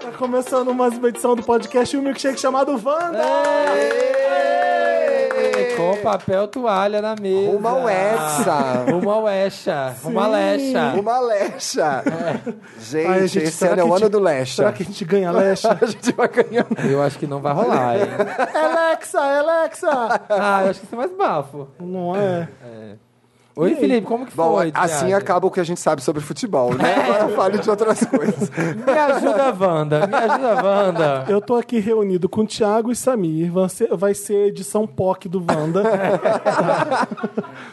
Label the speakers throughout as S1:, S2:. S1: Tá começando mais uma edição do podcast Um Milkshake chamado Wanda! Aê!
S2: Com papel toalha na mesa.
S3: Uma uexa.
S2: Uma uexa. Uma lexa.
S3: Uma lecha. Gente,
S1: Ai, gente,
S3: esse
S1: será
S3: ano é
S1: que
S3: o
S1: a
S3: ano
S1: gente-
S3: do lecha.
S1: Será que a gente ganha Alexa?
S3: A gente vai ganhar.
S2: Eu acho que não vai rolar, hein?
S1: Alexa, Alexa!
S2: Ah, eu acho que isso é mais bafo.
S1: Não é?
S2: Oi, Felipe, como que
S3: Bom,
S2: foi?
S3: assim
S2: Thiago? É.
S3: acaba o que a gente sabe sobre futebol, né? Agora fale de outras coisas.
S2: Me ajuda, Wanda. Me ajuda, Wanda.
S1: Eu tô aqui reunido com o Thiago e Samir. Vai ser, vai ser a edição POC do Wanda.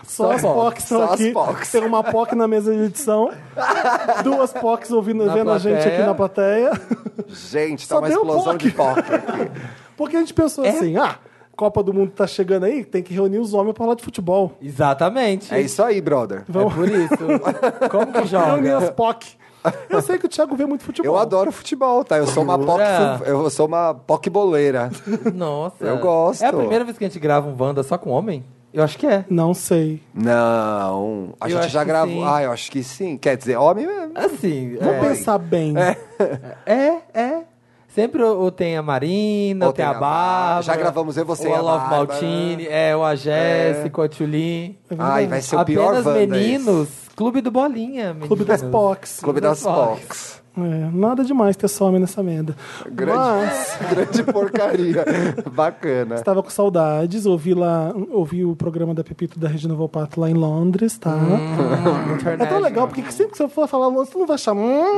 S1: Só,
S2: Só
S1: as
S2: POC,
S1: POCs estão
S3: só as
S1: aqui.
S3: POCs.
S1: Tem uma POC na mesa de edição. Duas POCs ouvindo,
S2: Na
S1: vendo a gente
S2: plateia.
S1: aqui na plateia.
S3: Gente, tá
S1: Só
S3: uma
S1: deu
S3: explosão
S1: POC.
S3: de POC aqui.
S1: Porque a gente pensou
S3: É?
S1: assim, ah, Copa do Mundo tá chegando aí, tem que reunir os homens pra falar de futebol.
S2: Exatamente.
S3: É isso aí, brother.
S2: É por isso. Como que
S1: Reunir as
S2: joga?
S1: POC. Eu sei que o Thiago vê muito futebol.
S3: Ah, né? Eu adoro futebol, tá? Eu sou uma POC,
S2: Jura?
S3: eu sou uma POC boleira.
S2: Nossa.
S3: Eu gosto.
S2: É a primeira vez que a gente grava um Wanda só com homem? Eu acho que é.
S1: Não sei.
S3: Não, a
S2: Eu
S3: gente
S2: acho
S3: já
S2: que
S3: gravou.
S2: sim.
S3: Ah, eu acho que sim. Quer dizer, homem mesmo.
S2: Assim.
S1: Vou
S2: é.
S1: pensar bem.
S2: É, é. Sempre ou ou tem a Marina, ou, tem a Bárbara.
S3: Já gravamos eu, você
S2: ou
S3: e a
S2: a Love
S3: Bárbara.
S2: Maltini, é, ou a Jéssica, ou a Tulin.
S3: Ai, vai ser é o pior
S2: Apenas
S3: Wanda
S2: meninos, Clube do Bolinha, meninos.
S1: Clube das POCs.
S3: esse. É. Clube das POCs.
S1: É, nada demais ter some nessa merda.
S3: Grande,
S1: Mas
S3: grande porcaria. Bacana.
S2: Tá
S1: estava com saudades, ouvi lá, ouvi o programa da Pepito e da Regina Volpato lá em Londres, tá?
S3: Hum.
S1: É tão legal, porque sempre que você for falar Londres, você não vai achar.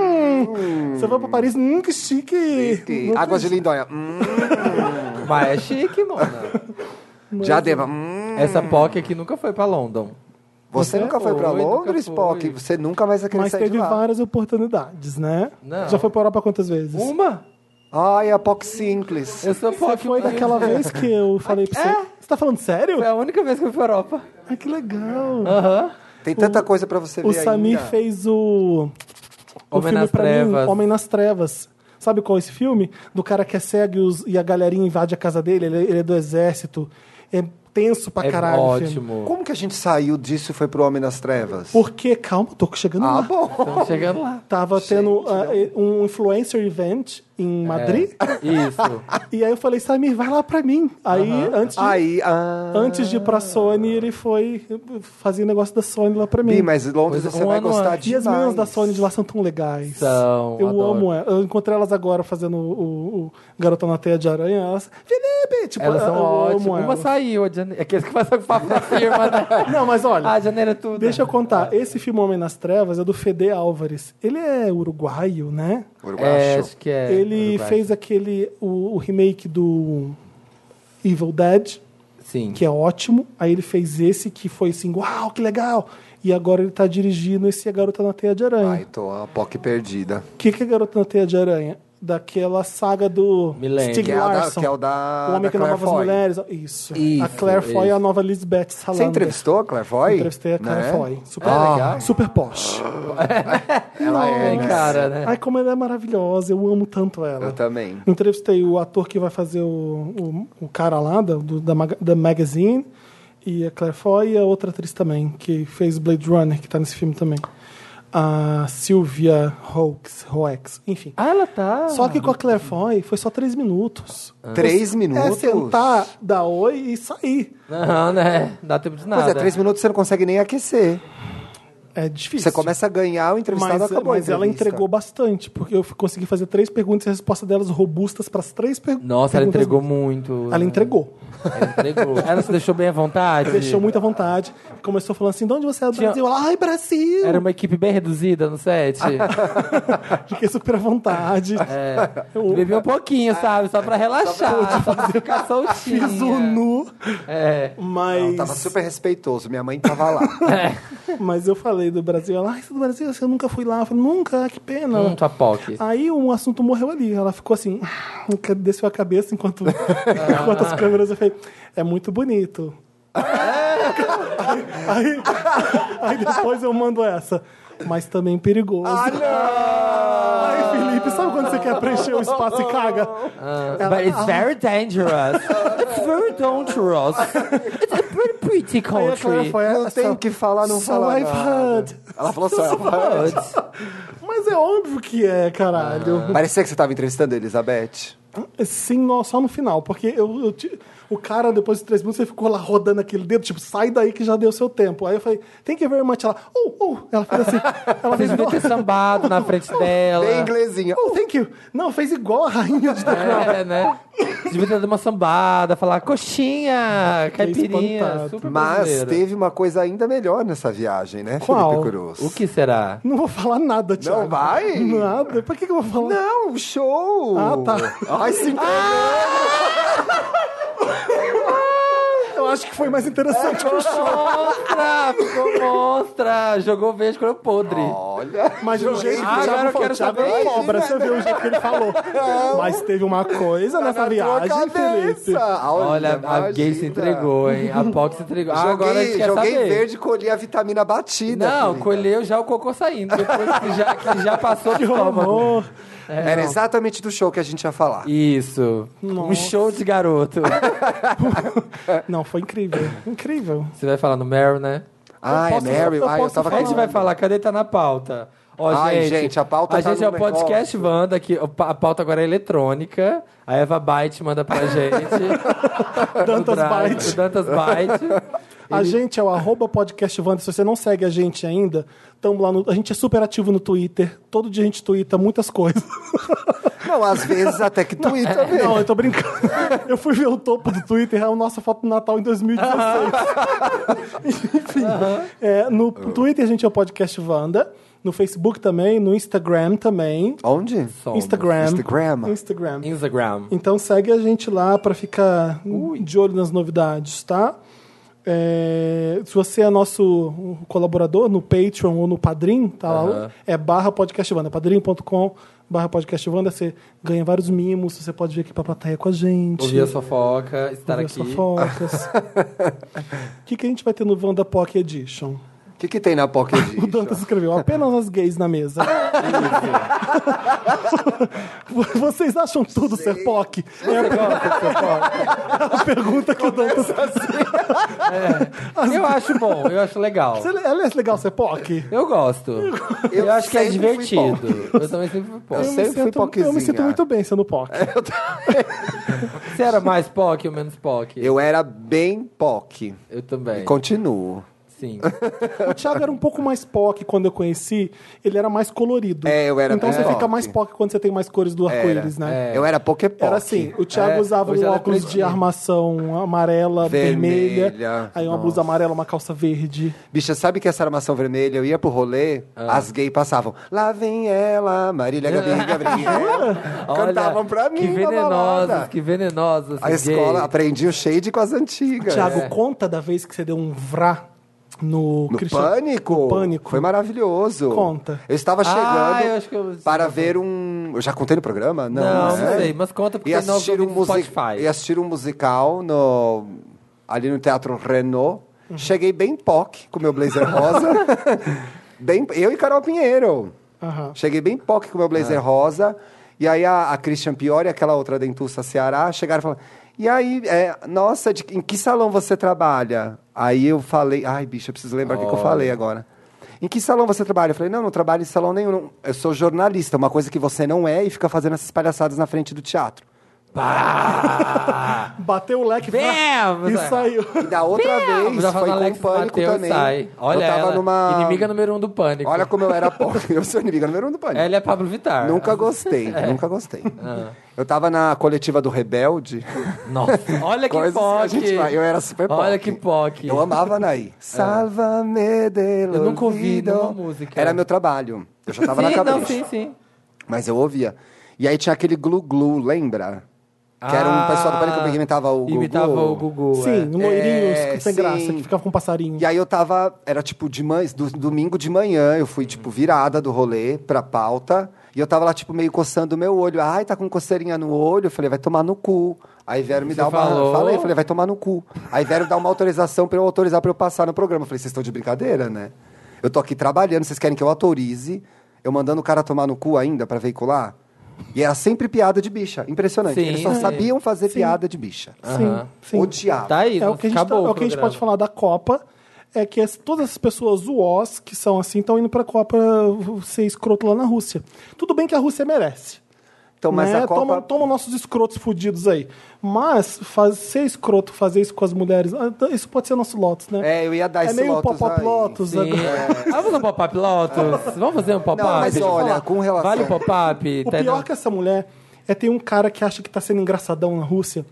S1: Hum, Você vai pra Paris, hum, que chique!
S3: E
S1: Não
S3: Águas de
S1: tem-
S3: Lindóia. Hum,
S2: Mas é chique, mano.
S3: Diadema. Hum.
S2: Essa POC aqui nunca foi pra London.
S1: é
S3: Você nunca foi pra
S2: foi, nunca
S3: Londres,
S2: fui.
S3: POC? Você nunca vai querer
S1: Mas
S3: sair
S1: teve
S3: de lá.
S1: várias oportunidades, né?
S2: Não.
S1: Já foi pra Europa quantas vezes?
S2: Uma?
S3: Ai, a POC simples.
S2: Eu sou
S1: Você
S2: POC.
S1: foi
S2: mas-
S1: daquela vez que eu falei pra você. Você tá falando sério?
S2: Foi a única vez que eu fui pra Europa.
S1: Ai, que legal!
S2: Aham.
S3: Tem tanta coisa pra você ver
S1: O Samir
S3: ainda.
S1: fez o. o
S2: Homem
S1: filme
S2: nas
S1: pra mim,
S2: Trevas.
S1: Homem nas Trevas. Sabe qual é esse filme? Do cara que é cego e, os- e a galerinha invade a casa dele, ele, ele é do exército. É tenso pra
S2: É
S1: caralho. o filme.
S2: ótimo.
S3: Como que a gente saiu disso e foi pro Homem nas Trevas?
S1: Porque, calma, tô chegando
S3: Ah,
S1: lá.
S3: bom.
S2: Estamos chegando lá.
S1: Tava tendo ah, um influencer event em
S2: É.
S1: Madrid.
S2: Isso.
S1: E aí eu falei, Samir, vai lá pra mim. Aí, antes de.
S3: Aí, ah...
S1: Antes de ir pra Sony, ele foi fazer negócio da Sony lá pra mim.
S3: Bi, mas Londres
S2: Pois é,
S3: você
S2: um
S3: vai
S2: ano
S3: gostar
S2: antes.
S3: de
S1: E as meninas da Sony de lá são tão legais.
S2: São,
S1: Eu
S2: adoro.
S1: amo elas. Eu encontrei elas agora fazendo o, o, o Garotão na Teia de Aranha. Elas, Felipe! Tipo,
S2: Elas são
S1: eu,
S2: ótimas.
S1: amo
S2: Uma
S1: elas.
S2: saiu, a Jane... é aqueles que fazem o papo da firma, né?
S1: Não, mas olha,
S2: Ah, janeiro é tudo.
S1: deixa eu contar. Esse filme Homem nas Trevas é do Fede Álvares. Ele é uruguaio, né?
S2: É, acho que é.
S1: Ele
S2: Uruguai.
S1: fez aquele, o, o remake do Evil Dead,
S2: Sim.
S1: que é ótimo. Aí ele fez esse que foi assim, uau, que legal! E agora ele tá dirigindo esse A Garota na Teia de Aranha.
S3: Ai, tô a POC perdida.
S1: O que, que é Garota na Teia de Aranha? Daquela saga do
S2: Millennium.
S1: Stig
S3: Que é, o da,
S1: Larsson.
S3: que é o da
S1: o Homem
S3: da
S1: que namorava
S3: Claire
S1: as
S3: Foy.
S1: mulheres. Isso.
S2: Isso,
S1: A Claire Foy
S2: isso.
S1: é a nova Lisbeth Salander.
S3: Você entrevistou a Claire Foy?
S1: Entrevistei a Claire
S3: Né?
S1: Foy. Super,
S2: É legal.
S1: super posh.
S3: Ela é,
S2: Tem
S3: né?
S2: cara, né?
S1: Ai, como ela é maravilhosa. Eu amo tanto ela.
S3: Eu também.
S1: Entrevistei o ator que vai fazer o, o, o cara lá da, do- da, maga- da Magazine. E a Claire Foy e a outra atriz também, que fez Blade Runner, que tá nesse filme também. A Sylvia Hoax, Hoax, enfim.
S2: Ah, ela tá.
S1: Só que com a Claire Foy foi só três minutos.
S3: Ah. Três
S1: É
S3: minutos?
S1: sentar, dar oi e sair.
S2: Não, né? Não dá tempo de nada.
S3: Pois é, três minutos você não consegue nem aquecer.
S1: É difícil.
S3: Você começa a ganhar, o entrevistado
S1: mas,
S3: acabou. né, a
S1: mas ela
S3: entrevista.
S1: entregou bastante, porque eu consegui fazer três perguntas e a resposta delas robustas para as três perguntas.
S2: Nossa, ela entregou muito.
S1: Ela entregou.
S2: Ela entregou. Ela se deixou bem à vontade.
S1: Deixou muita vontade. Começou falando assim: de onde você é do
S2: Tinha-
S1: Brasil? Ela, ai, Brasil!
S2: Era uma equipe bem reduzida no set.
S1: Fiquei super à vontade.
S2: É.
S1: Eu-
S2: Bebia um pouquinho, sabe? Só pra relaxar. Só pra ficar soltinha.
S1: Fiz um- o nu,
S2: É.
S3: Não,
S1: mas,
S3: tava super respeitoso. Minha mãe tava lá.
S1: mas eu falei do Brasil. Ela, ai, você é do Brasil? Você nunca fui lá? Eu falei, nunca, ah, que pena.
S2: Muito a POC.
S1: Aí um assunto morreu ali. Ela ficou assim, nunca desceu a cabeça enquanto, enquanto as câmeras. Eu falei, é muito bonito. aí, aí depois eu mando essa. Mas também perigoso. Ai, Felipe, sabe quando você quer preencher o espaço e caga?
S2: But it's very dangerous. It's very dangerous. It's a pretty pretty
S1: Aí a Clara
S2: country.
S1: foi,
S3: Não
S1: "So-
S3: tem o que falar, não
S1: so
S3: falar
S1: I've
S3: nada.
S1: heard."
S3: Ela falou só.
S2: But-
S1: Mas é óbvio que é, caralho.
S3: Parecia que você tava entrevistando a Elizabeth.
S1: Sim, no- só no final, porque eu, eu ti- o cara, depois de três minutos, ele ficou lá rodando aquele dedo, tipo, sai daí que já deu seu tempo. Aí eu falei, tem que ver muito ela. Oh, oh, ela fez assim. Ela
S2: Vocês
S1: fez
S2: deviam
S1: igual.
S2: ter sambado na frente dela.
S3: Bem inglesinha.
S1: Oh, thank you. Não, fez igual a rainha de
S2: É, né? Vocês deviam ter dado uma sambada, falar coxinha, caipirinha,
S1: espantado.
S2: super
S3: Mas
S2: brasileiro.
S3: teve uma coisa ainda melhor nessa viagem, né,
S1: Qual?
S3: Felipe Cruz?
S2: O que será?
S1: Não vou falar nada, Thiago.
S3: vai?
S1: Nada. Por que, que eu vou falar?
S3: Não, o show!
S1: Ah, tá.
S3: Ai, se entregou.
S1: Eu acho que foi mais interessante que o show.
S2: Monstra! Ficou monstra! Jogou vesgo podre.
S3: Olha.
S1: Mas do jeito que
S2: Ah,
S1: o
S2: agora eu
S1: Thiago falou,
S2: quero
S1: o Thiago
S2: saber.
S1: é cobra, você viu o jeito que ele falou. Mas teve uma coisa
S3: na
S1: nessa
S3: tua
S1: viagem,
S3: cabeça.
S1: Felipe.
S2: Olha, a
S3: imagina.
S2: gay se entregou, hein? A POC se entregou. Ah, agora a gente
S3: Joguei,
S2: quer
S3: joguei
S2: saber.
S3: verde e colhi a vitamina batida.
S2: Não,
S3: querida.
S2: colheu já o cocô saindo, depois que já, que já passou do
S1: Que
S2: estômago.
S1: horror.
S3: Era exatamente do show que a gente ia falar.
S2: Isso. Um
S1: Nossa.
S2: show de garoto.
S1: Não, foi incrível. Incrível.
S2: Você vai falar no Meryl, né?
S3: Ah, é
S1: posso-
S3: Mary.
S1: eu
S3: Ai, eu
S1: posso
S3: tava
S2: A gente
S3: querendo-
S2: vai falar, cadê tá na pauta? Ó,
S3: Ai, gente, a pauta
S2: A
S3: tá
S2: gente
S3: no
S2: é o podcast
S3: negócio.
S2: Wanda, que a pauta agora é eletrônica. A Eva Byte manda pra gente.
S1: Dantas
S2: No drive,
S1: Byte.
S2: o Dantas Byte.
S1: A gente é o arroba podcast Wanda. Se você não segue a gente ainda, tamo lá no, a gente é super ativo no Twitter. Todo dia a gente twitta muitas coisas.
S3: Não, às vezes até que Twitter mesmo.
S1: Não, eu tô brincando. Eu fui ver o topo do Twitter, é a nossa foto do Natal em 2016. Enfim, é, no Twitter a gente é o podcast Wanda. No Facebook também, no Instagram também.
S3: Onde?
S2: Somos.
S1: Instagram.
S3: Instagram.
S1: Instagram.
S2: Instagram.
S1: Então segue a gente lá para ficar uh, de olho nas novidades, tá? É, se você é nosso colaborador no Patreon ou no Padrim, tá
S2: Aham.
S1: lá, é barra podcastvanda, padrim.com barra podcastvanda, você ganha vários mimos, você pode vir aqui pra plateia com a gente.
S2: Ouvir a fofoca, estar
S1: ouvir as
S2: aqui.
S1: fofocas. O que, que a gente vai ter no Wanda Pock Edition?
S3: O que, que tem na Pocket Edition?
S1: O Dantas Então, escreveu, apenas as gays na mesa. Vocês acham tudo ser POC? É a a pergunta que o Dantas.
S2: Eu acho bom, eu acho legal.
S1: Você- Aliás, legal ser POC.
S2: Eu gosto. Eu,
S3: Eu
S2: acho que é
S3: sempre fui
S2: divertido. Eu também sempre fui
S3: Eu
S2: POC.
S3: sempre fui
S1: sinto, eu me
S3: POCzinha.
S1: sinto muito bem sendo POC.
S2: Você era mais POC ou menos POC?
S3: Eu era bem POC.
S2: Eu
S1: É.
S2: também.
S3: Continuo.
S2: Sim.
S1: O Thiago era um pouco mais POC quando eu conheci, ele era mais colorido.
S3: É, eu era
S1: Então
S3: mais é,
S1: você fica
S3: POC.
S1: mais POC quando você tem mais cores do arco-íris, né?
S3: Eu era Poképoc.
S1: Era assim, o Thiago
S2: É,
S1: usava
S2: hoje
S1: um
S2: ela é
S1: óculos de
S2: pretinha.
S1: armação amarela, vermelha,
S3: Vermelha.
S1: aí uma blusa amarela, uma calça verde.
S3: Bicha, sabe que essa armação vermelha, eu ia pro rolê,
S1: Ah.
S3: as gays passavam. Lá vem ela, Marília
S1: É.
S3: Gabi, Gabriela. Cantavam pra mim
S2: Que
S3: na
S2: venenosos,
S3: balada.
S2: que venenosos.
S3: A escola, aprendi o shade com as antigas.
S1: Thiago, conta da vez que você deu um vrá no,
S3: É. No
S1: Christian-
S3: pânico?
S1: no pânico.
S3: Foi maravilhoso.
S1: Conta.
S3: Eu estava chegando
S2: Ah, eu acho que eu-
S3: para ver um. Eu já contei no programa? Não,
S2: Não,
S3: né?
S2: não sei, mas conta porque
S3: e
S2: tem novo
S3: assistir, um
S2: ouvinte no
S3: music...
S2: Spotify.
S3: e assistir um musical no... ali no Teatro Renault. Cheguei bem POC com meu blazer rosa. bem... Eu e Carol Pinheiro.
S1: Aham.
S3: Cheguei bem POC com meu blazer rosa. E aí a, a Christian Pior e aquela outra dentuça Ceará chegaram e falaram. E aí, é, nossa, de- em que salão você trabalha? Aí eu falei, ai, bicho, eu preciso lembrar o que, que eu falei agora. Em que salão você trabalha? Eu falei, não, não trabalho em salão nenhum. não. Eu sou jornalista, uma coisa que você não é e fica fazendo essas palhaçadas na frente do teatro.
S1: Bateu o leque
S2: Vamos,
S1: vrá, e
S2: é.
S1: saiu.
S3: E da outra vez,
S2: Já
S3: foi
S2: falando
S3: com
S2: Alex
S3: o Pânico
S2: Mateus
S3: também.
S2: sai. Olha
S3: eu tava
S2: ela,
S3: numa...
S2: inimiga número um do Pânico.
S3: Olha como eu era pobre, eu sou inimiga número um do Pânico.
S2: Ela é Ah. Pablo Vittar.
S3: Nunca gostei, nunca gostei. Eu tava na coletiva do Rebelde.
S2: Nossa, olha que
S3: Coisas que a
S2: POC.
S3: gente vai- Eu era super pobre.
S2: Olha que POC.
S3: Eu amava a Anaí. Salva-me del
S2: Eu nunca ouvi
S3: olvido.
S2: nenhuma música.
S3: Era meu trabalho. Eu já tava
S2: sim,
S3: na cabeça.
S2: não, sim, sim.
S3: Mas eu ouvia. E aí tinha aquele glu-glu, lembra? Que era um
S2: Ah,
S3: pessoal do Pânico que imitava o Gugu.
S2: Imitava o Gugu.
S1: Sim,
S2: é.
S1: um loirinho
S3: É,
S1: sem
S3: sim.
S1: graça, que ficava com um passarinho.
S3: E aí eu tava, era tipo de manhã, do- domingo de manhã, eu fui
S2: Uhum.
S3: tipo virada do rolê pra pauta, e eu tava lá tipo meio coçando o meu olho. Ai, tá com coceirinha no olho. Eu falei, vai tomar no cu. Aí vieram me
S2: Você
S3: dar uma,
S2: falou?
S3: falei, falei, vai tomar no cu. Aí vieram dar uma autorização pra eu autorizar pra eu passar no programa. Eu falei, vocês estão de brincadeira, né? Eu tô aqui trabalhando, vocês querem que eu autorize? Eu mandando o cara tomar no cu ainda pra veicular? E era sempre piada de bicha, impressionante.
S2: Sim,
S3: Eles só
S2: sim.
S3: sabiam fazer piada de bicha.
S1: Sim,
S2: Aham.
S1: sim.
S3: Odiava.
S2: Tá aí,
S1: É o
S2: nossa,
S1: que a gente, tá-
S2: acabou
S1: é
S2: o
S1: o que a gente
S2: programa.
S1: pode falar da Copa. é que as- todas as pessoas uós que são assim estão indo para a Copa ser escroto lá na Rússia. Tudo bem que a Rússia merece.
S3: Então, mas
S1: né?
S3: a Copa.
S1: toma, toma nossos escrotos fudidos aí. Mas faz, ser escroto, fazer isso com as mulheres, ah, então isso pode ser nosso Lotus, né?
S3: É, eu ia dar
S1: É
S3: esse
S1: meio
S3: Lotus
S1: pop-up
S3: aí.
S1: Lotus.
S2: Sim.
S1: agora.
S2: Vamos fazer um pop-up, Lotus? Vamos fazer um pop-up?
S3: Não, mas
S2: Deixa eu
S3: olha,
S2: falar.
S3: com relação-
S2: Vale o pop-up?
S1: O
S2: Tá,
S1: pior
S2: não?
S1: que essa mulher é tem um cara que acha que tá sendo engraçadão na Rússia.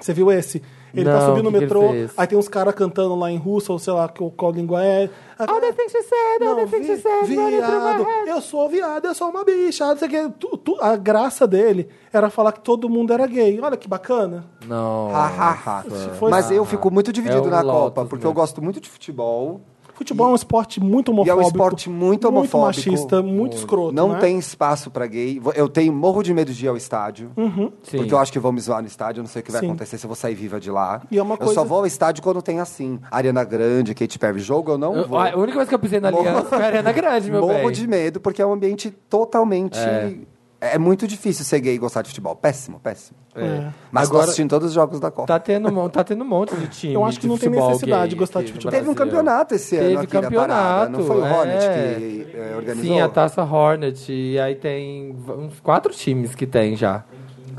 S1: Você viu esse? Ele tá
S2: Não,
S1: subindo no
S2: o que que
S1: metrô,
S2: ele fez?
S1: aí tem uns caras cantando lá em russo, ou sei lá qual, qual língua é.
S2: All the things you said, all
S1: Não,
S2: the
S1: vi,
S2: things you said, running through my
S1: viado,
S2: head.
S1: eu sou viado, eu sou uma bicha, não sei o que. Tu- tu- a graça dele era falar que todo mundo era gay. Olha que bacana.
S2: Não.
S3: Ha, ha, ha.
S1: foi-
S3: Mas eu fico muito
S2: É
S3: dividido
S2: o
S3: na
S2: Lotus né?
S3: Copa, porque eu
S2: mesmo.
S3: gosto muito de futebol.
S1: Futebol é um esporte muito
S3: E é
S1: homofóbico.
S3: um esporte muito
S1: Muito
S3: homofóbico.
S1: machista, muito, escroto.
S3: Não
S1: né?
S3: tem espaço pra gay. Eu tenho morro de medo de ir ao estádio.
S2: Sim.
S3: Porque eu acho que vão me zoar no estádio, eu não sei o que vai
S1: Uhum. Sim.
S3: acontecer se eu vou sair viva de lá.
S1: E é uma
S3: eu
S1: coisa-
S3: só vou ao estádio quando tem assim. Ariana Grande, Kate Perry, jogo, eu não
S2: Eu-
S3: Então vou.
S2: a única coisa que eu pisei na
S3: Morro-
S2: aliança foi a Arena Grande, meu
S3: Morro
S2: bem.
S3: de medo, porque é um ambiente totalmente.
S2: É.
S3: É. muito difícil ser gay e gostar de futebol. Péssimo, péssimo.
S1: É.
S3: Mas
S2: Agora-
S3: tô assistindo todos os jogos da Copa.
S2: Tá tendo, um mon- tá tendo um monte de time.
S1: Eu acho que
S2: de
S1: não tem
S2: futebol
S1: necessidade de
S2: gay
S1: gostar de
S2: aqui no
S1: futebol.
S3: Teve um
S2: Brasil.
S3: campeonato esse
S2: Teve
S3: ano aqui na parada. Não foi o
S2: campeonato,
S3: Hornet
S2: é.
S3: que eh, organizou?
S2: Sim, a Taça Hornet. E aí tem v- uns quatro times que tem já.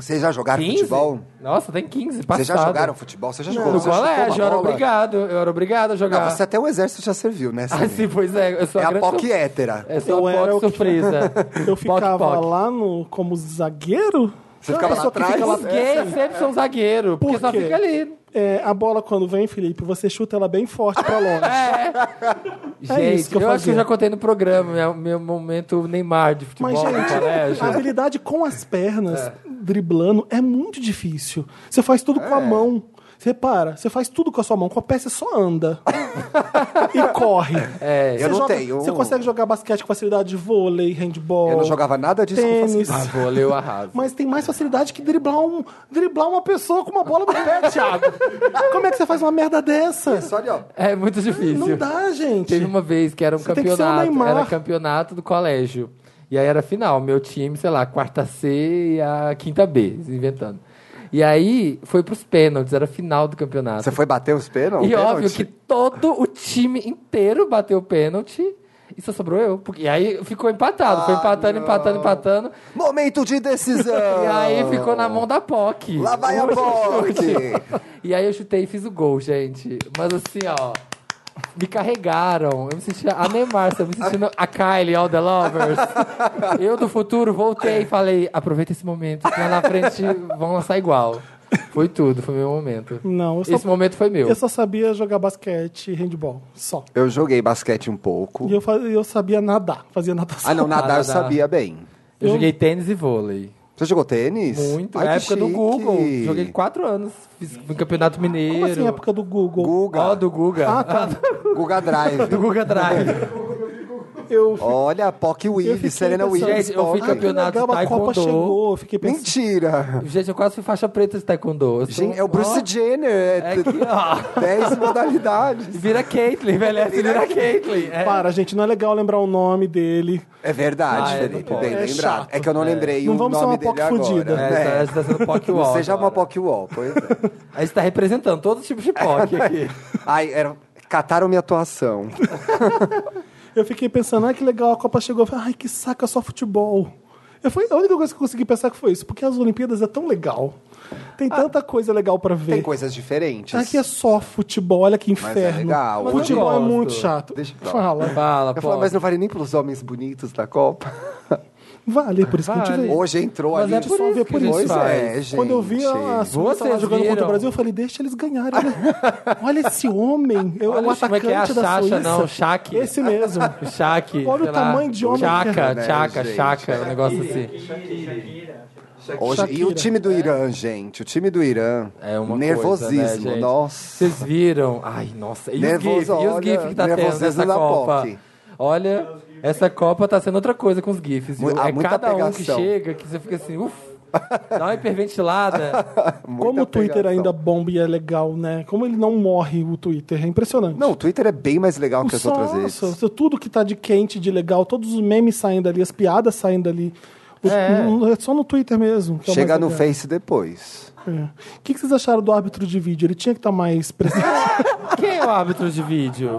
S3: Vocês já jogaram
S2: 15?
S3: futebol?
S2: Nossa, tem 15. Passado.
S3: Vocês já jogaram futebol? Você já jogou?
S2: No
S3: Você chutou uma
S2: colégio, eu era
S3: bola?
S2: obrigado. Eu era obrigado a jogar.
S3: Não, você até o exército já serviu, né?
S2: Ah,
S3: Samir?
S2: sim, pois é. Eu sou
S3: é
S2: a
S3: a
S2: grande
S3: POC é.
S2: sur-
S3: hétera.
S2: Eu sou
S1: Eu
S2: a
S1: era
S2: POC
S1: o que-
S2: surpresa.
S1: Eu ficava
S2: Poc, poc.
S1: lá no, como zagueiro?
S3: Você ficava lá
S1: Só que fica
S3: atrás?
S1: lá
S2: Os gays sempre são zagueiro. Porque
S1: é. Por
S2: só
S1: quê?
S2: fica ali.
S1: É, a bola quando vem, Felipe, você chuta ela bem forte pra
S3: É,
S1: longe.
S2: Gente,
S1: É isso que eu
S2: eu, acho que
S1: fazia.
S2: eu já contei no programa meu, meu momento Neymar de futebol
S1: Mas,
S2: no
S1: gente,
S2: colégio.
S1: a habilidade com as pernas, driblando, é muito difícil. Você faz tudo
S3: É.
S1: com a mão. Você repara, você faz tudo com a sua mão. Com a pé, você só anda. e corre.
S2: É,
S1: Você
S3: Eu não
S1: joga-
S3: tenho.
S1: Você consegue jogar basquete com facilidade, vôlei, handball.
S3: Eu não jogava nada disso com
S1: tênis.
S2: Ah, vou ler o arraso.
S1: Mas tem mais facilidade que driblar, um, driblar uma pessoa com uma bola no pé, Thiago. Como é que você faz uma merda dessa?
S3: Só ali, ó.
S2: É muito difícil.
S1: Não dá, gente.
S2: Teve uma vez que era um
S1: Você tem que ser o
S2: campeonato.
S1: Neymar.
S2: Era campeonato do colégio. E aí era final. Meu time, sei lá, quarta C e a quinta B, inventando. E aí foi pros pênaltis, era final do campeonato.
S3: Você foi bater os
S1: um
S3: pênaltis?
S2: Ah, E óbvio que todo o time inteiro bateu o pênalti e só sobrou eu. Porque, e aí ficou empatado, foi
S3: Ah,
S2: empatando,
S3: não.
S2: empatando, empatando.
S3: Momento de decisão!
S2: E aí ficou na mão da POC.
S3: Lá vai a
S2: O chute.
S3: POC!
S2: E aí eu chutei e fiz o gol, gente. Mas assim, ó. Me carregaram. Eu me sentia a Neymar, eu me sentindo a Kylie, all the lovers. Eu do futuro voltei e falei: aproveita esse momento, que lá na frente vão lançar igual. Foi tudo, foi meu momento.
S1: Não, eu só-
S2: Esse momento foi meu.
S1: Eu só sabia jogar basquete e handball, só.
S3: eu joguei basquete um pouco.
S1: E eu, fa- eu sabia nadar, fazia natação.
S3: Ah, não, nadar
S2: nadar.
S3: eu sabia bem.
S2: Eu joguei tênis e vôlei.
S3: Você jogou tênis?
S2: Muito.
S3: Ai,
S2: na
S3: que
S2: época do
S3: chique.
S2: Google. Joguei quatro anos. Fiz no Campeonato Mineiro.
S1: Como assim, época do Google?
S3: Guga.
S2: Ó, do Guga.
S1: Ah, tá.
S3: Guga
S2: do
S3: Drive.
S2: Guga Drive.
S1: Eu,
S3: Olha, POC
S1: fiquei
S3: Williams, Serena
S1: pensando-
S3: Williams.
S2: Gente, eu
S1: que
S2: fui
S3: POC.
S2: campeão- campeonato
S1: legal, a Copa
S2: taekwondo.
S1: chegou, eu fiquei pensando...
S3: Mentira!
S2: Gente, eu quase fui faixa preta de taekwondo. Eu sou- um
S3: Gente, é o Bruce
S2: Ó,
S3: Jenner. É
S2: É que, ó.
S3: 10 modalidades.
S2: Vira Caitlyn, envelhece e vira Caitlyn. É.
S1: Para, gente, não é legal lembrar o nome dele.
S3: É verdade,
S2: Ah, é,
S3: Felipe.
S2: não
S3: bem
S1: pode. É
S3: lembrado.
S1: chato.
S3: É que eu não lembrei
S1: Não
S3: o
S1: vamos ser
S3: nome
S1: uma POC
S3: dele agora.
S1: fudida.
S2: É,
S3: né?
S2: essa- essa é do POC
S3: Não
S2: Wall
S3: seja uma
S2: agora.
S3: POC Wall, pois é.
S2: A gente tá representando todo tipo de POC aqui.
S3: Ai, era... um- cataram minha atuação.
S1: Eu fiquei pensando, ai que legal, a Copa chegou. Eu falei, ai que saco, é só futebol. Eu falei, a única coisa que eu consegui pensar que foi isso, porque as Olimpíadas é tão legal. Tem
S2: Ah,
S1: tanta coisa legal pra ver.
S3: Tem coisas diferentes.
S1: Aqui é só futebol, olha que
S3: é
S1: inferno.
S3: legal. Mas eu
S1: Futebol é
S2: gosto.
S1: muito chato.
S3: Deixa eu falar.
S1: Fala.
S2: Fala,
S3: Eu falo, mas é
S2: POC.
S3: não vale nem pros homens bonitos da Copa.
S1: Vale, por isso que a gente
S2: Vale.
S1: veio.
S3: Hoje entrou
S2: Mas
S3: ali.
S2: é
S1: gente só vê
S2: que
S1: por
S2: a gente
S1: isso.
S2: faz.
S3: É, gente.
S1: Quando eu vi a Suíça lá
S2: Vocês
S1: jogando contra
S2: viram?
S1: o Brasil, eu falei, deixa eles ganharem. Olha, olha esse homem. Eu,
S3: um
S2: Olha
S1: o
S2: como é
S1: atacante
S2: que é a
S1: da
S2: Chacha,
S1: Suíça.
S2: não, o Shaq.
S1: Esse mesmo.
S2: O Shaq.
S1: Olha o
S2: sei lá,
S1: tamanho de homem que
S2: Chaca,
S1: é,
S3: né,
S2: chaca,
S3: gente?
S2: chaca, um negócio assim.
S3: Hoje... E o
S1: Shakira. né?
S3: time do Irã, gente. O time do Irã.
S2: É uma coisa,
S3: Nervosismo,
S2: né, gente?
S3: nossa.
S2: Vocês viram? Ai, nossa. E
S3: Nervoso,
S2: os GIF, e os
S3: olha,
S2: GIF que tá tendo
S3: nervosismo
S2: nessa
S3: da
S2: Copa?
S3: POC.
S2: Olha, essa Copa tá sendo outra coisa com os GIFs. viu?
S3: Mu- há
S2: é
S3: muita
S2: cada um que
S3: pegação.
S2: chega que você fica assim, uff, dá uma hiperventilada.
S3: Muita
S1: Como o Twitter
S3: pegação.
S1: ainda bomba e é legal, né? Como ele não morre, o Twitter. É impressionante.
S3: Não, o Twitter é bem mais legal que as
S1: Nossa,
S3: outras vezes.
S1: nossa, tudo que tá de quente, de legal, todos os memes saindo ali, as piadas saindo ali. Os-
S2: É.
S1: não, é só no Twitter mesmo. que é o
S3: Chega
S1: mais
S3: no
S1: legal.
S3: Face depois.
S1: É. O que, que vocês acharam do árbitro de vídeo? Ele tinha que estar mais presente.
S2: Quem é o árbitro de vídeo?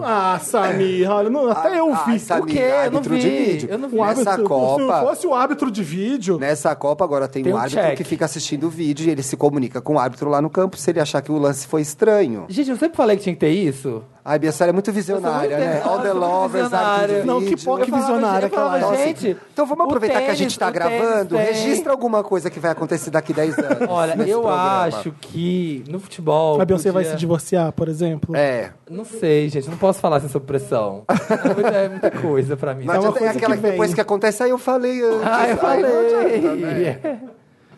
S1: Ah, Samir, olha, não, até eu
S3: Ah,
S1: vi.
S3: Samir,
S2: quê? Eu não
S3: árbitro
S2: vi.
S3: de vídeo.
S2: Eu não vi.
S1: O
S3: Nessa
S1: árbitro,
S3: Copa. Né?
S1: Se fosse o árbitro de vídeo,
S3: Nessa Copa agora tem,
S2: Tem
S3: um
S2: um
S3: árbitro
S2: check.
S3: que fica assistindo o vídeo e ele se comunica com o árbitro lá no campo se ele achar que o lance foi estranho.
S2: Gente, eu sempre falei que tinha que ter isso.
S3: Ai, Bia, a senhora é muito
S2: Eu
S3: visionária,
S2: sou
S3: né?
S2: muito
S3: All the
S2: eu sou muito
S3: lovers, árbitro de
S2: visionária.
S1: Não, que
S3: vídeo.
S1: porra que
S2: Eu falava,
S1: visionária
S2: eu falava,
S1: aquela
S3: Nossa,
S2: gente.
S3: Então vamos
S2: o
S3: aproveitar que a
S2: tênis-
S3: gente tá
S2: o tênis
S3: gravando.
S2: tem-
S3: Registra alguma coisa que vai acontecer daqui 10 anos.
S2: Olha,
S3: nesse
S2: eu
S3: programa.
S2: acho que no futebol.
S1: a Beyoncé vai
S2: podia-
S1: se divorciar, por exemplo.
S3: É.
S2: Não sei, gente. Não posso falar assim sob pressão. É muita, é muita coisa pra mim.
S3: Não
S1: É uma
S3: adianta- é
S1: coisa
S3: aquela
S1: que
S3: que
S1: vem.
S3: depois que acontece, aí eu falei antes.
S2: Ah, eu
S3: Aí não adianta, né?
S2: falei.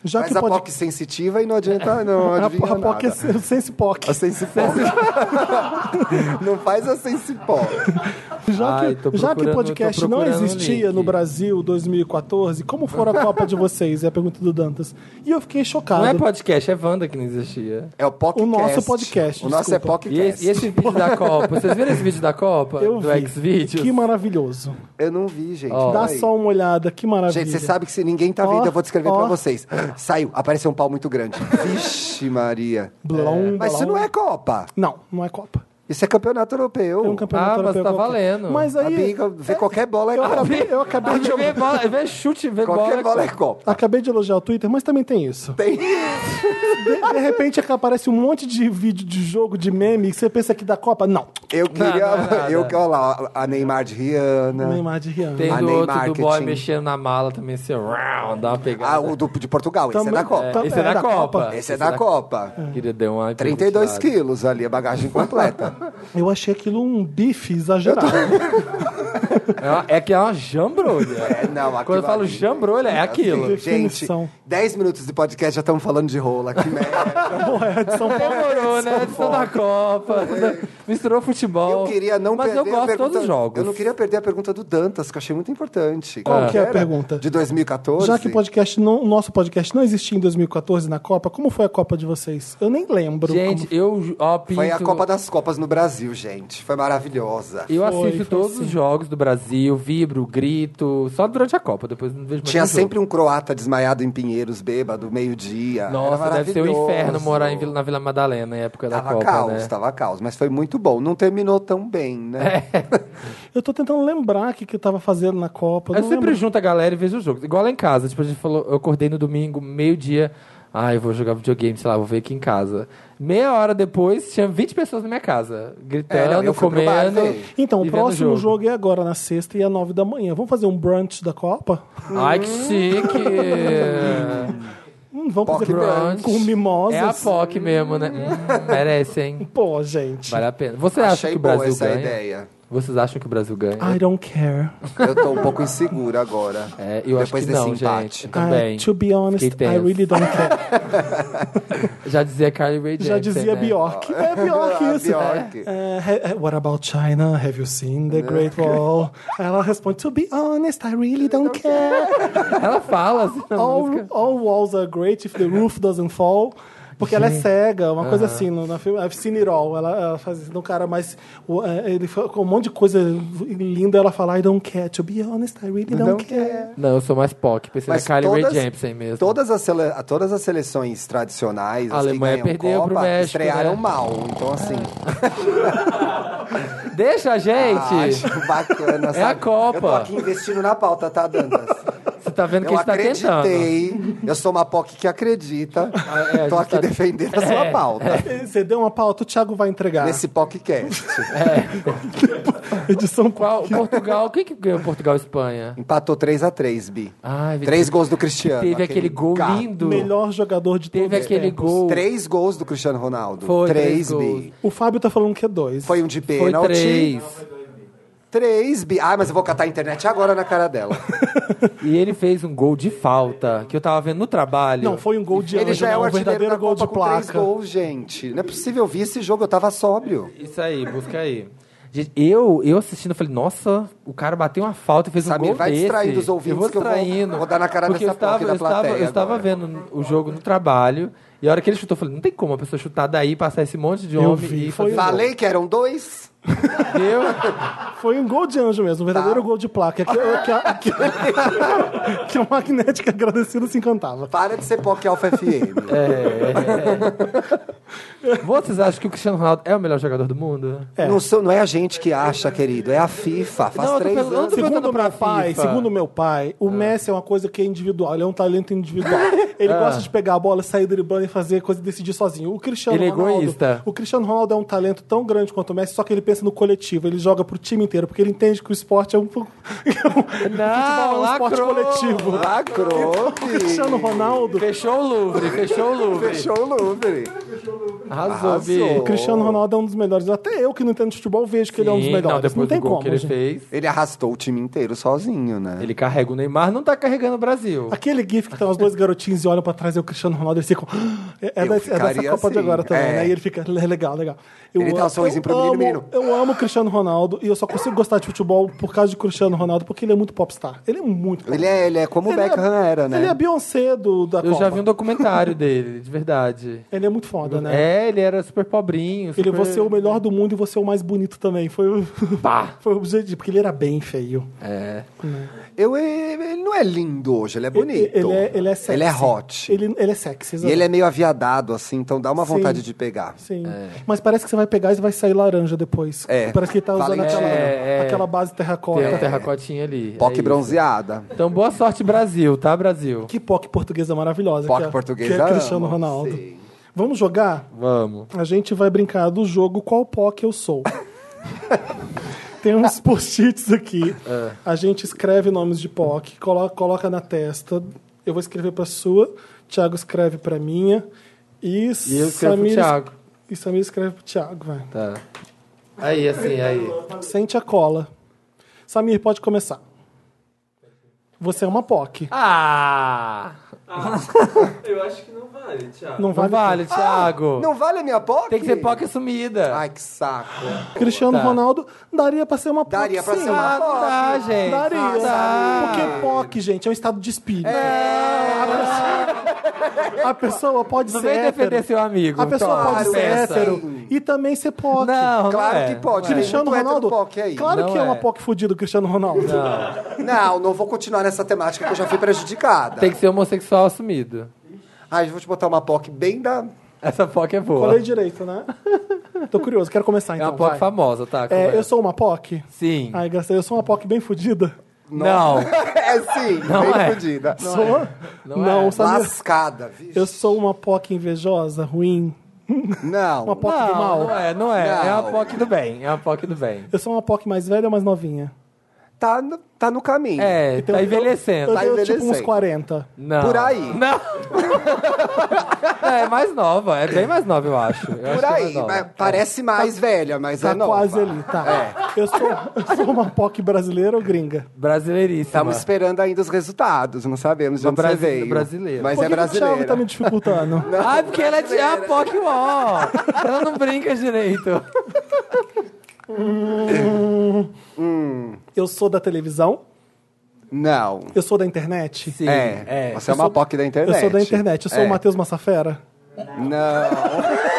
S1: Já
S3: Faz
S1: que
S3: a
S1: pode.
S3: POC sensitiva e não adianta, não
S1: a
S3: adivinha
S1: a POC é
S3: nada.
S1: sen- sense POC.
S3: A sensipoc. não faz a sensipoc.
S1: Já,
S2: Ai, tô
S1: que, já que o
S2: procurando-
S1: podcast
S2: tô
S1: não
S2: procurando
S3: um
S2: o
S1: existia
S2: link.
S1: no Brasil 2014, como for a Copa de vocês? É a pergunta do Dantas. E eu fiquei chocado.
S2: Não é podcast, é Wanda que não existia.
S3: É o podcast.
S1: O nosso podcast,
S3: O nosso é
S1: desculpa.
S2: E
S3: podcast.
S2: esse, e esse vídeo da Copa? Vocês viram esse vídeo da Copa?
S1: eu
S2: do
S1: vi.
S2: Xvideos?
S1: Que maravilhoso.
S3: Eu não vi, gente.
S2: Ó.
S1: Dá
S3: Peraí.
S1: só uma olhada, que maravilha.
S3: Gente, você sabe que se ninguém tá vendo,
S1: Ó,
S3: eu vou descrever pra
S1: ó.
S3: vocês. Saiu, apareceu um pau muito grande. Vixe, Maria.
S1: Blom,
S3: Mas isso
S1: blom.
S3: não é Copa.
S1: Não, não é Copa.
S3: Isso é campeonato europeu.
S1: É um campeonato
S2: Ah, mas
S1: europeu
S2: tá
S1: qualquer.
S2: valendo.
S1: Mas
S3: A
S1: aí,
S3: biga, vê qualquer bola é
S1: eu
S3: Copa.
S1: acabei, eu acabei
S2: Ah,
S1: de,
S2: vê bola, vê chute, vê
S3: Qualquer bola
S2: bola.
S3: é Copa.
S1: acabei de elogiar o Twitter, mas também tem isso.
S3: Tem.
S1: De, de repente é que aparece um monte de vídeo de jogo, de meme, que você pensa que da Copa. Não.
S3: Eu queria.
S2: não é nada.
S3: eu, olha lá, a Neymar de Rihanna.
S1: É. Neymar de Rihanna.
S2: Tem
S3: Ah,
S2: do
S3: nem
S2: outro do boy
S3: marketing.
S2: mexendo na mala também, assim, rau, dá uma
S3: Ah,
S2: pegada.
S3: o do, de Portugal. Esse é da
S1: Também-
S3: Copa.
S1: tam-
S2: Esse é da Copa.
S3: Esse é da Copa.
S2: Queria dar uma
S3: 32
S2: hiperventilada.
S3: quilos ali, a bagagem completa.
S1: Eu achei aquilo um bife exagerado.
S2: É, uma- é que é uma jambrolha.
S3: É, não, aquilo
S2: Quando eu falo
S3: ali,
S2: jambrolha, é aquilo.
S1: Assim,
S3: Gente,
S1: Definição.
S3: 10 minutos de podcast já estamos falando de rola. Que merda.
S1: Ué, é de São Paulo.
S2: Demorou, né? Edição da Copa. Misturou futebol.
S3: Eu queria não
S2: Mas
S3: perder
S2: eu gosto
S3: a
S2: de
S3: pergunta.
S2: todos os jogos.
S3: Eu não queria perder a pergunta do Dantas, que eu achei muito importante.
S1: Qual que é a
S3: era?
S1: pergunta?
S3: De 2014?
S1: Já que o podcast não- o nosso podcast não existia em 2014 na Copa, como foi a Copa de vocês? Eu nem lembro.
S2: Gente, eu ó, pinto...
S3: Foi a Copa das Copas no Brasil, gente. Foi maravilhosa.
S2: Eu
S1: Foi,
S2: assisto
S1: foi
S2: todos
S1: sim.
S2: os jogos do Brasil, vibro, grito, só durante a Copa, depois não vejo mais
S3: Tinha
S2: nenhum jogo.
S3: sempre um croata desmaiado em Pinheiros, bêbado, meio-dia.
S2: Nossa,
S3: Era
S2: deve ser um
S3: maravilhoso.
S2: inferno morar em Vila- na Vila Madalena na época da
S3: Tava
S2: Copa,
S3: caos,
S2: né? É,
S3: tava caos, mas foi muito bom. Não terminou tão bem, né?
S1: como- Eu tô tentando lembrar o que, que eu tava fazendo na Copa. não
S2: Eu sempre
S1: lembro.
S2: junto a galera e vejo os jogos. Igual lá em casa, tipo, a gente falou, eu acordei no domingo, meio-dia, ah, eu vou jogar videogame, sei lá, vou ver aqui em casa. Meia hora depois, tinha 20 pessoas na minha casa,
S3: É, não,
S2: gritando,
S3: eu fui pro bar,
S2: comendo.
S3: velho.
S1: Então,
S2: e
S1: o
S2: vendo
S1: próximo jogo. é agora, na sexta e às nove da manhã. Vamos fazer um brunch da Copa?
S2: Ai, que chique!
S1: Hum, vamos
S3: Poc
S1: fazer
S2: brunch.
S1: com mimosas?
S2: é a POC mesmo, né? Hum, merece, hein?
S1: Pô, gente.
S2: Vale a pena. Você acha
S3: Achei
S2: que o
S3: boa
S2: Brasil
S3: essa
S2: ganha?
S3: ideia.
S2: Vocês acham que o Brasil ganha?
S1: I don't care.
S3: Eu tô um pouco insegura agora.
S2: É, eu acho
S3: depois
S2: que
S3: desse
S2: não,
S3: empate.
S2: gente. Eu também.
S1: I- to be honest,
S2: Fiquei
S1: I
S2: tenso.
S1: really don't care.
S2: Já dizia Carly Rae Jepsen,
S1: Já dizia
S2: né?
S1: Bjork. É Bjork
S3: Ah,
S1: isso.
S3: Bjork.
S1: É, he- what about China? Have you seen the Great Wall? Ela responde, to be honest, I really don't care.
S2: Ela fala assim na música.
S1: all, all walls are great if the roof doesn't fall. Porque ela é cega, uma coisa assim, no, na filme, I've seen it all. Ela, ela faz isso, não, cara, mas o, é, ele fa- com um monte de coisa linda, ela fala, I don't care. To be honest, I really don't, care.
S2: Não, eu sou mais POC. Pensei
S3: Mas
S2: na é Kylie Rae
S3: todas-
S2: Jepsen mesmo.
S3: Todas as, sele- todas as seleções tradicionais,
S2: A
S3: as que
S2: Alemanha
S3: ganham
S2: perdeu
S3: Copa,
S2: pro México, né?
S3: estrearam mal. Então, assim,
S2: Deixa a
S3: ah,
S2: É, gente!
S3: acho bacana. sabe?
S2: a Copa.
S3: Eu tô aqui investindo na pauta, tá, Dantas?
S2: Você tá vendo que
S3: Eu
S2: a gente tá tentando.
S3: acreditei. Eu sou uma POC que acredita.
S2: é, a gente
S3: tô aqui
S2: tá- é.
S3: defendendo a sua pauta.
S1: Você deu uma pauta, o Thiago vai entregar.
S3: Nesse podcast. é
S1: Edição
S2: Qual, Portugal, quem que ganhou Portugal e Espanha?
S3: Empatou 3x3, Bi.
S2: Ai,
S3: Três gols do Cristiano.
S2: Teve aquele gol
S3: gato.
S2: lindo.
S1: melhor jogador de todos É.
S2: Teve
S1: os
S2: aquele
S1: tempos.
S2: gol.
S3: Três gols do Cristiano Ronaldo.
S2: Foi,
S3: três,
S2: três gols.
S3: Bi.
S1: O Fábio tá falando que é dois.
S3: Foi um de
S2: Foi
S3: pênalti.
S2: três.
S3: Três, Bi. Ah, mas eu vou catar a internet agora na cara dela.
S2: E ele fez um gol de falta, que eu tava vendo no trabalho.
S1: Não, foi um gol de
S3: Ele
S1: anjo,
S3: já é
S1: não,
S3: o
S1: um
S3: artilheiro da
S1: verdadeiro gol
S3: Copa
S1: de
S3: com três
S1: placa.
S3: gols, gente. Não é possível eu vi esse jogo, eu tava sóbrio.
S2: Isso aí, busca aí. Gente, eu, eu assistindo, eu falei, nossa, o cara bateu uma falta e fez um
S3: Samir,
S2: gol
S3: vai
S2: desse.
S3: distraindo os ouvintes
S2: eu vou
S3: que eu vou-
S2: distraindo.
S3: vou dar na cara
S2: porque
S3: dessa
S2: eu tava,
S3: porca da
S2: eu estava,
S3: plateia
S2: eu estava
S3: agora.
S2: vendo o jogo no trabalho, e a hora que ele chutou, eu falei, não tem como a pessoa chutar daí, passar esse monte de
S1: Eu
S2: homem
S1: vi,
S2: e
S1: foi
S2: fazer
S1: o-
S3: Falei que eram dois.
S2: gol. Eu,
S1: Foi um gol de anjo mesmo, um verdadeiro
S3: Tá.
S1: gol de placa. Que, que, que, Tinha uma magnética agradecida se encantava.
S3: Para de ser POC Alpha FM.
S2: Vocês acham que o Cristiano Ronaldo é o melhor jogador do mundo?
S1: É.
S3: Não, sou- não é a gente que acha, querido. É a FIFA. Faz
S2: Não, eu tô
S3: três
S2: perguntando- eu
S3: anos.
S2: tô perguntando
S1: Segundo
S2: pra
S1: meu pai,
S2: FIFA.
S1: segundo meu pai, o Messi é uma coisa que é individual, ele é um talento individual. Ele
S2: É.
S1: gosta de pegar a bola, sair driblando e fazer coisa e decidir sozinho. O Cristiano
S2: Ele é
S1: Ronaldo,
S2: egoísta.
S1: o Cristiano Ronaldo é um talento tão grande quanto o Messi, só que ele pensa no coletivo, ele joga pro time inteiro, porque ele entende que o esporte é um pouco
S2: Não,
S1: futebol é um esporte
S2: lacrou.
S1: coletivo.
S3: Ah, Lacrou,
S1: O Cristiano Ronaldo,
S2: Fechou o Louvre, fechou o Louvre.
S3: Fechou o Louvre.
S2: Arrasou, Bi.
S3: Arrasou.
S1: o Cristiano Ronaldo é um dos melhores. Até eu que não entendo de futebol vejo que ele é um dos
S2: Sim, Não,
S1: melhores. Não,
S2: depois
S1: tem
S2: do gol
S1: como,
S2: que ele
S1: gente.
S2: fez,
S3: Ele arrastou o time inteiro sozinho, né?
S2: ele carrega o Neymar, não tá carregando o Brasil.
S1: Aquele gif que tem os dois garotinhos e olham pra trás e o Cristiano Ronaldo, eles ficam. É, é
S3: Eu
S1: dessa, é dessa
S3: ficaria
S1: Copa de
S3: assim,
S1: agora também,
S3: é.
S1: né? E ele fica, "Le- legal, legal. Eu
S3: Ele dá um sorrisinho pro menino,
S1: amo,
S3: menino.
S1: Eu amo o Cristiano Ronaldo e eu só consigo gostar de futebol por causa de Cristiano Ronaldo, porque ele é muito popstar. Ele é muito popstar.
S3: Ele é, ele é como o
S1: Ele é-
S3: Beckham era, né?
S1: Ele é a Beyoncé do, da
S2: Eu
S1: Copa.
S2: já vi um documentário dele, de verdade.
S1: Ele é muito foda, né?
S2: É, ele era super pobrinho. Super...
S1: Ele, você é o melhor do mundo e você é o mais bonito também. Foi o,
S2: Pá!
S1: foi o objetivo, porque ele era bem feio.
S2: É.
S3: Eu, ele não é lindo hoje, ele é bonito.
S1: Ele, ele é, ele é sexy.
S3: Ele é hot.
S1: Ele, ele é sexy,
S3: E ele é meio aviadado, assim, então dá uma
S1: Sim.
S3: vontade de pegar.
S1: Sim. Mas parece que você vai pegar e vai sair laranja depois.
S3: É.
S1: Parece que ele tá
S3: Fala
S1: usando
S3: em
S1: aquela,
S2: é, é.
S1: aquela base terracota.
S2: Tem uma terracotinha ali.
S3: POC
S2: é isso.
S3: bronzeada.
S2: Então, boa sorte, Brasil, tá, Brasil?
S1: Que POC portuguesa maravilhosa.
S3: POC
S1: que é,
S3: portuguesa,
S1: Que é Cristiano
S3: amo.
S1: Ronaldo.
S3: Sim.
S1: Vamos jogar?
S2: Vamos.
S1: A gente vai brincar do jogo Qual POC Eu Sou. Tem uns post-its aqui.
S2: É.
S1: A gente escreve nomes de POC, colo- coloca na testa. Eu vou escrever pra sua, Thiago escreve pra minha. E,
S2: E eu escrevo pro
S1: Samir-
S2: Thiago.
S1: E Samir escreve pro Thiago, vai.
S2: Tá. Aí, assim, aí.
S1: Sente a cola. Samir, pode começar. Você é uma POC.
S2: Tá. Ah!
S4: Eu acho que não vale, Thiago.
S1: Não
S2: Não
S1: vale.
S2: vale, Thiago.
S3: Não vale a minha POC?
S2: Tem que ser POC sumida.
S3: Ai, que saco.
S1: Cristiano
S2: Tá.
S1: Ronaldo daria pra ser uma POC.
S3: Daria pra
S1: sim.
S3: ser uma
S2: Ah, não dá, gente. Ah,
S1: Daria.
S2: Não dá.
S1: Porque POC, gente, é um estado de espírito. A pessoa pode
S2: É. Não
S1: ser
S2: vem defender
S1: é hétero.
S2: seu amigo.
S1: A pessoa
S2: Claro,
S1: pode ser
S2: peça.
S1: hétero e também ser POC.
S2: Não, não
S3: Claro
S2: é.
S3: que pode.
S1: Cristiano
S3: Tu entra no
S1: Ronaldo.
S3: POC aí.
S1: Claro
S2: Não
S1: que é, uma
S2: é.
S1: POC fudida, Cristiano Ronaldo.
S3: Não, não vou continuar nessa temática que eu já fui prejudicada.
S2: Tem que ser homossexual assumido.
S3: Ai, eu vou te botar uma POC bem da.
S2: Essa POC é boa.
S1: Falei direito, né? Tô curioso, quero começar
S2: É
S1: então.
S2: uma POC
S1: vai.
S2: famosa, tá?
S1: É,
S2: Conversa.
S1: eu sou uma POC?
S2: Sim.
S1: Ai, graças a Deus, eu sou uma POC bem fudida.
S2: Não.
S3: é sim,
S2: Não
S3: bem
S2: é.
S3: fodida.
S1: sou?
S2: Não
S1: Não,
S2: é.
S1: sabe?
S3: Lascada, vixe.
S1: Eu sou uma POC invejosa, ruim.
S3: Não.
S1: Uma POC do
S2: Não,
S1: mal.
S2: não é, não é. É uma
S3: Não.
S2: POC do bem. É uma POC do bem.
S1: Eu sou uma POC mais velha ou mais novinha?
S3: Tá, no, tá no caminho.
S2: É,
S1: Então,
S2: tá
S1: eu-
S2: envelhecendo.
S1: Eu,
S3: Tá
S1: tenho tipo uns
S3: envelhecendo.
S1: 40.
S2: Não.
S3: Por aí.
S2: Não. Não, é mais nova. É bem mais nova, eu acho. Eu acho
S3: Por
S2: que é mais
S3: aí.
S2: nova.
S3: mas Parece mais velha, mas
S1: Tá
S3: é nova.
S1: quase ali, tá.
S3: é.
S1: Eu, sou, eu sou uma POC brasileira ou gringa?
S2: Brasileiríssima.
S3: Estamos esperando ainda os resultados, não sabemos de
S2: Uma
S3: onde você
S2: brasi-
S3: veio.
S2: brasileira.
S3: Mas
S1: Por
S3: é
S1: que que o
S3: brasileira.
S1: Thiago tá me dificultando?
S2: Ah, porque ela é de a POC ó. Ela não brinca direito.
S1: Eu sou da televisão?
S3: Não.
S1: Eu sou da internet?
S2: Sim.
S3: É,
S2: é.
S3: Você é uma POC da
S1: Eu
S3: internet.
S1: sou da internet. Eu sou
S3: É.
S1: o Matheus Massafera?
S3: Não.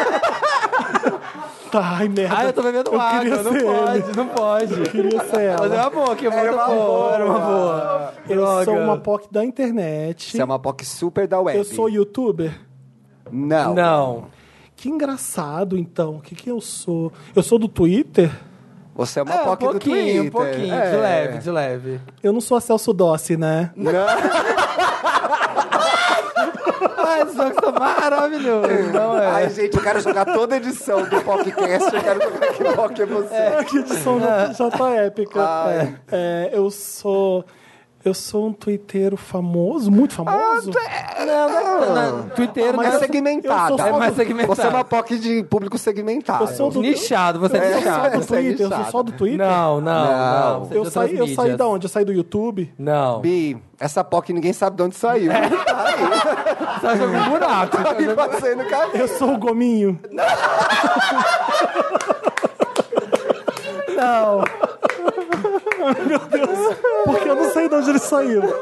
S1: Tá, ai, merda.
S2: Ah, eu tô bebendo
S1: Eu
S2: água.
S1: queria
S2: Não
S1: ser
S2: pode,
S1: ele.
S2: não pode.
S1: Eu queria ser
S2: Mas é
S1: ela.
S2: uma boa, que era
S3: uma
S2: uma boa, era é uma boa.
S1: Eu sou
S2: Droga.
S1: uma POC da internet.
S3: Você é uma POC super da web.
S1: Eu sou youtuber?
S3: Não.
S2: Não.
S1: Que engraçado, então. O que, que eu sou? Eu sou do Twitter?
S3: Você é uma
S2: É, um
S3: POC do Twitter.
S2: pouquinho, um pouquinho,
S3: É.
S2: de leve, de leve.
S1: Eu não sou a Celso Dossi, né?
S2: Mas o jogo tá maravilhoso, não é?
S3: Ai, gente, eu quero jogar toda a edição do podcast. Eu quero jogar que POC é você.
S1: Que edição já, já tá épica.
S3: Ai.
S1: É, eu sou. Eu sou um twitteiro famoso, muito famoso.
S2: Não, não, não, não. Twitter não
S1: mas
S3: É
S2: é
S1: eu- eu
S3: segmentada.
S1: sou só
S2: É mais
S1: do-
S2: segmentado.
S3: Você é uma POC de público segmentado.
S1: eu sou do,
S2: nichado, você é
S1: eu sou só
S2: nichado.
S1: do
S3: Você é
S1: Twitter, eu sou
S3: nichado.
S1: só do Twitter.
S2: Não, não, não.
S3: Não.
S2: Você é
S1: Eu
S2: de
S1: saí, eu
S2: outras
S1: saí
S2: mídias.
S1: da onde? Eu saí do YouTube?
S2: Não.
S3: Bi, essa POC ninguém sabe de onde saiu.
S2: Só jogando buraco.
S3: Tá me fazendo caminho.
S1: Eu sou o Gominho.
S2: Não.
S1: Porque eu não sei de onde ele saiu.
S4: Uma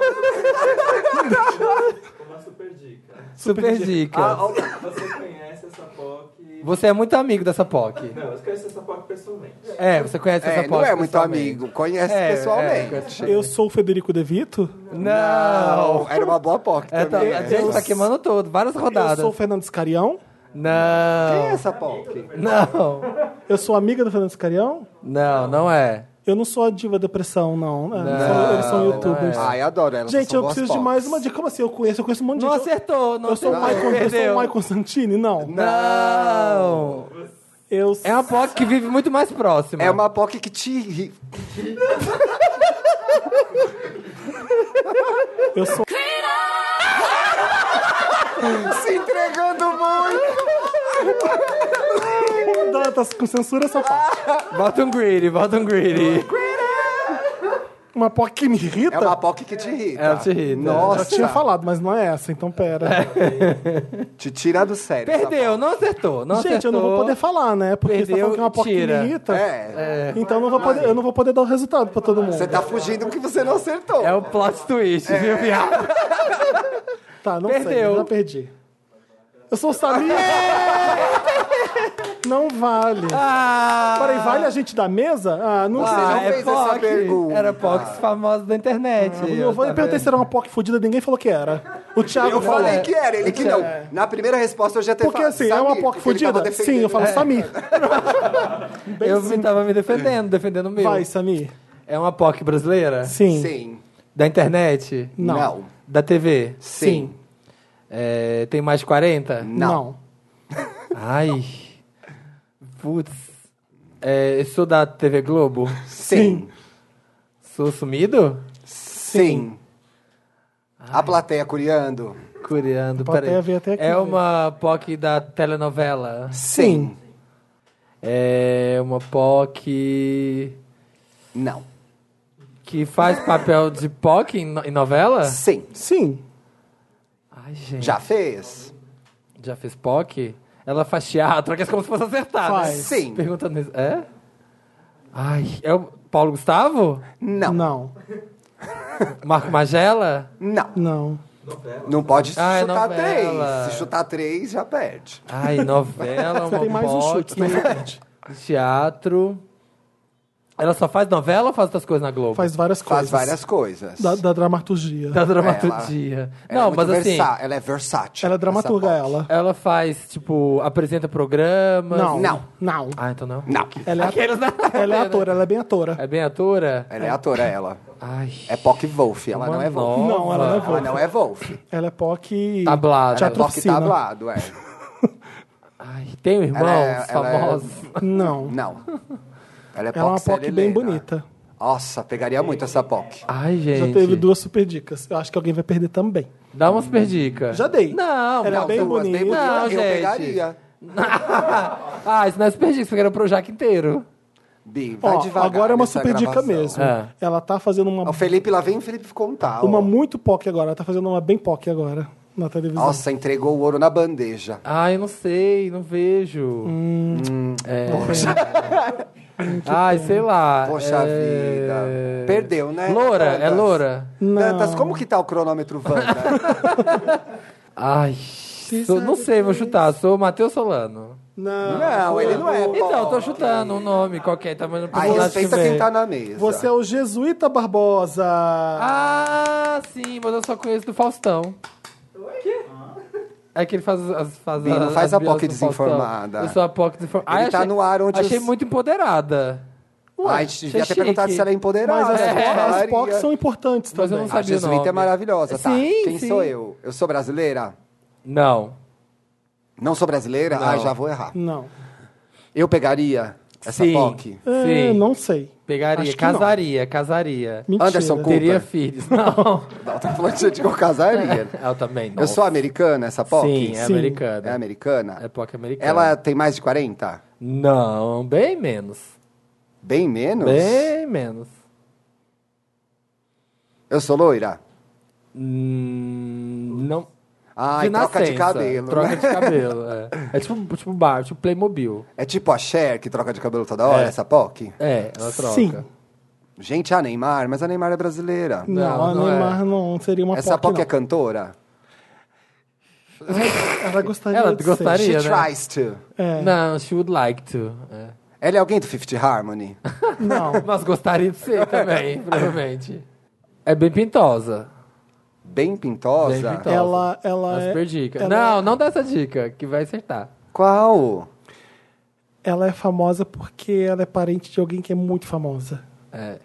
S4: super dica.
S2: Super dica.
S4: Você conhece essa POC e
S2: Você é muito amigo dessa POC.
S4: Não, eu conheço essa POC pessoalmente.
S2: É, você conhece essa
S3: É,
S2: POC.
S3: não é muito
S2: pessoalmente.
S3: amigo, conhece
S2: É, é,
S3: pessoalmente.
S2: conhece-
S1: Eu sou o Federico De Vito.
S2: Não!
S3: Era uma boa POC
S2: É, tá-
S3: também.
S2: a gente tá queimando todo, várias rodadas.
S1: Eu sou o Fernando Scarião.
S3: Quem
S2: Não!
S3: é essa POC?
S2: Não!
S1: Eu sou amiga do Fernando Scarião.
S2: Não, não é.
S1: Eu não sou a diva depressão, não. né?
S2: Não,
S1: São- eles são
S2: não
S1: youtubers.
S2: é.
S3: Ai, adoro ela.
S1: Gente, eu preciso de mais uma dica. Como assim? Eu conheço, eu conheço um monte de
S2: Não
S1: gente. Eu-
S2: acertou, não
S1: Eu sou, o
S2: acertou.
S1: Michael, eu sou
S2: Perdeu.
S1: o Michael Santini? Não.
S2: Não!
S1: Eu
S2: É uma POC que vive muito mais próxima.
S3: É uma POC que te. ri-
S1: Eu sou.
S3: Se entregando muito!
S1: Não, tá com censura essa parte.
S2: Bota um greedy, bota um greedy.
S1: Uma POC que me irrita?
S3: É uma POC que te irrita.
S2: Ela te irrita.
S1: Já
S3: Nossa,
S1: tinha falado, mas não é essa, então pera.
S3: te tira do sério. essa
S2: Perdeu, não acertou, não
S1: Gente, eu não vou poder falar, né? Porque você tá falando que é uma
S2: Perdeu,
S1: POC que
S2: tira.
S1: me irrita.
S3: É.
S1: Então eu não vou poder, eu não vou poder dar o resultado pra todo mundo.
S3: Você tá fugindo porque você não acertou.
S2: É o plot twist, viu, viado?
S1: Tá, não
S2: Perdeu.
S1: sei, já perdi. Eu sou o Samir! não vale.
S2: Ah,
S1: Peraí, vale a gente da mesa? Ah, não sei.
S2: ah,
S3: não
S2: é
S3: fez essa
S2: Fox.
S3: pergunta.
S2: Era Fox famosa da internet.
S1: Eu, vou, eu perguntei se era uma POC fudida, ninguém falou que era. O Thiago
S3: Eu
S1: falou.
S3: falei que era, ele que não. Na primeira resposta eu já até
S1: né? Porque
S3: falado,
S1: assim, é
S3: Samir,
S1: uma POC
S3: porque ele tava
S1: fudida? Sim, eu falo
S3: defendendo. né?
S1: Samir. né? Bem
S2: Eu me
S1: simples.
S2: tava me defendendo, defendendo o meu.
S1: Vai, Samir.
S2: É uma POC brasileira?
S1: Sim.
S3: Sim.
S2: Da internet?
S1: Não.
S3: Não.
S2: Da TV?
S3: Sim.
S2: É, tem mais 40?
S1: Não.
S2: Ai. Putz. É, eu sou da TV Globo?
S3: Sim.
S2: Sou sumido?
S3: Sim. A plateia curiando.
S2: Curiando,
S1: Pode
S2: peraí.
S1: haver até aqui,
S2: é
S1: né?
S2: uma POC da telenovela.
S1: Sim.
S2: É uma POC
S3: Não.
S2: que faz papel de POC em, no- em novela?
S3: Sim.
S1: Sim.
S2: Ai, gente.
S3: Já fez?
S2: Já fez POC? Ela faz teatro, que é como se fosse acertada.
S1: Faz.
S3: Sim.
S2: Perguntando isso. É? Ai, é o Paulo Gustavo?
S3: Não. Não.
S1: Não.
S2: Marco Magela?
S3: Não,
S1: Não.
S3: pode
S2: Ah, é
S3: chutar
S2: novela.
S3: três. Se chutar três, já perde.
S2: Ai, novela,
S1: Você
S2: uma
S1: tem mais um
S2: POC,
S1: chute, não repete.
S2: teatro. Ela só faz novela ou faz outras coisas na Globo?
S1: Faz várias
S3: Faz
S1: coisas.
S3: várias coisas.
S1: Da, da dramaturgia.
S2: da dramaturgia.
S3: Ela é
S2: Não,
S3: muito
S2: mas assim,
S3: versa- Ela é versátil.
S1: Ela é dramaturga,
S3: essa
S1: ela.
S2: ela faz, tipo, apresenta programas.
S1: Não.
S3: Não.
S1: Não.
S2: Ah, então não.
S3: POC. Não.
S1: Ela é,
S2: Aqueles da-
S1: ela é atora, ela é bem atora.
S2: É bem atora?
S3: Ela é atora, ela.
S2: Ai.
S3: É POC Wolf. Ela
S2: uma
S3: não é Wolf.
S2: nova.
S1: Não, ela não é
S3: Ela
S1: Wolf.
S3: não é Wolf.
S1: Ela é POC.
S2: Tablada.
S1: Teatro
S3: POC
S1: oficina.
S3: tablado, é.
S2: Ai, tem um irmãos
S3: Ela é- ela é-
S2: famosos.
S1: Não.
S3: Não. Ela é POC
S1: Ela é uma POC bem
S3: Helena.
S1: bonita.
S3: Nossa, pegaria muito essa POC.
S2: Ai, gente.
S1: Já teve duas super dicas. Eu acho que alguém vai perder também.
S2: Dá umas perdicas.
S1: Já dei.
S2: Não,
S1: Ela é
S2: não.
S1: bem
S3: duas,
S1: bonita.
S2: Não,
S3: eu
S2: gente.
S3: pegaria.
S2: Ah, isso não é super dica, isso aqui era pro Jaque inteiro.
S3: Bi, vai
S1: Ó,
S3: devagar
S1: agora é uma
S3: nessa
S1: super dica
S3: gravação.
S1: mesmo.
S2: É.
S1: Ela tá fazendo uma,
S3: O Felipe lá vem o Felipe um contar. ó.
S1: uma muito POC agora. Ela tá fazendo uma bem POC agora na televisão.
S3: Nossa, entregou o ouro na bandeja.
S2: Ah, eu não sei, não vejo.
S1: Hum.
S2: é... Ai, sei lá.
S3: Poxa
S2: é-
S3: vida. Perdeu, né?
S2: Loura, é
S3: Dantas?
S2: loura.
S3: Dantas, como que tá o cronômetro Wanda?
S2: Ai, sou- não sei, vou chutar. Sou Matheus Solano.
S1: Não.
S3: não, ele não é.
S2: Então, eu
S3: pô.
S2: tô chutando um nome qualquer, tá mas não
S3: Aí
S2: precisa
S3: respeita
S2: de ver.
S3: quem tá na mesa.
S1: Você é o Jesuíta Barbosa.
S2: Ah, sim, mas eu só conheço do Faustão. É que ele faz as. Faz
S3: Bi, não
S2: as-
S3: faz
S2: as
S3: a
S2: bios
S3: POC
S2: do Faustão.
S3: desinformada.
S2: Eu sou a POC desinformada.
S3: Ele tá no ar onde
S2: Achei
S3: os-
S2: muito empoderada.
S3: Ai, a gente devia
S2: achei
S3: ter perguntado
S2: chique.
S3: se ela é empoderada.
S1: Mas as,
S3: né?
S1: POC, as
S3: Falaria.
S1: POCs são importantes
S2: Mas eu
S1: também.
S2: não sabia
S3: A
S2: o
S3: Jesuíta
S2: nome.
S3: é maravilhosa, tá?
S2: Sim,
S3: Quem
S2: sim.
S3: sou eu? Eu sou brasileira?
S2: Não.
S3: Não sou brasileira? Ah, já vou errar.
S1: Não.
S3: Eu pegaria essa
S2: Sim.
S3: POC?
S1: É,
S2: Sim.
S1: não sei.
S2: Pegaria,
S1: Acho que não.
S2: casaria, casaria.
S1: Mentira.
S3: Anderson Cooper.
S2: Teria filhos. Não.
S3: Não, tô falando de gente que eu casaria.
S2: Eu também não.
S3: Eu sou americana, essa POC?
S2: Sim, é
S1: Sim.
S2: americana.
S3: É americana?
S2: É POC americana.
S3: Ela tem mais de 40?
S2: Não, bem menos.
S3: Bem menos?
S2: Bem menos.
S3: Eu sou loira?
S2: Hum, não.
S3: Ah,
S2: de
S3: troca de
S2: nascença.
S3: cabelo.
S2: Troca
S3: né?
S2: de cabelo, é. É tipo, tipo bar, tipo Playmobil.
S3: É tipo a Cher que troca de cabelo toda hora,
S2: É.
S3: essa POC?
S2: É, ela troca.
S1: Sim.
S3: Gente, a Neymar, mas a Neymar é brasileira.
S1: Não,
S2: Não, não
S1: a
S2: é.
S1: Neymar não seria uma
S3: essa POC,
S1: POC,
S3: é cantora?
S1: Ela gostaria
S2: Ela
S1: de
S2: gostaria.
S1: ser.
S3: She
S2: né?
S3: tries to.
S1: É,
S2: Não, she would like to. É.
S3: Ela é alguém do Fifth Harmony?
S1: não.
S2: Nós gostaríamos de ser também, provavelmente. É bem pintosa.
S3: Bem pintosa?
S2: Bem pintosa.
S1: Ela, ela,
S2: Uma
S1: é,
S2: super dica.
S1: ela-
S2: Não, não dá essa dica, que vai acertar.
S3: Qual?
S1: ela é famosa porque ela é parente de alguém que é muito famosa.
S2: É,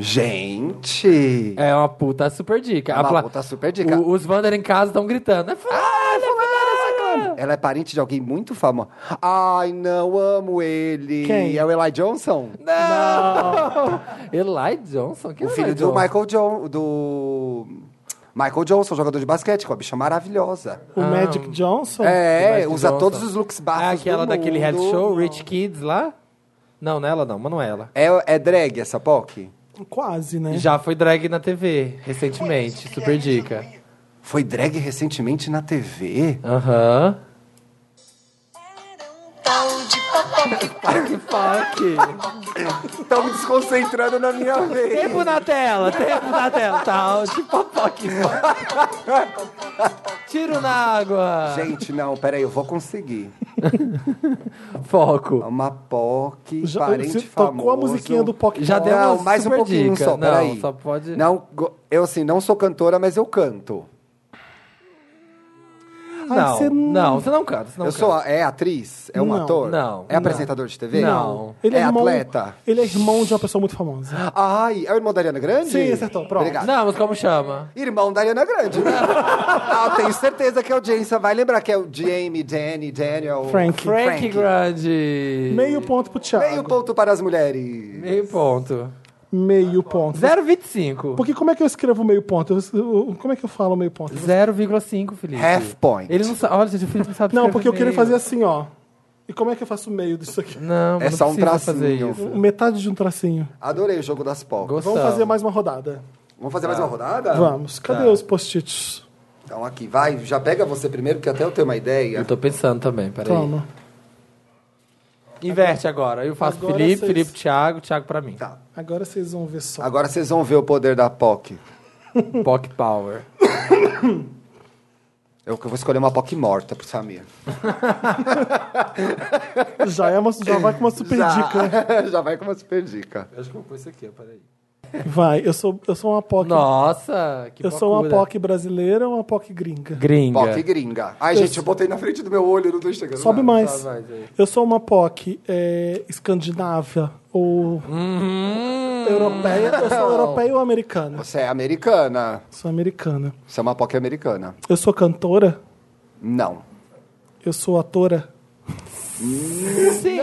S3: Gente!
S2: é uma puta super dica.
S3: É uma
S2: A pla-
S3: puta super dica.
S2: O- os Wander em casa estão gritando. É
S3: Ah,
S2: fulano, é fulano, é fulano.
S3: Ela é parente de alguém muito famoso. Ai, não, amo ele.
S1: Quem?
S3: É o Eli Johnson?
S2: Eli Johnson? Quem
S3: Ah! o
S2: é
S3: filho
S2: Eli
S3: do
S2: Johnson?
S3: Michael Johnson. Do Michael Johnson, jogador de basquete, com a bicha maravilhosa.
S1: O
S2: Ah.
S1: Magic Johnson.
S3: É,
S2: Magic
S3: usa
S2: Johnson.
S1: tá.
S3: todos os looks
S2: Ah,
S3: básicos.
S2: aquela
S3: do
S2: daquele
S3: mundo.
S2: reality show, Rich Kids lá? Não, não é ela não, mas não é ela.
S3: É, é drag essa POC?
S1: Quase, né?
S2: Já foi drag na TV, recentemente. Super dica.
S3: Foi drag recentemente na TV?
S2: Aham.
S5: Pau de papo
S2: Que fuck.
S3: Estão Tá me desconcentrando na minha vez.
S2: Tempo na tela, tempo na tela. Tal, de popoque. Tiro na água.
S3: Gente, não, peraí, eu vou conseguir.
S2: Foco.
S3: Uma POC,
S1: Já-
S3: parente
S1: você
S3: famoso.
S1: tocou a musiquinha do Pocket
S2: Já deu
S3: não,
S2: uma
S3: mais um
S2: super
S3: pouquinho
S2: dica.
S3: só,
S2: Não,
S3: peraí.
S2: só pode-
S3: Não, go- eu assim, não sou cantora, mas eu canto.
S1: Ai,
S2: não,
S1: você não-
S2: não, você não canta. Você não
S3: eu
S2: canta.
S3: sou, a- é atriz? É um
S1: Não.
S3: ator?
S2: Não.
S3: É
S2: Não.
S3: apresentador de TV?
S2: Não.
S1: Ele
S3: é,
S1: irmão,
S3: atleta?
S1: Ele é irmão de uma pessoa muito famosa.
S3: Ai, é o irmão da Ariana Grande?
S1: Sim, acertou, pronto.
S3: Obrigado.
S2: Não, mas como chama?
S3: Irmão da Ariana Grande. né? ah, eu tenho certeza que a audiência vai lembrar que é o Jamie, Danny, Daniel...
S1: Frank.
S2: Frank Grande.
S1: Meio ponto pro Thiago.
S3: Meio ponto para as mulheres.
S2: Meio ponto.
S1: Meio ponto.
S2: 0,25.
S1: Porque como é que eu escrevo meio ponto? Eu- eu- como é que eu falo meio ponto?
S2: 0,5, Felipe.
S3: Half point.
S2: Ele não sabe. Olha, gente, o Felipe não sabe
S1: Não,
S2: escrever
S1: porque eu queria
S2: meio.
S1: fazer assim, ó. E como é que eu faço o meio disso aqui?
S2: Não,
S3: É
S2: não
S3: só um
S2: precisa fazer
S3: tracinho.
S2: isso.
S1: Metade de um tracinho.
S3: Adorei o jogo das POC.
S2: Gostamos.
S1: Vamos fazer mais uma rodada.
S3: Vamos fazer mais uma rodada?
S1: Vamos. Cadê os post-its?
S3: Então aqui, vai, já pega você primeiro, porque até eu tenho uma ideia.
S2: Eu tô pensando também, peraí.
S1: Toma.
S2: Inverte agora. Eu faço
S1: Agora
S2: Felipe,
S1: vocês.
S2: Felipe, Thiago, Thiago pra mim.
S3: Tá.
S1: Agora vocês vão ver só.
S3: Agora vocês vão ver o poder da POC.
S2: Pock Um Power.
S3: Eu que vou escolher uma POC morta pro Samir.
S1: Já, é uma, já vai com uma super dica.
S3: Já vai com uma super dica.
S2: acho que eu vou pôr isso aqui, peraí.
S1: Vai, eu sou, eu sou uma POC.
S2: Nossa, que
S1: eu sou uma
S2: bocura.
S1: POC brasileira ou uma POC gringa?
S2: Gringa.
S3: POC gringa. Ai, gente, eu botei na frente do meu olho, não tô enxergando.
S1: Sobe
S3: nada.
S1: mais.
S2: Vai, vai, vai.
S1: Eu sou uma POC é, escandinava ou
S2: Hum,
S1: europeia. Eu sou europeia ou americana?
S3: Você é americana.
S1: Sou americana.
S3: Você é uma POC americana.
S1: Eu sou cantora?
S3: Não.
S1: Eu sou atora?
S2: sim, sim,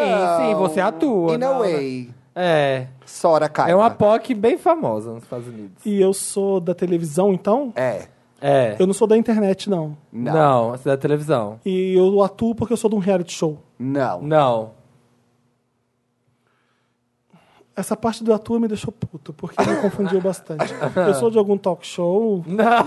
S2: você atua.
S3: In a
S2: não, né?
S3: way.
S2: É.
S3: Sora Kaima.
S2: É uma POC bem famosa nos Estados Unidos.
S1: E eu sou da televisão, então?
S3: É.
S2: É.
S1: Eu não sou da internet, não.
S2: Não,
S3: Não.
S2: essa é da televisão.
S1: E eu atuo porque eu sou de um reality show.
S3: Não.
S2: Não.
S1: Essa parte do atua me deixou puto, porque me confundiu bastante. Eu sou de algum talk show,
S2: Não.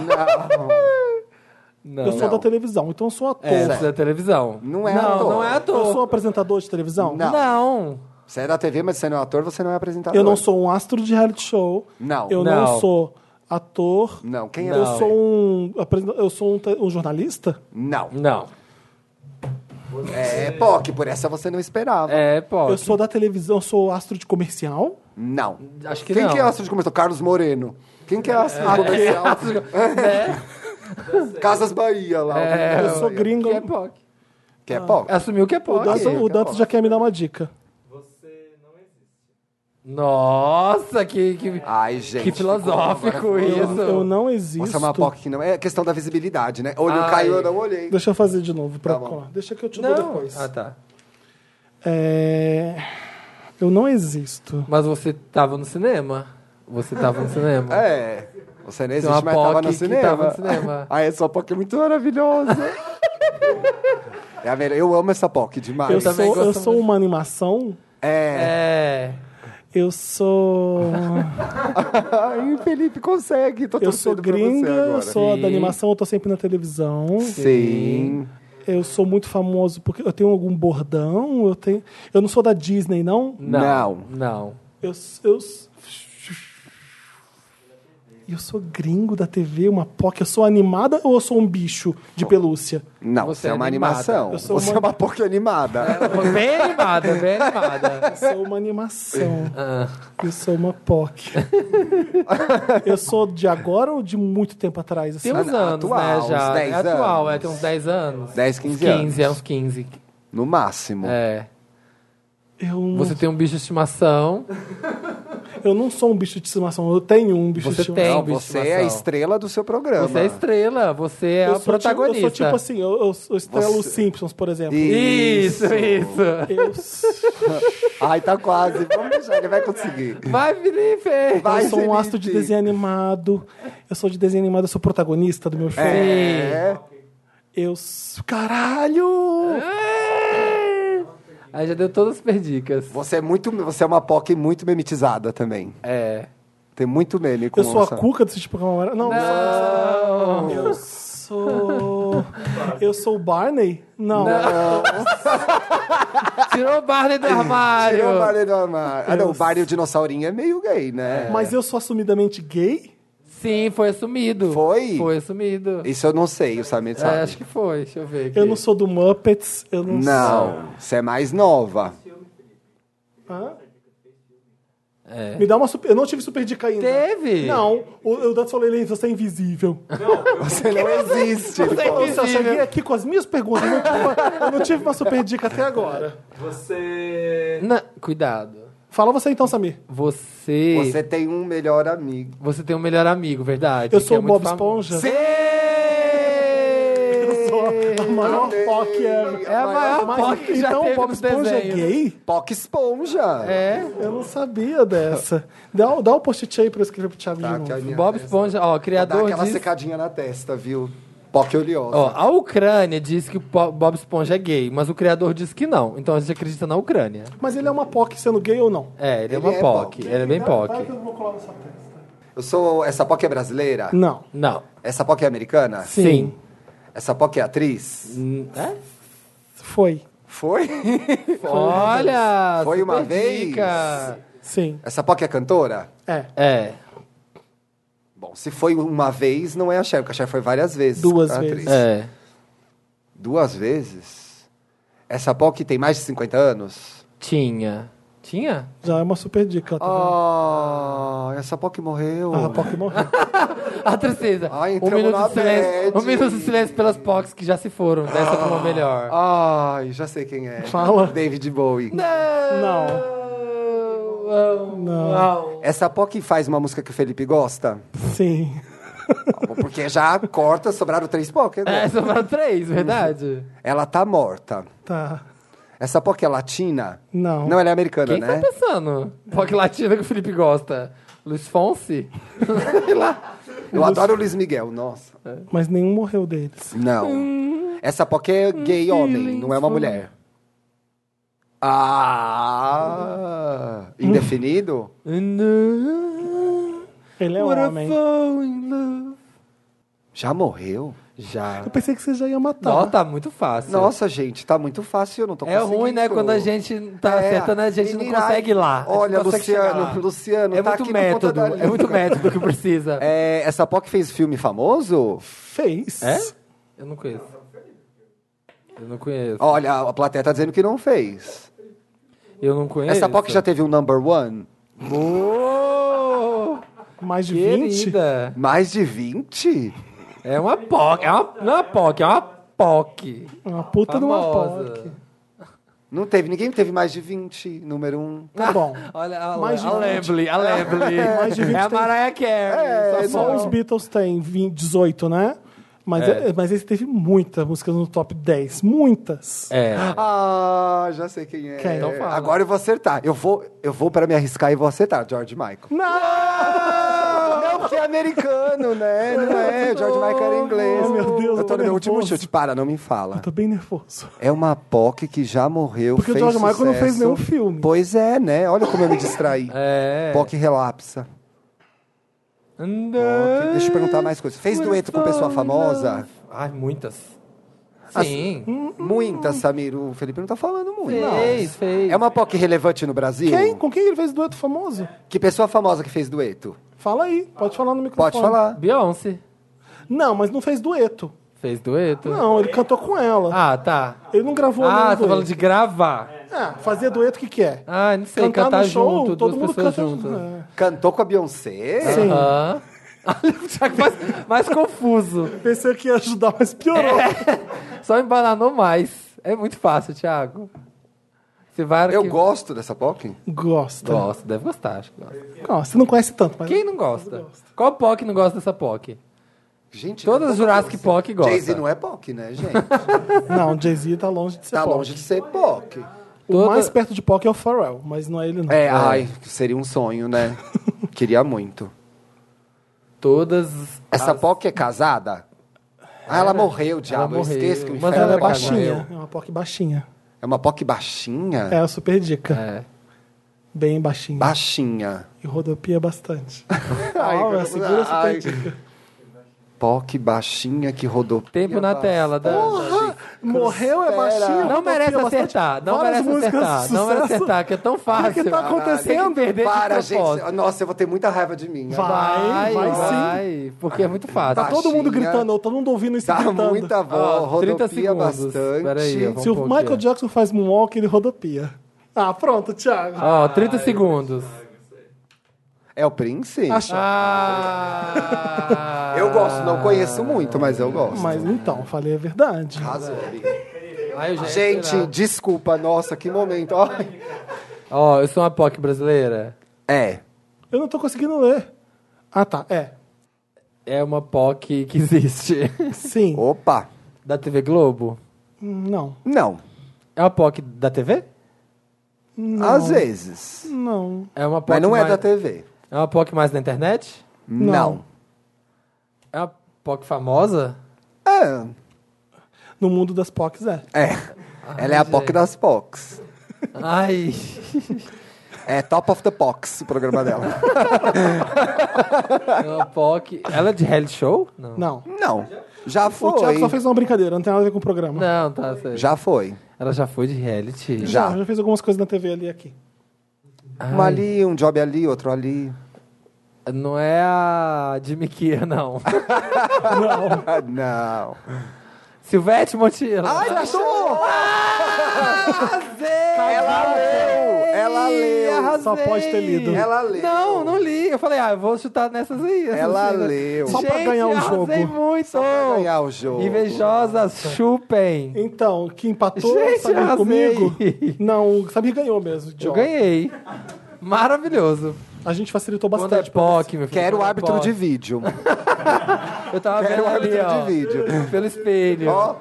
S2: Não.
S1: eu sou da televisão, então eu sou ator.
S2: É, essa é da televisão.
S3: Não é
S2: não,
S3: ator.
S2: Não é ator.
S1: Eu sou apresentador de televisão?
S3: Não.
S2: Não.
S3: Você é da TV, mas você não é ator, você não é apresentador.
S1: Eu não sou um astro de reality show.
S3: Não.
S1: Eu
S2: Não.
S1: não, sou ator.
S3: Não. Quem é
S1: Eu
S3: você?
S1: sou um. apresen- Eu sou um, te- um jornalista?
S3: Não.
S2: Não.
S3: É POC, por essa você não esperava.
S2: É POC.
S1: Eu sou da televisão, eu sou astro de comercial?
S3: Não.
S2: Acho que
S3: Quem
S2: não.
S3: que é astro de comercial? Carlos Moreno. Quem que é astro de comercial? É.
S2: né?
S3: Casas Bahia lá.
S2: É,
S1: eu sou gringo.
S2: Que é POC.
S3: Que é POC.
S2: Assumiu que é
S1: o
S2: POC.
S1: Dantas,
S3: ok,
S1: o
S3: tá
S1: Dantas
S3: bom.
S1: já quer me dar uma dica.
S2: Nossa, que, que,
S1: Ah,
S3: Ai, gente.
S2: que filosófico
S3: ficou
S1: Eu,
S2: isso.
S1: eu não existo.
S3: Nossa, é uma POC que não. É questão da visibilidade, né? Olho
S2: Ai.
S3: caiu, eu não olhei.
S1: Deixa eu fazer de novo pra
S3: Tá bom.
S1: colar. Deixa que eu te dou
S2: Não.
S1: depois.
S2: Ah, tá.
S1: É, Eu não existo.
S2: Mas você tava no cinema. Você tava no cinema.
S3: É. Você não
S2: uma
S3: existe, mas tava
S2: POC
S3: no
S2: que
S3: cinema.
S2: tava no cinema.
S3: Ai, essa POC é muito maravilhosa. é a melhor. Eu amo essa POC demais.
S1: Eu,
S2: também
S1: sou, eu
S2: gosto
S1: sou
S2: muito.
S1: uma animação.
S3: É.
S2: É.
S1: Eu sou.
S3: Ai, Felipe consegue. Tô
S1: Eu sou
S3: torcendo pra você
S1: gringa, eu
S3: agora.
S1: sou
S2: Sim.
S1: da animação, eu tô sempre na televisão.
S3: Sim.
S1: Eu sou muito famoso porque eu tenho algum bordão. Eu, tenho... eu não sou da Disney, não.
S2: Não.
S3: Não.
S2: Não.
S1: Eu, eu- eu sou gringo da TV, uma POC, eu sou animada ou eu sou um bicho de pelúcia?
S3: Não,
S2: Você
S3: você, é uma
S2: é animada.
S3: animação.
S1: Eu sou
S3: Você
S1: uma-
S3: é uma porca animada.
S2: Foi bem animada, bem animada.
S1: Eu sou uma animação.
S2: Ah,
S1: Eu sou uma POC. eu sou de agora ou de muito tempo atrás? Assim?
S2: tem uns
S3: Mas
S2: anos,
S3: atual,
S2: né, já.
S3: uns 10
S2: é atual,
S3: anos.
S2: é, tem uns 10 anos.
S3: 10, 15 anos.
S2: é uns 15.
S3: No máximo.
S2: É.
S1: Eu, não-
S2: Você tem um bicho de estimação,
S1: eu não sou um bicho de estimação, eu tenho um bicho de
S2: Você
S1: estimação.
S2: tem.
S3: Não,
S2: bicho
S3: você
S2: de
S3: é a
S2: maçã.
S3: estrela do seu programa.
S2: você é estrela, você é
S1: Eu
S2: o
S1: sou
S2: protagonista.
S1: Tipo, eu sou tipo assim, eu, eu, eu estrelo
S3: Você-
S1: os Simpsons, por exemplo.
S2: Isso, isso.
S1: Eu, eu
S3: Ai, tá quase. Vamos deixar, ele vai conseguir.
S2: Vai, Felipe!
S3: Vai,
S1: sou um
S3: Felipe.
S1: astro de desenho animado. Eu sou de desenho animado, eu sou protagonista do meu show.
S3: É.
S1: Eu sou... Caralho!
S2: É. Aí já deu todas as perdicas.
S3: Você é muito. Você é uma POC muito memetizada também.
S2: É.
S3: Tem muito meme com
S1: Eu sou a
S3: onça.
S1: cuca desse tipo de camarada. Não,
S2: Não.
S1: eu sou... Eu sou o Barney? Não.
S2: Tirou o Barney do armário.
S3: Tirou o Barney do armário. Ah, não, o Barney o dinossaurinho é meio gay, né?
S1: Mas eu sou assumidamente gay?
S2: Sim, foi assumido.
S3: Foi?
S2: Foi assumido.
S3: Isso eu não sei, o Samir
S2: É,
S3: sabe.
S2: acho que foi, deixa eu ver aqui.
S1: Eu não sou do Muppets, eu não, sou...
S3: Não, você é mais nova.
S1: Hã?
S2: É.
S1: Me dá uma super... Eu não tive super dica ainda.
S2: Teve?
S1: Não, o, o Dante falou, ele, você é invisível.
S3: Você não existe. ele
S2: sei.
S3: falou.
S1: Eu só
S2: Invisível.
S1: cheguei aqui com as minhas perguntas, eu não tive uma, eu não tive uma super dica até agora.
S4: Você.
S2: Na- Cuidado.
S1: Fala você então, Samir.
S2: Você,
S3: Você
S2: você...
S3: tem um melhor amigo.
S2: tem um melhor amigo, verdade?
S1: Eu
S2: que
S1: sou
S2: é
S1: o
S2: muito
S1: Bob
S2: famoso.
S1: Esponja.
S3: Sim!
S1: Eu sou a maior POC
S2: É
S1: ever.
S2: a maior
S1: Mas,
S2: POC que já
S1: então
S2: teve
S1: o Bob
S2: nos
S1: Esponja é
S2: desenhos.
S1: gay?
S3: POC esponja.
S2: É.
S1: Eu não sabia dessa. Dá, o- dá um post-it aí pra eu escrever pro Thiago
S3: Tá,
S1: de
S3: que a
S1: novo.
S3: minha-
S2: Bob Esponja, é ó,
S3: Dá
S2: criador
S3: aquela
S2: diz...
S3: secadinha na testa, viu? POC oleosa.
S2: Ó, a Ucrânia diz que o Po- Bob Esponja é gay, mas o criador diz que não. Então a gente acredita na Ucrânia.
S1: Mas ele é uma POC sendo gay ou não?
S2: É, ele, é
S3: Ele
S2: uma
S3: é
S2: POC.
S3: POC.
S2: Ele é bem
S1: Vai que
S2: POC.
S1: eu vou colar nessa testa.
S3: Eu sou. Essa POC é brasileira?
S1: Não.
S2: Não.
S3: Essa POC é americana?
S2: Sim.
S3: Essa POC é atriz?
S2: Hum, é?
S1: Foi.
S3: Foi?
S2: Olha!
S3: Foi uma
S2: super
S3: vez?
S2: dica.
S1: Sim.
S3: Essa POC é cantora?
S1: É.
S2: É.
S3: Bom, se foi uma vez, não é a Cher, porque a Cher foi várias vezes.
S1: Duas
S3: a atriz.
S1: vezes.
S2: É.
S3: Duas vezes? Essa POC tem mais de 50 anos?
S2: Tinha. Tinha?
S1: Já é uma super dica. Tá vendo?
S3: Oh, essa POC morreu.
S1: Ah, a POC morreu.
S2: A tristeza.
S3: Ai,
S2: um,
S3: Ah, entramos
S2: minuto
S3: na
S2: de silêncio,
S3: bad. Ah.
S2: um minuto de silêncio pelas POCs que já se foram. Dessa pra uma melhor.
S3: Ai, já sei quem é.
S1: Fala.
S3: David Bowie.
S1: Não.
S2: Não. Não.
S3: Essa POC faz uma música que o Felipe gosta?
S1: Sim.
S3: Porque já corta, sobraram três POC. né?
S2: É, sobraram três, verdade?
S3: Ela tá morta.
S1: Tá.
S3: Essa POC é latina?
S1: Não.
S3: Não, ela é americana,
S2: Quem
S3: né?
S2: tá pensando? POC latina que o Felipe gosta. Luiz Fonse? Sei lá.
S3: Eu adoro o Luiz Miguel, nossa.
S1: Mas nenhum morreu deles.
S3: Não. Essa POC é gay homem, não é uma mulher. Ah! Indefinido?
S1: Ele é um
S2: What a
S1: homem.
S2: fall in love.
S3: Já morreu?
S2: Já.
S1: Eu pensei que você já ia matar.
S2: Não, tá muito fácil.
S3: Nossa, gente, tá muito fácil, eu não tô
S2: É
S3: conseguindo.
S2: ruim, né? Quando a gente tá
S3: É,
S2: acertando, a gente
S3: menina,
S2: não consegue ir lá. A gente
S3: olha,
S2: não consegue
S3: Luciano,
S2: chegar lá.
S3: Luciano,
S2: é
S3: tá
S2: muito
S3: aqui na ponta
S2: método.
S3: da
S2: É
S3: língua.
S2: muito método que precisa.
S3: É, essa POC fez filme famoso?
S1: Fez.
S2: É? Eu não conheço. Eu não conheço.
S3: Olha, a plateia tá dizendo que não fez.
S2: Eu não conheço.
S3: Essa POC já teve um number one?
S2: Uou!
S1: Mais de 20?
S2: Querida!
S3: Mais de 20?
S2: É uma POC. É uma, não é uma POC, é uma POC.
S1: Uma puta de uma
S2: Famosa.
S1: POC.
S3: Não teve, ninguém teve mais de 20, número um.
S1: Tá bom.
S2: Olha,
S1: Mais de
S2: a
S1: 20.
S2: Lembley, a Lembley.
S1: Mais de 20
S2: É a
S1: tem-
S2: Mariah
S1: É,
S2: Carey.
S3: um.
S1: só os Beatles têm 20, 18, né? Mas,
S2: É.
S1: é- mas esse teve muitas músicas no top 10. Muitas.
S2: É.
S3: Ah, já sei quem é.
S1: Quem? Então
S2: fala.
S3: Agora eu vou acertar. Eu vou, eu vou para me arriscar e vou acertar, George Michael. Não! Não, porque é americano, né? Não é, George Michael era inglês.
S1: Oh, meu Deus, eu
S3: eu tô
S1: tô
S3: no meu último
S1: nervoso.
S3: chute. Para, não me fala.
S1: Eu tô bem nervoso.
S3: É uma POC que já morreu,
S1: Porque o
S3: fez
S1: George Michael não fez
S3: sucesso.
S1: nenhum filme.
S3: Pois é, né? Olha como eu me distraí.
S2: É.
S3: POC relapsa. POC. Deixa eu perguntar mais coisas. Fez dueto com pessoa famosa? Assim.
S2: Ai, muitas.
S3: As-
S2: Sim.
S3: Muita, Samir. O Felipe não tá falando muito.
S2: Fez, fez.
S3: É uma POC relevante no Brasil?
S1: Quem? Com quem ele fez dueto famoso?
S3: Que pessoa famosa que fez dueto?
S1: Fala aí, pode falar no microfone.
S3: Pode falar.
S2: Beyoncé.
S1: Não, mas não fez dueto.
S2: Fez dueto?
S1: Não, ele cantou com ela.
S2: Ah, tá.
S1: Ele não gravou
S2: Ah,
S1: nenhum
S2: tô falando
S1: dueto.
S2: de gravar.
S1: Ah, fazer dueto, o que que é?
S2: Ah, não sei, cantar, junto, duas pessoas juntas.
S1: é.
S3: Cantou com a Beyoncé?
S1: Sim.
S2: Aham. Já que mais, mais confuso.
S1: Pensei que ia ajudar, mas piorou.
S2: É. Só embananou mais. É muito fácil, Thiago. Você vai
S3: Eu
S2: que-
S3: gosto dessa POC.
S1: Gosta. Gosta.
S2: Gosto, deve gostar, acho que gosta.
S1: Você não conhece tanto, mas...
S2: Quem não gosta? Qual POC não gosta dessa POC?
S3: Gente,
S2: Todas
S3: cantou
S2: as
S3: com a
S2: Jurassic
S3: Beyoncé.
S2: POC gosta.
S3: Jay-Z não é POC, né, gente?
S1: Não, Jay-Z tá longe de ser
S3: tá
S1: pop.
S3: longe de ser POC.
S1: O
S2: Toda- ah,
S1: mais perto de pop é o Pharrell, mas não é ele não.
S3: É, ai, seria um sonho, né? Queria muito.
S2: Todas.
S3: Essa POC é casada? Ah, ela morreu, diabo. Eu
S2: morreu.
S3: esqueço que o
S2: Mas
S3: inferno
S1: Ela é
S2: Ela casou.
S1: baixinha, é uma POC baixinha.
S3: É uma POC baixinha?
S1: É a super dica.
S2: É.
S1: Bem baixinha.
S3: Baixinha.
S1: E rodopia bastante.
S3: Ai,
S1: Ó, é,
S3: eu-
S1: segura essa
S3: ai.
S1: dica.
S3: POC baixinha que rodou.
S2: Tempo na tela. Da...
S1: Morreu é baixinha?
S2: Não
S1: rodopia
S2: merece
S1: bastante.
S2: acertar. Não
S1: Várias
S2: merece
S1: músicas de
S2: acertar. Não
S1: sucesso.
S2: merece acertar, que é tão fácil.
S1: O que que tá acontecendo?
S2: perder de
S3: Para, gente.
S2: propósito.
S3: Nossa, eu vou ter muita raiva de mim.
S1: Vai.
S2: Vai,
S1: vai
S2: vai,
S1: sim.
S2: Porque é muito fácil.
S1: Tá todo mundo
S3: Baixinha.
S1: gritando, todo mundo ouvindo isso e
S3: Tá
S1: gritando.
S3: muita
S2: Ó,
S3: voz, rodopia bastante.
S2: Peraí, ó, vamos
S1: Se o
S2: pôr aqui,
S1: Michael
S2: ó.
S1: Jackson faz moonwalk, ele rodopia. Ah, pronto, Thiago.
S2: Ó, 30 segundos.
S3: É o Prince?
S1: Acho-
S2: Ah!
S3: Eu gosto, não conheço muito, mas eu gosto.
S1: Mas então, falei a verdade.
S3: Arrasou, amigo.
S2: Ai, eu já ia
S3: Gente,
S2: tirar.
S3: desculpa, nossa, que momento. Ai.
S2: Ó, eu sou uma POC brasileira.
S3: É.
S1: Eu não tô conseguindo ler. Ah, tá. É.
S2: É uma POC que existe.
S1: Sim.
S3: Opa.
S2: da TV Globo.
S1: Não.
S3: Não.
S2: É uma POC da TV?
S3: Às vezes.
S1: Não.
S2: É uma POC
S3: Mas não é
S2: mais...
S3: da TV.
S2: É uma POC mais na internet?
S3: Não.
S2: É uma POC famosa?
S3: É.
S1: No mundo das POCs é.
S3: é. Ela é a POC
S2: gente.
S3: das POCs.
S2: Ai.
S3: É Top of the POCs o programa dela.
S2: É uma POC. Ela é de reality show? Não.
S1: Não.
S3: não. Já
S1: O Thiago só
S3: foi.
S1: fez uma brincadeira, não tem nada a ver com o programa.
S2: Não, tá sei.
S3: Já foi.
S2: Ela já foi de reality?
S3: Já.
S1: Já fez algumas coisas na TV ali e aqui.
S2: Ai,
S3: Um ali, um job ali, outro ali.
S2: Não é a Jimmy Kia, não.
S3: Ah, não.
S2: Silvete Montilla.
S3: achou!
S2: ela
S3: Ela leu! Ela leu!
S1: Só
S2: arrasou.
S1: pode ter lido.
S3: Ela leu!
S2: Não, não li. Eu falei, ah, eu vou chutar nessas aí. essas
S3: Ela
S2: aí, né?
S3: leu.
S1: Só pra
S2: Gente,
S1: ganhar o
S2: arrasei
S1: jogo.
S2: muito.
S3: pra ganhar o jogo.
S2: Invejosas, chupem.
S1: Então, o que empatou,
S2: Gente,
S1: sabe
S2: arrasei.
S1: comigo? Não, o Samir ganhou mesmo.
S2: Eu
S1: John.
S2: ganhei. Maravilhoso.
S1: A gente facilitou
S2: Quando é
S1: bastante. pra
S2: POC, meu filho.
S3: Então. Quero
S2: quando é
S3: árbitro de
S2: POC.
S3: vídeo.
S2: Eu tava
S3: Quero
S2: vendo ali,
S3: árbitro
S2: ó,
S3: de vídeo.
S2: Pelo espelho.
S3: Ó.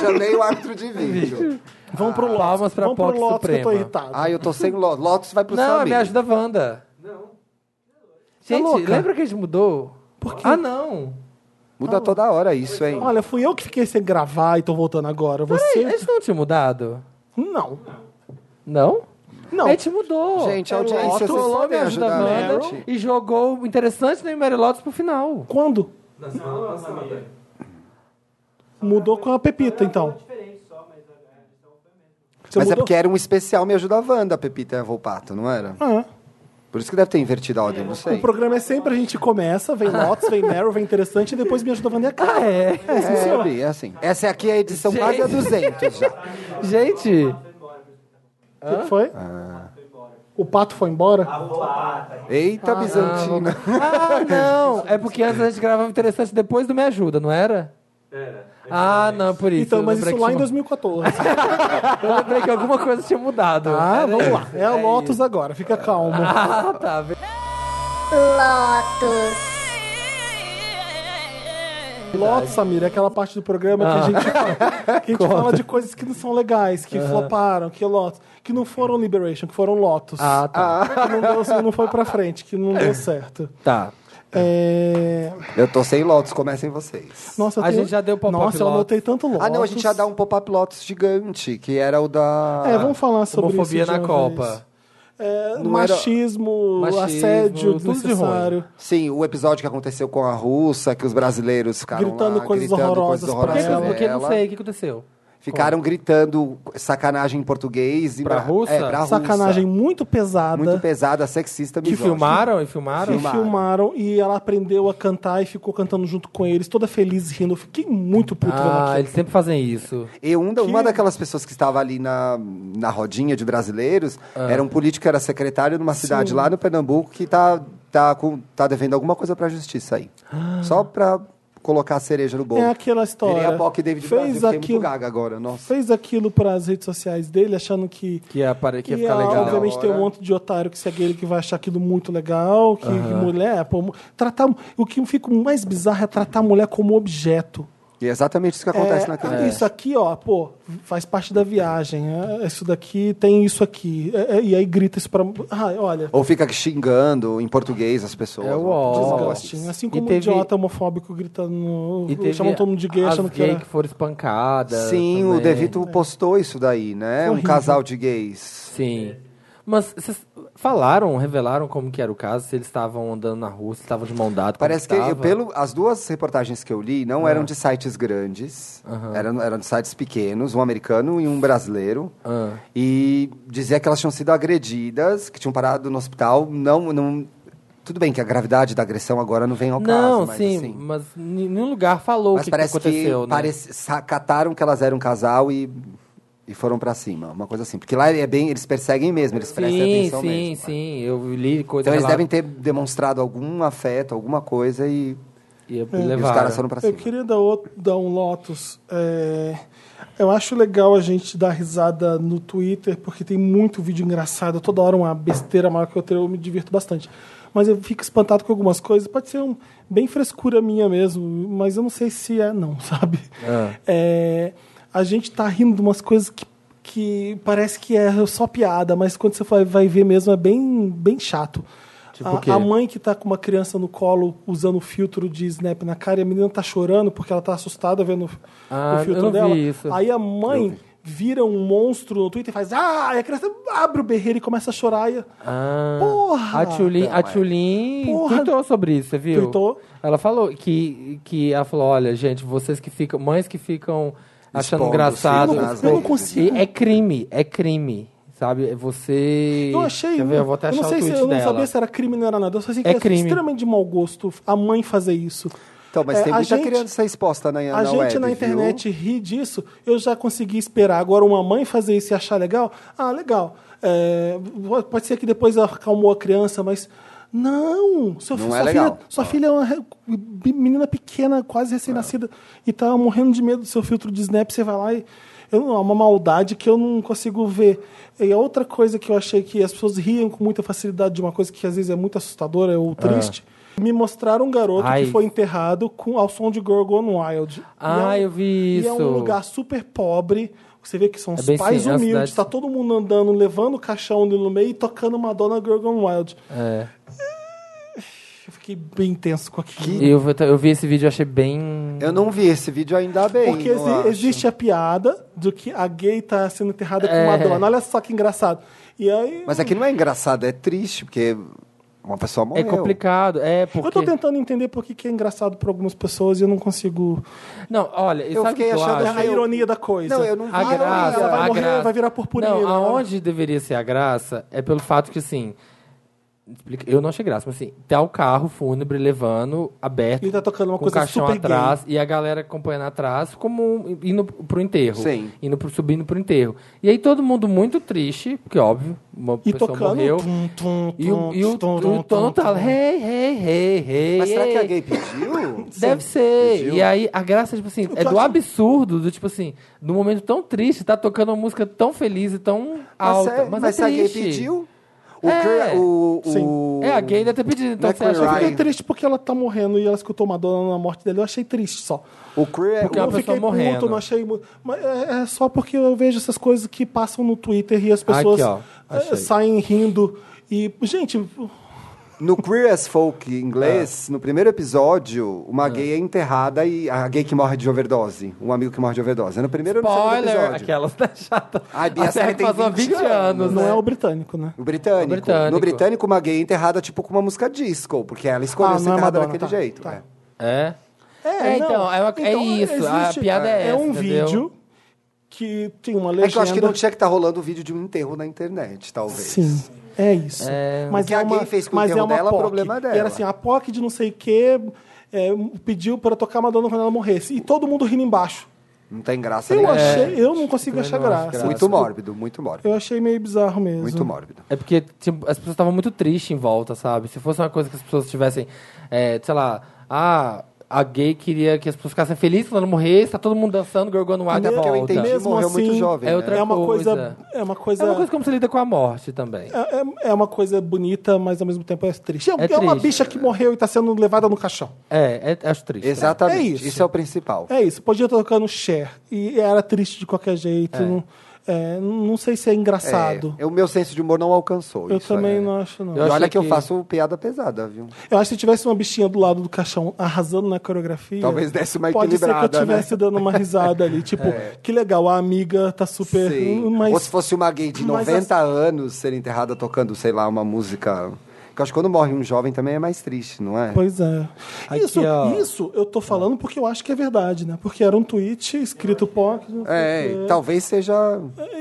S3: Chamei o árbitro de vídeo.
S1: você. Vamos pro Lotus.
S2: Palmas pra
S1: Vamos pro
S2: POC
S1: Lotus que eu tô
S2: Suprema.
S1: irritado.
S3: Ai, eu tô sem Lotus. Lotus vai pro
S2: Não,
S3: Samir.
S2: me ajuda a Wanda. Gente,
S1: Tá louca?
S2: lembra que a gente mudou?
S1: Por quê?
S2: Ah, não.
S3: Muda toda hora isso, hein?
S1: Olha, fui eu que fiquei sem gravar e tô voltando agora.
S2: Peraí,
S1: Você.
S2: a gente não tinha mudado?
S1: Não.
S2: Não?
S1: Não.
S2: A gente mudou.
S3: Gente, a audiência,
S2: Lotus
S3: vocês
S2: rolou Me
S3: podem
S2: Ajuda
S3: ajudar a
S2: Wanda
S1: né?
S3: gente?
S2: e jogou o interessante da Mary Lotus pro final.
S1: Quando? Mudou com a Pepita, então. Você
S3: Mas é
S1: mudou?
S3: porque era um especial Me Ajuda a Wanda, Pepita e a Volpato, não era?
S1: Ah,
S3: Por isso que deve ter invertido a ordem, não
S1: o
S3: sei.
S1: programa é sempre a gente começa, vem Lotus, vem Meryl, vem interessante e depois me ajuda a vender a cara.
S2: É.
S1: É, assim
S3: É,
S1: funciona.
S3: Bi, é assim. Essa aqui é a edição
S2: Gente.
S3: quase a 200 já.
S2: Gente,
S1: O que foi?
S2: Ah.
S1: O pato foi embora?
S3: Eita, Bizantina.
S2: Ah, não! É porque antes a gente gravava interessante depois do Me Ajuda, não era? Era. Ah, não, por isso.
S1: então,
S2: eu
S1: mas
S2: lembrei
S1: isso
S2: que
S1: lá em
S2: tinha-
S1: 2014.
S2: Eu lembrei que alguma coisa tinha mudado.
S1: Ah,
S2: Era
S1: vamos lá.
S2: isso,
S1: É a
S2: isso.
S1: Lotus agora, fica calmo.
S2: Ah, tá. vê-
S5: Lotus.
S1: Lotus, Samir, é aquela parte do programa
S2: Ah.
S1: que a gente, fala, que a gente fala de coisas que não são legais, que floparam, que Lotus, que não foram Liberation, que foram Lotus.
S2: Ah, tá.
S1: Que não, deu, não foi pra frente, que não deu certo.
S2: Tá.
S1: É...
S3: Eu tô sem Lotus, comecem vocês.
S1: Nossa, eu
S2: A
S1: tenho-
S2: gente já deu pop-up
S1: Nossa, eu
S2: Lotus.
S1: anotei tanto Lotus.
S3: Ah, não, a gente ia dar um pop-up Lotus gigante, que era o da.
S1: É, vamos falar sobre
S2: um- Homofobia
S1: isso de
S2: na
S1: uma
S2: Copa.
S1: vez. É,
S3: Não era-
S1: machismo,
S2: Machismo,
S1: assédio,
S2: tudo de
S1: desnecessário.
S3: Sim, o episódio que aconteceu com a russa, que os brasileiros ficaram
S1: Gritando
S3: lá,
S1: coisas
S3: gritando
S1: horrorosas
S3: coisas
S1: pra
S2: Por que,
S3: horrorosas
S1: ela.
S2: porque não
S3: nela.
S2: sei o que aconteceu.
S3: Ficaram gritando sacanagem em português. e
S6: Pra
S3: bra-
S6: russa?
S3: É, pra russa.
S1: Sacanagem muito pesada.
S3: Muito pesada, sexista,
S6: Que
S3: misógina.
S6: filmaram e
S1: que
S6: filmaram?
S1: filmaram. e ela aprendeu a cantar e ficou cantando junto com eles, toda feliz rindo. Eu fiquei muito puto vendo
S2: Ah,
S1: aquilo.
S2: eles sempre fazem isso.
S3: E um da-
S1: Que-
S3: uma daquelas pessoas que estava ali na, na rodinha de brasileiros
S1: Ah.
S3: era um político que era secretário numa cidade lá no Pernambuco que tá, tá, com, tá devendo alguma coisa pra justiça aí. Só pra colocar a cereja no bolo.
S1: Ah. É aquela história.
S3: Virei a POC David
S1: Fez
S3: Brasil, fiquei
S1: aquilo-
S3: muito gaga agora. Nossa.
S1: Fez aquilo para as redes sociais dele, achando que.
S6: Que ia, apare- que ia
S1: E,
S3: é,
S6: ficar
S1: ah,
S6: legal.
S1: Obviamente tem um monte de otário que segue ele que vai achar aquilo muito legal, que, que mulher, pô, mu- tratar, o que eu fico mais bizarro é tratar a mulher como objeto.
S3: E é exatamente isso que acontece
S1: É,
S3: naquele...
S1: Isso aqui, ó, pô, faz parte da viagem. é, isso daqui tem isso aqui. é, é, e aí grita isso pra. Ah, olha,
S3: Ou fica xingando em português as pessoas.
S2: É o
S3: né?
S2: ó.
S1: desgaste. Assim
S2: E
S1: como
S2: teve-
S1: idiota homofóbico gritando. No...
S2: E teve
S1: chamam todo mundo de gay
S2: as
S1: achando que
S2: gay
S1: era.
S2: que foram espancadas.
S3: Sim, o
S2: também.
S3: Devito postou isso daí, né? Um
S1: Horrível.
S3: casal de gays.
S2: Sim. Mas vocês falaram, revelaram como que era o caso? Se eles estavam andando na rua, se estavam de mão dada. como
S3: Parece que,
S2: tava? Ah.
S3: eu- pelo, as duas reportagens que eu li não eram de sites grandes, eram, eram de sites pequenos, um americano e um brasileiro.
S2: Ah.
S3: E dizia que elas tinham sido agredidas, que tinham parado no hospital. Não, não, tudo bem que a gravidade da agressão agora não vem ao
S2: Não,
S3: caso, mas
S2: sim,
S3: assim.
S2: mas em nenhum lugar falou o
S3: Mas
S2: que, que
S3: parece que,
S2: aconteceu, né?
S3: parece- sa- cataram que elas eram um casal e, e foram pra cima, uma coisa assim. Porque lá é bem, eles perseguem mesmo, eles prestam
S2: Sim,
S3: atenção
S2: sim,
S3: mesmo. né?
S2: sim. Eu li coisa
S3: Então eles
S2: relato-
S3: devem ter demonstrado algum afeto, alguma coisa e,
S2: E, eu-
S3: e os
S2: levaram.
S3: caras foram pra
S1: Eu
S3: cima.
S1: queria dar, outro- dar um Lotus. é, Eu acho legal a gente dar risada no Twitter, porque tem muito vídeo engraçado. Toda hora uma besteira maior que eu tenho, eu me divirto bastante. Mas eu fico espantado com algumas coisas. Pode ser um, bem frescura minha mesmo, mas eu não sei se é, não, sabe? É, a gente tá rindo de umas coisas que, que parece que é só piada, mas quando você vai, vai ver mesmo é bem, bem chato.
S2: o
S1: a,
S2: quê?
S1: a mãe que tá com uma criança no colo usando o filtro de Snap na cara e a menina tá chorando porque ela tá assustada vendo
S2: Ah,
S1: o filtro
S2: eu não vi
S1: dela.
S2: isso.
S1: Aí a mãe vira um monstro no Twitter e faz ah, e a criança abre o berreiro e começa a chorar e
S2: Ah,
S1: Porra!
S2: A Tulin, a Tulin
S1: Porra!
S2: tweetou sobre isso, você viu?
S1: Tweetou.
S2: Ela falou que, que ela falou, olha, gente, vocês que ficam, mães que ficam achando
S3: Expondo
S2: engraçado,
S3: os filhos nas
S1: Eu não
S3: redes.
S1: consigo.
S2: é crime, é crime, sabe? Você
S1: Eu achei.
S2: Quer ver? Eu vou até
S1: eu não
S2: achar
S1: sei
S2: o
S1: se
S2: tweet
S1: eu não
S2: dela.
S1: sabia se era crime não era nada. Eu só sei que
S2: É
S1: é,
S2: crime.
S1: extremamente de mau gosto a mãe fazer isso.
S3: Então, mas
S1: É,
S3: tem
S1: a
S3: muita
S1: gente-
S3: criança exposta na,
S1: A
S3: na
S1: gente
S3: web,
S1: na
S3: viu?
S1: internet ri disso, eu já consegui esperar. Agora, uma mãe fazer isso e achar legal, ah, legal. É, pode ser que depois ela acalmou a criança, mas. Não! Sua,
S3: Não
S1: sua
S3: é legal.
S1: filha, sua filha é uma re- menina pequena, quase recém-nascida, e tá morrendo de medo do seu filtro de Snap. Você vai lá e. eu não- É uma maldade que eu não consigo ver. E a outra coisa que eu achei que as pessoas riam com muita facilidade de uma coisa que às vezes é muito assustadora ou triste. Me mostraram um garoto
S2: Ah. Ai.
S1: que foi enterrado com, ao som de Girl Gone Wild.
S2: Ah,
S1: E é um-
S2: eu vi
S1: E é
S2: isso.
S1: um lugar super pobre. Você vê que são os
S2: bem
S1: pais
S2: sim, é uma
S1: humildes,
S2: cidade-
S1: tá todo mundo andando, levando o caixão ali no meio e tocando Madonna Girl Gone Wild.
S2: É.
S1: Eu fiquei bem tenso com aquilo.
S2: Eu, vi- eu vi esse vídeo e achei bem...
S3: Eu não vi esse vídeo ainda bem.
S1: Porque
S3: eu
S1: exi-
S3: acho.
S1: existe a piada do que a gay tá sendo enterrada com
S2: É.
S1: Madonna. Olha só que engraçado. E aí.
S3: Mas aqui não é engraçado, é triste, porque uma pessoa
S2: É
S3: morreu.
S2: complicado, é porque...
S1: Eu tô tentando entender por que que é engraçado pra algumas pessoas e eu não consigo.
S2: Não, olha,
S3: Eu
S2: sabe o que
S3: fiquei
S2: eu
S3: achando
S2: acho?
S1: a ironia da coisa.
S3: Não, eu não vi.
S2: A
S3: Ah,
S2: graça,
S1: ela vai
S2: a
S1: morrer,
S2: graça.
S1: vai virar purpurina,
S2: Não,
S1: né?
S2: aonde deveria ser a graça é pelo fato que, assim... explica- Eu não achei graça, mas assim, tá o carro fúnebre levando, aberto,
S1: E tá tocando uma
S2: com
S1: coisa
S2: o caixão
S1: super gay.
S2: atrás, e a galera acompanhando atrás, como um, indo pro enterro.
S3: Sim.
S2: Indo pro, subindo pro enterro. E aí todo mundo muito triste, porque óbvio, uma
S1: E
S2: pessoa
S1: tocando.
S2: morreu.
S1: tum, tum,
S2: E o, e o,
S1: tum,
S2: e o
S1: tum,
S2: Tono
S1: tum,
S2: tá lá,
S1: tum.
S2: hey, hey, hey, hey.
S3: Mas será que a
S2: hey."
S3: gay pediu?
S2: Deve ser.
S3: Pediu?
S2: E aí, a graça, tipo assim, é
S1: que eu acho-
S2: do absurdo, do tipo assim, do momento tão triste, tá tocando uma música tão feliz e tão
S3: Mas,
S2: alta.
S3: é,
S2: Mas,
S3: mas
S2: é
S3: a gay
S2: triste.
S3: pediu? O
S2: É.
S3: cre- o, o-
S2: É, a gay deve ter pedido, então
S3: Não é
S2: você acha
S1: Eu fiquei
S3: Ai.
S1: triste porque ela tá morrendo e ela escutou Madonna na morte dele. Eu achei triste só.
S3: O queer-
S2: Porque
S3: o-
S2: a
S1: eu
S2: pessoa
S1: fiquei
S2: morrendo.
S1: puto, não achei muito. Mas é, é só porque eu vejo essas coisas que passam no Twitter e as pessoas
S2: Aqui, ó.
S1: eh,
S2: Achei.
S1: saem rindo. E, gente,
S3: No Queer as Folk em inglês,
S2: Ah.
S3: no primeiro episódio, uma gay é enterrada e a gay que morre de overdose. Um amigo que morre de overdose. É no primeiro ou no segundo
S2: spoiler,
S3: episódio.
S2: aquelas da chata.
S3: Ai, Bia,
S2: A
S3: essa
S2: série
S3: tem
S2: passou há
S3: 20
S2: 20 anos,
S1: não
S2: né?
S1: é o britânico, né?
S3: No britânico.
S2: No britânico.
S3: No britânico, uma gay é enterrada tipo com uma música disco, porque ela escolheu
S1: Ah,
S3: ser
S1: não é
S3: enterrada
S1: Madonna,
S3: daquele
S1: tá,
S3: jeito.
S1: tá.
S3: é.
S2: É?
S1: É,
S2: É, então,
S1: não. Então,
S2: é uma- é isso, a piada é
S1: É um
S2: essa, entendeu?
S1: vídeo que tinha uma
S3: É
S1: legenda.
S3: que eu acho que não tinha que estar rolando o vídeo de um enterro na internet, talvez.
S1: Sim. É isso. mas
S3: que a gay fez com o
S1: mas é
S3: enterro dela,
S1: POC.
S3: problema é dela.
S1: E era assim, a POC de não sei o quê é, pediu para tocar Madonna quando ela morresse. E todo mundo rindo embaixo.
S3: Não tem graça
S1: Eu
S3: nenhuma.
S1: achei, eu não consigo
S2: também
S1: achar
S2: não acho
S1: graça.
S2: graça.
S3: é. Muito mórbido, muito mórbido.
S1: Eu achei meio bizarro mesmo.
S3: Muito mórbido.
S2: É porque tipo, as pessoas estavam muito tristes em volta, sabe? Se fosse uma coisa que as pessoas tivessem, é, sei lá, ah, a gay queria que as pessoas ficassem felizes quando ela morresse, tá todo mundo dançando, gorgando o ar
S3: Até
S2: da
S3: porque eu
S2: volta.
S3: entendi,
S1: Mesmo
S3: morreu
S1: assim,
S3: muito jovem.
S2: é
S3: né?
S2: outra
S1: É uma coisa,
S2: coisa.
S1: é uma coisa,
S2: É uma coisa como você lida com a morte também.
S1: é- é- é uma coisa bonita, mas ao mesmo tempo é triste. É, é uma
S2: triste.
S1: bicha que morreu e está sendo levada no caixão.
S2: É, é, acho triste.
S3: Exatamente.
S1: É isso.
S3: isso. é o principal.
S1: É isso, podia estar tocando Cher e era triste de qualquer jeito. Não, é, não sei se é engraçado.
S3: É, o meu senso de humor não alcançou.
S1: eu
S3: isso,
S1: também
S3: é.
S1: não acho não.
S3: E
S2: Eu
S3: olha
S2: achei
S3: que eu
S2: que-
S3: faço piada pesada, viu?
S1: Eu acho que se tivesse uma bichinha do lado do caixão arrasando na coreografia.
S3: Talvez desse uma
S1: Pode ser que eu
S3: equilibrada, né? É.
S1: estivesse dando uma risada ali. Tipo, que legal, a amiga tá super.
S3: Sim.
S1: Mas
S3: Ou se fosse uma gay de
S1: mas
S3: 90 anos ser enterrada tocando, sei lá, uma música. Porque eu acho que quando morre um jovem também é mais triste, não é?
S1: Pois é.
S2: Aqui,
S1: isso,
S2: ó.
S1: isso eu tô falando porque eu acho que é verdade, né? Porque era um tweet escrito POC. não sei
S3: É,
S1: o quê.
S3: talvez seja.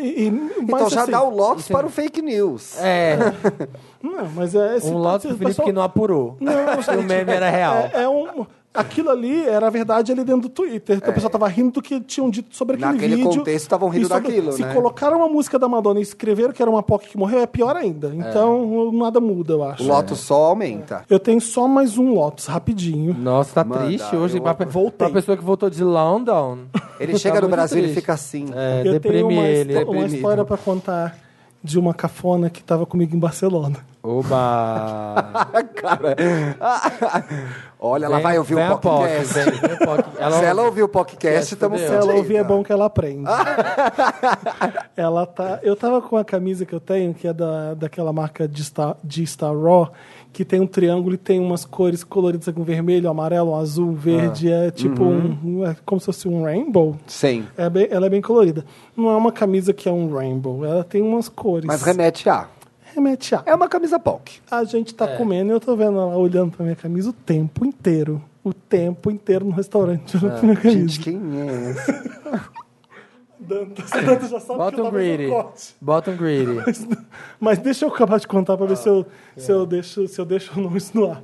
S1: E- e-
S3: então
S1: Uhum. mas,
S3: já
S1: assim,
S3: dá o Lotus para o fake news.
S2: É,
S1: Não, mas é
S3: Tá
S1: esse.
S2: um lote
S1: esse
S2: pro Felipe
S1: pessoal-
S2: que não apurou.
S1: Não,
S2: que o meme era real.
S1: É, é um, aquilo ali era a verdade ali dentro do Twitter. Então O pessoal tava rindo do que tinham dito sobre aquele
S3: É. Naquele
S1: vídeo.
S3: contexto, estavam rindo
S1: E sobre-
S3: daquilo,
S1: Se
S3: né?
S1: colocaram uma música da Madonna e escreveram que era uma POC que morreu, é pior ainda. Então nada muda, eu acho.
S3: O Lotus só aumenta.
S1: Eu tenho só mais um Lotus, rapidinho.
S2: Nossa, tá
S3: Manda,
S2: triste hoje.
S3: eu
S2: Pra, pe-
S1: voltei.
S2: pra pessoa que voltou de London.
S3: Ele
S2: Tá
S3: chega no
S2: muito
S3: Brasil e
S2: triste.
S3: fica assim.
S2: É,
S1: eu tenho
S2: deprime
S1: uma,
S2: ele.
S1: histó- uma
S3: deprimido.
S1: história pra contar de uma cafona que tava comigo em Barcelona.
S2: Oba!
S3: Cara. Olha, ela
S2: Vem-
S3: vai ouvir
S2: vem
S3: o
S2: a POC,
S3: podcast. é
S2: vem- vem a POC.
S3: Se ela ouvir o podcast,
S2: podcast,
S3: estamos
S1: Se ela ouvir, é bom que ela aprende.
S2: Ah.
S1: ela tá. Eu tava com a camisa que eu tenho, que é da, daquela marca de Star, de Star Raw, que tem um triângulo e tem umas cores coloridas com vermelho, amarelo, azul, verde.
S2: Ah.
S1: É tipo
S2: Uhum.
S1: um. É como se fosse um rainbow.
S3: Sim.
S1: É bem- ela é bem colorida. Não é uma camisa que é um rainbow. Ela tem umas cores.
S3: Mas remete a.
S1: remete a.
S3: É uma camisa POC.
S1: A gente tá comendo e eu tô vendo ela olhando pra minha camisa o tempo inteiro. O tempo inteiro no restaurante olhando pra minha camisa.
S3: Gente, quem é esse?
S1: Dantas, Dantas já sabe que
S2: Bota
S1: eu tava
S2: um
S1: no
S2: greedy.
S1: corte.
S2: Bota um greedy.
S1: Mas, mas deixa eu acabar de contar pra ver se, eu, se, eu deixo, se eu deixo ou não isso no ar.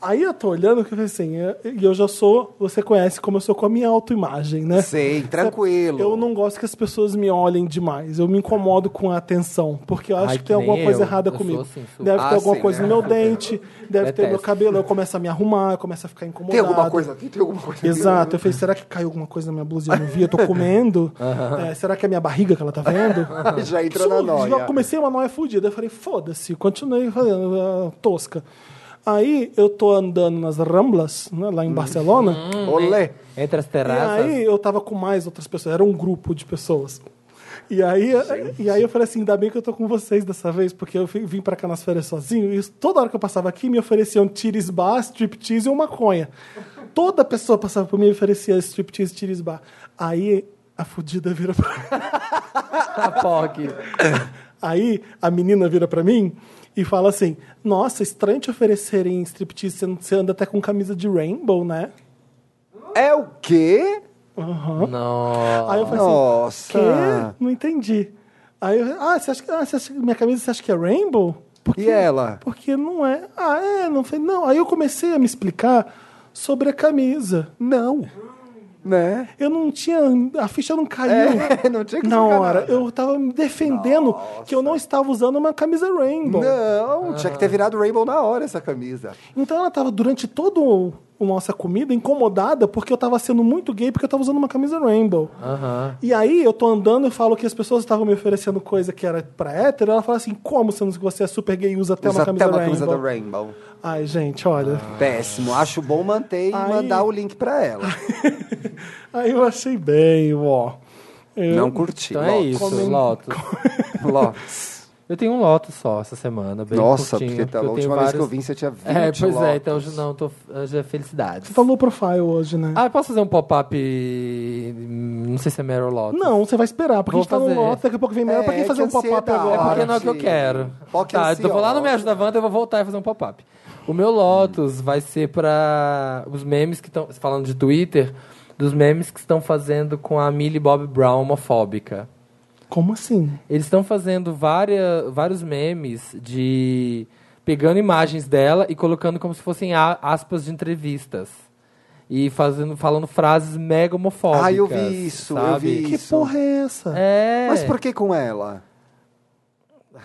S1: Aí eu tô olhando que eu falei assim, é- e eu já sou, você conhece como eu sou com a minha autoimagem, né?
S3: Sei, tranquilo.
S1: Eu não gosto que as pessoas me olhem demais. Eu me incomodo com a atenção, porque eu acho
S2: Ai,
S1: que
S2: que
S1: tem alguma
S2: nem
S1: coisa
S2: eu.
S1: errada
S2: Eu sou
S1: comigo.
S2: assim, super.
S1: deve ter
S3: Ah,
S1: alguma
S3: sim,
S1: coisa
S3: né?
S1: no meu dente, deve ter
S2: Detesto.
S1: meu cabelo, eu começo a me arrumar, eu começo a ficar incomodado.
S3: Tem alguma coisa aqui, tem alguma coisa aqui.
S1: Exato, eu falei, será que caiu alguma coisa na minha blusa e eu não vi? Eu tô comendo? É, será que é a minha barriga que ela tá vendo?
S3: Já entra na
S1: Isso,
S3: noia.
S1: Já comecei uma noia fudida Eu falei, foda-se, continuei fazendo ah, tosca. Aí eu tô andando nas Ramblas, né,
S2: Uhum.
S1: lá em Barcelona,
S3: Olê.
S2: Entre as
S1: e
S2: terraças.
S1: aí eu tava com mais outras pessoas, era um grupo de pessoas. E aí, eh, e aí eu falei assim, ainda bem que eu tô com vocês dessa vez, porque eu fi- vim pra cá nas férias sozinho, e toda hora que eu passava aqui me ofereciam tiris bar, striptease e uma maconha. Toda pessoa passava por mim e oferecia striptease, tiris bar. Aí a fudida vira pra
S2: A POC.
S1: Aí a menina vira pra mim e fala assim: Nossa, estranho te oferecerem striptease, você- você anda até com camisa de rainbow, né?
S3: É o quê?
S2: Não.
S1: Aí eu falei assim:
S3: Nossa.
S1: Quê? Não entendi. Aí eu, ah, você acha que ah, você acha que minha camisa você acha que é rainbow? Por
S3: E ela?
S1: Porque não é. Ah, é, não foi. Não. Aí eu comecei a me explicar sobre a camisa.
S3: Não. Né?
S1: Eu não tinha. A ficha não caiu.
S3: É, não tinha que
S1: na
S3: explicar
S1: hora.
S3: nada.
S1: Eu tava me defendendo que eu não estava usando uma camisa rainbow.
S3: Não, tinha
S2: Ah.
S3: que ter virado Rainbow na hora essa camisa.
S1: Então ela tava durante todo o, o nossa comida incomodada porque eu tava sendo muito gay porque eu tava usando uma camisa rainbow. E aí eu tô andando e falo que as pessoas estavam me oferecendo coisa que era pra hétero, ela fala assim: "Como sendo que você é super gay e usa até
S3: Usa
S1: uma camisa
S3: até uma
S1: rainbow?"
S3: camisa da Rainbow. Ah.
S1: Ai, gente, olha.
S3: Péssimo. Acho bom manter e
S1: Aí-
S3: mandar o link pra ela.
S1: Aí eu achei bem, ó. Eu-
S3: Não curti.
S2: Então é
S3: Lotus. um
S2: isso,
S1: Comem-
S2: Lotus.
S3: Lotus.
S2: Eu tenho um Lotus só essa semana, bem
S3: Nossa,
S2: curtinho,
S3: porque tá- a
S2: eu tenho
S3: última vez que
S2: vários-
S3: eu vim você tinha 20
S2: É, pois é,
S3: Lotus.
S2: então hoje não, tô, hoje é felicidade.
S1: Você tá low profile hoje, né?
S2: Ah, eu posso fazer um pop-up, hum, não sei se é Meryl Lotus.
S1: Não, você vai esperar, porque
S2: Vou
S1: a gente tá no
S2: fazer.
S1: lote, daqui a pouco vem melhor.
S3: É,
S1: pra quem
S3: que
S1: fazer um pop-up
S3: ansiedade.
S1: agora?
S2: Porque não é o que eu
S3: Gente,
S2: quero.
S3: POC
S2: tá, eu
S3: ansiosa.
S2: vou lá no Me Ajuda Wanda, eu vou voltar e fazer um pop-up. O meu Lotus vai ser pra os memes que estão. Falando de Twitter, dos memes que estão fazendo com a Millie Bob Brown homofóbica.
S1: Como assim?
S2: Eles estão fazendo várias, vários memes de. pegando imagens dela e colocando como se fossem a- aspas de entrevistas. E fazendo, falando frases mega homofóbicas.
S3: Ah, eu vi isso, eu vi
S1: Que
S3: Isso.
S1: porra é essa?
S2: É.
S3: Mas por que com ela?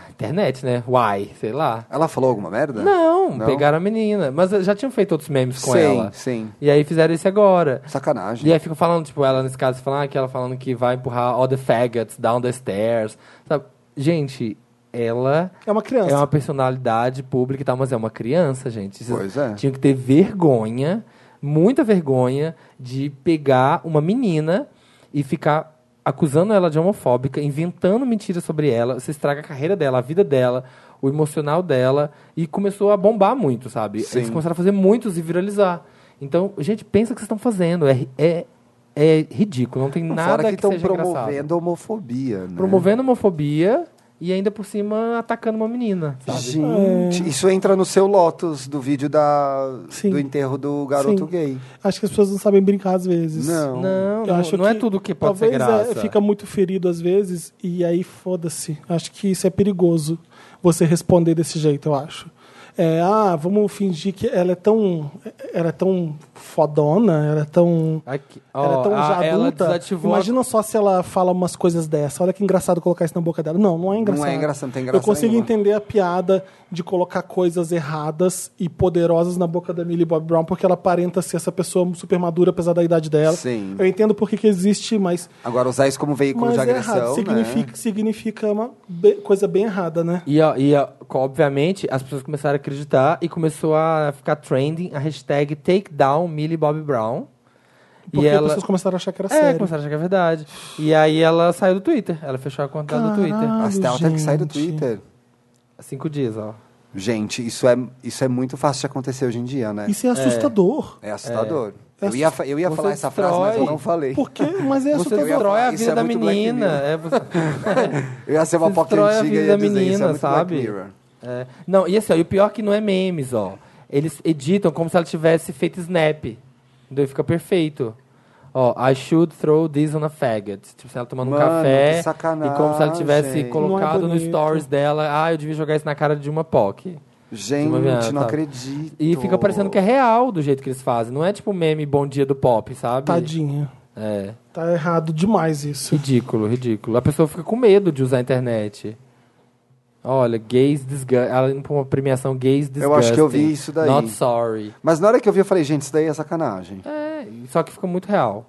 S2: Internet, né? Uai, sei lá.
S3: Ela falou alguma merda?
S2: Não,
S3: Não?
S2: pegaram a menina. Mas já tinham feito outros memes com
S3: sim,
S2: ela.
S3: sim.
S2: E aí fizeram esse agora.
S3: Sacanagem.
S2: E aí ficam falando, tipo, ela nesse caso, falando ah, que ela falando que vai empurrar all the faggots down the stairs. Sabe? Gente, ela
S1: É uma criança.
S2: é uma personalidade pública e tal, mas é uma criança, gente. Vocês
S3: Pois é.
S2: Tinham que ter vergonha, muita vergonha, de pegar uma menina e ficar acusando ela de homofóbica, inventando mentiras sobre ela. Você estraga a carreira dela, a vida dela, o emocional dela. E começou a bombar muito, sabe?
S3: Sim.
S2: Eles começaram a fazer muitos e viralizar. Então, gente, pensa o que vocês estão fazendo. É, é, é ridículo. Não tem
S3: Não,
S2: nada
S3: Fora que
S2: que,
S3: estão
S2: seja
S3: promovendo né?
S2: engraçado.
S3: a homofobia, né?
S2: Promovendo homofobia e ainda por cima atacando uma menina. Sabe? É.
S3: Gente, isso entra no seu Lotus do vídeo da,
S1: Sim.
S3: do enterro do
S1: Sim.
S3: garoto gay.
S1: Acho que as pessoas não sabem brincar às vezes.
S3: Não.
S2: Não,
S1: Eu
S2: não,
S1: acho
S2: não é tudo que pode ser
S1: talvez,
S2: graça.
S1: é, fica muito ferido às vezes e aí foda-se. Acho que isso é perigoso você responder desse jeito, eu acho. É, ah, vamos fingir que ela é tão ela é tão fodona, ela é tão
S2: Aqui,
S1: ela
S2: ó,
S1: é tão já
S2: a- ela
S1: adulta.
S2: desativou a-
S1: Imagina só se ela fala umas coisas dessa. Olha que engraçado colocar isso na boca dela. Não, não é engraçado.
S3: engraçado, não tem
S1: Eu
S3: graça
S1: consigo
S3: nenhuma.
S1: entender a piada de colocar coisas erradas e poderosas na boca da Millie Bob Brown, porque ela aparenta ser essa pessoa super madura, apesar da idade dela.
S3: Sim.
S1: Eu entendo por que que existe, mas,
S3: Agora, usar isso como veículo
S1: mas
S3: de
S1: é
S3: agressão,
S1: errado. Significa,
S3: né?
S1: significa uma be- coisa bem errada, né?
S2: E, ó, e ó, co- obviamente as pessoas começaram a acreditar e começou a ficar trending a hashtag takedown Millie Bobby Brown.
S1: Porque
S2: e ela
S1: as pessoas começaram a achar que era
S2: é,
S1: sério.
S2: começaram a achar que é verdade. E aí ela saiu do Twitter. Ela fechou a conta do Twitter.
S1: Caralho.
S3: A Stella teve que sair do
S1: gente.
S3: Twitter.
S2: Há Cinco dias, ó.
S3: Gente, isso é, isso é muito fácil de acontecer hoje em dia, né?
S1: Isso é assustador.
S3: É assustador.
S1: É.
S3: Eu ia, fa- eu ia
S2: Você
S3: falar essa frase, mas eu
S2: destrói.
S3: não falei.
S1: Por quê? Mas é
S2: Você
S1: assustador.
S2: destrói
S3: falar,
S2: a
S3: isso
S2: vida
S3: é
S2: da
S3: muito Black
S2: menina.
S3: Mirror.
S2: É, você...
S3: Eu ia ser uma
S2: Você
S3: POC
S2: destrói a
S3: antiga e
S2: vida
S3: ia
S2: da
S3: dizer isso, é
S2: menina,
S3: muito
S2: sabe?
S3: Black Mirror.
S2: É. Não, e assim, ó, e o pior é que não é memes, ó. Eles editam como se ela tivesse feito snap. Então fica perfeito. Ó, I should throw this on a faggot. Tipo, se ela tomando
S3: Mano,
S2: um café.
S3: que sacanagem.
S2: E como se ela tivesse
S3: Não é
S2: colocado no
S1: bonito.
S2: stories dela. Ah, eu devia jogar isso na cara de uma POC. Uma
S3: Gente,
S2: viada,
S3: não
S2: sabe?
S3: acredito.
S2: tá. E fica parecendo que é real do jeito que eles fazem. Não é tipo meme bom dia do pop, sabe?
S1: Tadinha.
S2: É.
S1: Tá errado demais isso.
S2: Ridículo, ridículo. A pessoa fica com medo de usar a internet. Olha, gays disgust. Ela indo pra uma premiação gays disgusting.
S3: Eu acho que eu vi isso daí.
S2: Not sorry.
S3: Mas na hora que eu vi, eu falei, gente, isso daí é sacanagem.
S2: É, só que ficou muito real.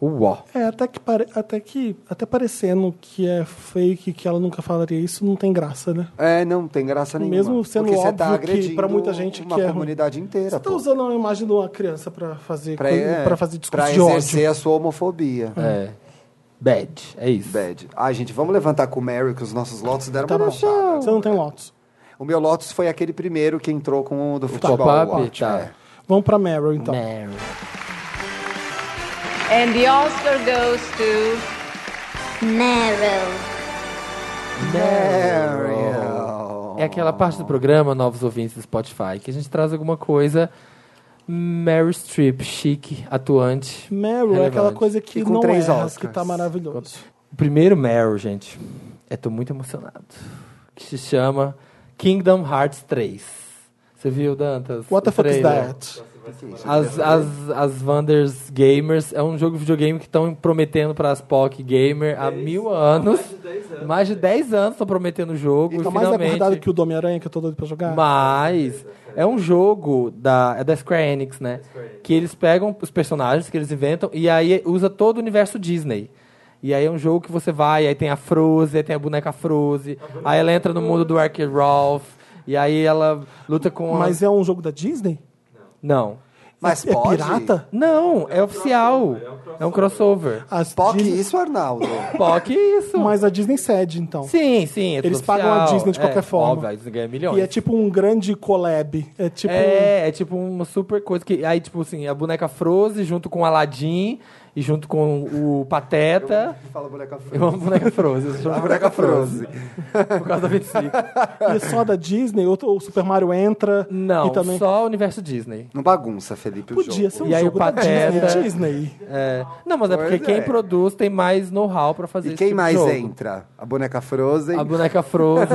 S2: Uó.
S1: É, até que, pare- até que até parecendo que é fake, que ela nunca falaria isso, não tem graça, né?
S3: É, não tem graça nenhuma.
S1: Mesmo sendo
S3: Porque você tá
S1: óbvio que
S3: agredindo
S1: pra muita gente
S3: uma
S1: que é ruim.
S3: comunidade inteira,
S1: Você tá
S3: pô.
S1: usando a imagem de uma criança pra fazer,
S3: Pra,
S1: pra,
S3: é,
S1: pra fazer discurso
S3: pra
S1: de
S3: exercer
S1: ódio.
S3: a sua homofobia.
S2: É. Bad. É isso.
S3: Bad. Ai, gente, vamos levantar com o Mary, que os nossos lotos deram
S1: Tá
S3: uma
S1: bom.
S3: baixada.
S1: Você não tem Lotus.
S3: O meu Lotus foi aquele primeiro que entrou com o do futebol.
S2: Pop-up,
S3: Watch,
S2: tá.
S3: é.
S1: Vamos pra Meryl, então.
S2: Mary.
S6: And the Oscar goes to
S5: Meryl.
S3: É. Meryl.
S2: É aquela parte do programa, novos ouvintes do Spotify, que a gente traz alguma coisa. Mary Streep, chique, atuante.
S1: Meryl é
S2: Relevante.
S1: aquela coisa que
S3: E com
S1: não
S3: três
S1: erra,
S3: Oscars.
S1: que tá maravilhoso.
S2: O primeiro Meryl, gente, é tô muito emocionado. Que se chama Kingdom Hearts 3. Você viu, Dantas?
S1: What the
S2: O
S1: fuck is
S2: trailer?
S1: that?
S2: As, as, as Wanders Gamers é um jogo de videogame que estão prometendo para as POC Gamer há mil anos.
S4: Mais de 10 anos.
S2: Mais de 10 anos estão prometendo o jogo.
S1: Tá
S2: e
S1: mais
S2: finalmente...
S1: acordado que o do Homem-Aranha, que eu tô doido pra jogar?
S2: Mas é um jogo da, é da Square Enix, né? Que eles pegam os personagens que eles inventam e aí usa todo o universo Disney. E aí é um jogo que você vai, aí tem a Frozen, aí tem a boneca Frozen, aí ela entra no mundo do Wreck-It Ralph, e aí ela luta com... a-
S1: Mas é um jogo da Disney?
S2: Não.
S3: Mas
S1: é, é
S3: pode?
S1: pirata?
S2: Não, é, oficial. É um crossover.
S1: As
S3: Poc,
S1: Disney-
S3: isso, Arnaldo.
S2: Pô, que isso?
S1: Mas a Disney cede, então.
S2: Sim, sim, é tudo
S1: Eles pagam a
S2: oficial.
S1: Disney de qualquer
S2: É,
S1: forma.
S2: Óbvio, a Disney ganha milhões.
S1: E é tipo um grande collab. É tipo...
S2: É, é tipo uma super coisa que. Aí, tipo assim, a boneca Frozen junto com o Aladdin. e junto com o Pateta.
S3: Fala boneca frouxa.
S2: Eu amo boneca Frozen. eu chamo
S3: A boneca Frozen.
S2: Por causa da 25.
S1: E é só da Disney? Ou, ou o Super Mario entra?
S2: Não,
S1: E também...
S2: só o universo Disney.
S3: Não bagunça, Felipe, o
S1: Podia
S3: jogo.
S1: ser um
S2: E aí
S1: jogo
S2: o
S1: da
S2: Pateta-
S1: Disney. Disney.
S2: É. Não, mas é porque
S3: Pois
S2: quem
S3: é.
S2: produz tem mais know-how pra fazer
S3: E
S2: esse
S3: quem
S2: tipo de
S3: mais
S2: jogo.
S3: entra? A boneca Frozen?
S2: A boneca Frozen.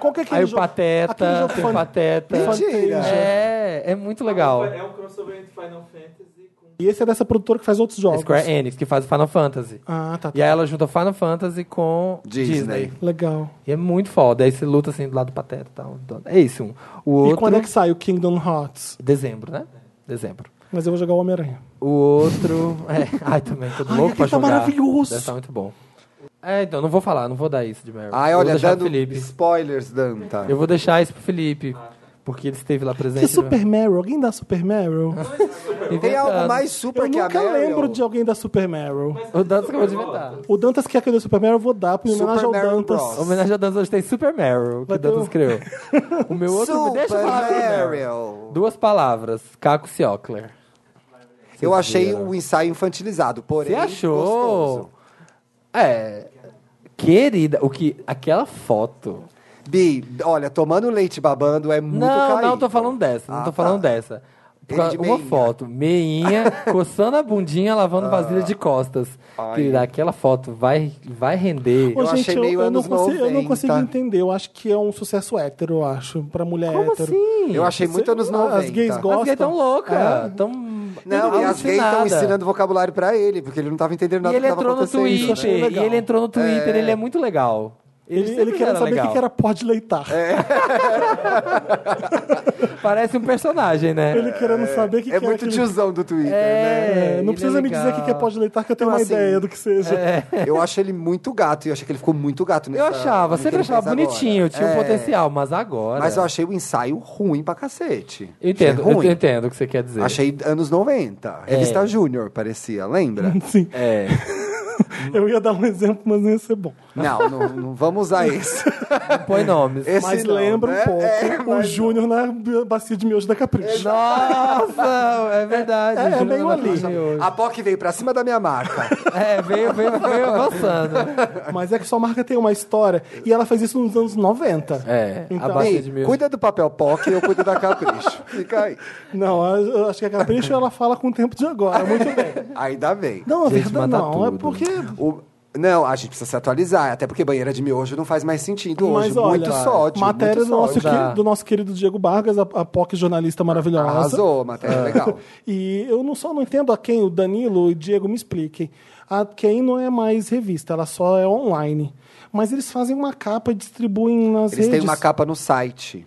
S1: Qual que é aquele
S2: aí o
S1: jogo- aquele
S2: Pateta,
S1: jogo
S2: tem
S1: fan-
S2: o Pateta.
S3: Mentira!
S2: É, é muito legal.
S4: É um crossover entre Final Fantasy com.
S1: E esse é dessa produtora que faz outros
S4: um
S1: jogos.
S2: Square Enix, que faz o Final Fantasy.
S1: Ah, tá. tá.
S2: E aí ela junta Final Fantasy com
S3: Disney.
S2: Disney.
S1: Legal.
S2: E é muito foda. Aí você luta assim do lado do Pateta e tal. É isso. Um. O
S1: E
S2: outro.
S1: quando é que sai o Kingdom Hearts?
S2: Dezembro, né? Dezembro.
S1: Mas eu vou jogar o Homem-Aranha.
S2: O outro. É, ai, também, tô
S1: Ai,
S2: louco pra
S1: aquele tá
S2: jogar.
S1: maravilhoso.
S2: Deve tá muito bom. É, então, não vou falar, não vou dar isso de Meryl.
S3: Ai,
S2: Eu vou
S3: olha,
S2: deixar
S3: dando
S2: pro Felipe.
S3: spoilers, Danta.
S2: Eu vou deixar isso pro Felipe, porque ele esteve lá presente. né?
S1: E Ah, tá. Super Mario? Alguém dá Super Mario?
S2: Inventando.
S3: Tem algo mais super
S1: eu
S3: que a
S1: nunca
S3: Meryl?
S1: lembro de alguém da Super Mario.
S2: O Dantas acabou de inventar.
S1: O Dantas quer que eu dê Super Mario, eu vou dar, porque em
S3: Super
S1: homenagem ao
S3: Mario
S1: Dantas.
S3: Bros.
S2: Homenagem a Dantas hoje tem Super Meryl, que
S1: Vai
S2: o
S1: ter um-
S2: Dantas criou. O meu outro. deixa eu
S3: Super
S2: falar primeiro.
S3: Meryl.
S2: Duas palavras: Caco Ciocler.
S3: Eu achei
S2: viram.
S3: o ensaio infantilizado, porém.
S2: Você achou?
S3: gostoso.
S2: É. Querida, o que. Aquela foto.
S3: Bi, olha, tomando leite babando é muito
S2: não,
S3: caído.
S2: não tô falando dessa. Não
S3: Ah,
S2: tô falando
S3: tá.
S2: dessa. Por
S3: Ele
S2: causa-
S3: de
S2: uma
S3: meinha. Ah.
S2: foto, meinha, coçando a bundinha, lavando vasilha de costas.
S3: Ai.
S2: Querida, aquela foto vai, vai render.
S1: Ô,
S3: Eu achei meio
S1: eu, não
S3: anos tá.
S1: consigo, eu não
S3: 90.
S1: consigo entender. Eu acho que é um sucesso hétero, eu acho, pra mulher
S2: Como
S1: hétero.
S2: assim?
S3: Eu achei muito anos
S1: As
S3: 90.
S1: gays
S2: As gays
S1: gostam.
S2: tão louca.
S1: É.
S2: Tão
S3: Não, e as gays estão
S2: alucinada.
S3: ensinando vocabulário pra ele, porque ele não tava entendendo nada
S2: E ele
S3: do que tava
S2: entrou no
S3: acontecendo. né?
S1: isso achei
S2: Twitter. E
S1: legal.
S2: ele entrou no Twitter,
S3: É.
S2: ele é muito legal.
S1: Ele, ele
S2: sempre
S1: queria
S2: era
S1: saber o que
S2: legal.
S1: que era pode leitar.
S3: É,
S2: Parece um personagem, né?
S1: Ele querendo saber o que
S3: É
S1: que
S3: muito
S1: era aquele-
S3: tiozão do Twitter, né?
S1: É,
S2: ele
S1: não
S2: é
S1: precisa me dizer o que que é
S2: legal.
S1: pode leitar, que eu tenho
S3: Então,
S1: uma
S3: assim,
S1: ideia do que seja.
S3: Eu acho ele muito gato, e eu achei que ele ficou muito gato nessa,
S2: Eu achava,
S3: no que
S2: sempre
S3: ele
S2: achava
S3: fez agora.
S2: bonitinho, tinha
S3: É,
S2: um potencial, mas agora.
S3: Mas eu achei o ensaio ruim pra cacete.
S2: Eu entendo,
S3: Achei
S2: eu
S3: ruim.
S2: entendo É. o que você quer dizer.
S3: Achei anos 90. Revista Júnior, parecia, lembra?
S1: Sim,
S2: É.
S1: eu ia dar um exemplo, mas não ia ser bom.
S3: não, não, não vamos usar esse.
S2: Põe nomes.
S3: Esse
S1: Mas
S3: não,
S1: lembra
S3: né?
S1: um pouco
S3: É,
S1: o Júnior na bacia de miojo da Capricho.
S2: Nossa, é verdade.
S1: É, é
S2: Júnior
S1: meio
S2: não
S1: ali.
S2: tá hoje.
S3: A POC veio pra cima da minha marca.
S2: É, veio, veio, veio avançando.
S1: Mas é que sua marca tem uma história e ela fez isso nos anos 90.
S2: É,
S1: Então-
S2: a
S3: Ei,
S2: bacia de mil.
S3: cuida do papel POC e eu cuido da Capricho. Fica aí.
S1: Não, eu eu acho que a Capricho ela fala com o tempo de agora, muito bem.
S3: Ainda bem.
S1: Não, a
S2: Gente,
S1: verdade
S2: mata
S1: não, é
S2: tudo.
S1: porque
S3: O- Não, a gente precisa se atualizar, até porque banheira de miojo não faz mais sentido hoje.
S1: Mas olha,
S3: muito sódio.
S1: matéria
S3: muito
S1: do nosso,
S3: sódio. Ah,
S1: que- do nosso querido Diego Vargas, a, a POC jornalista maravilhosa.
S3: Arrasou,
S1: É.
S3: matéria legal.
S1: E eu não só não entendo a quem, o Danilo e o Diego me expliquem. A quem não é mais revista, ela só é online. Mas eles fazem uma capa e distribuem nas
S3: Eles
S1: redes.
S3: têm uma capa no site.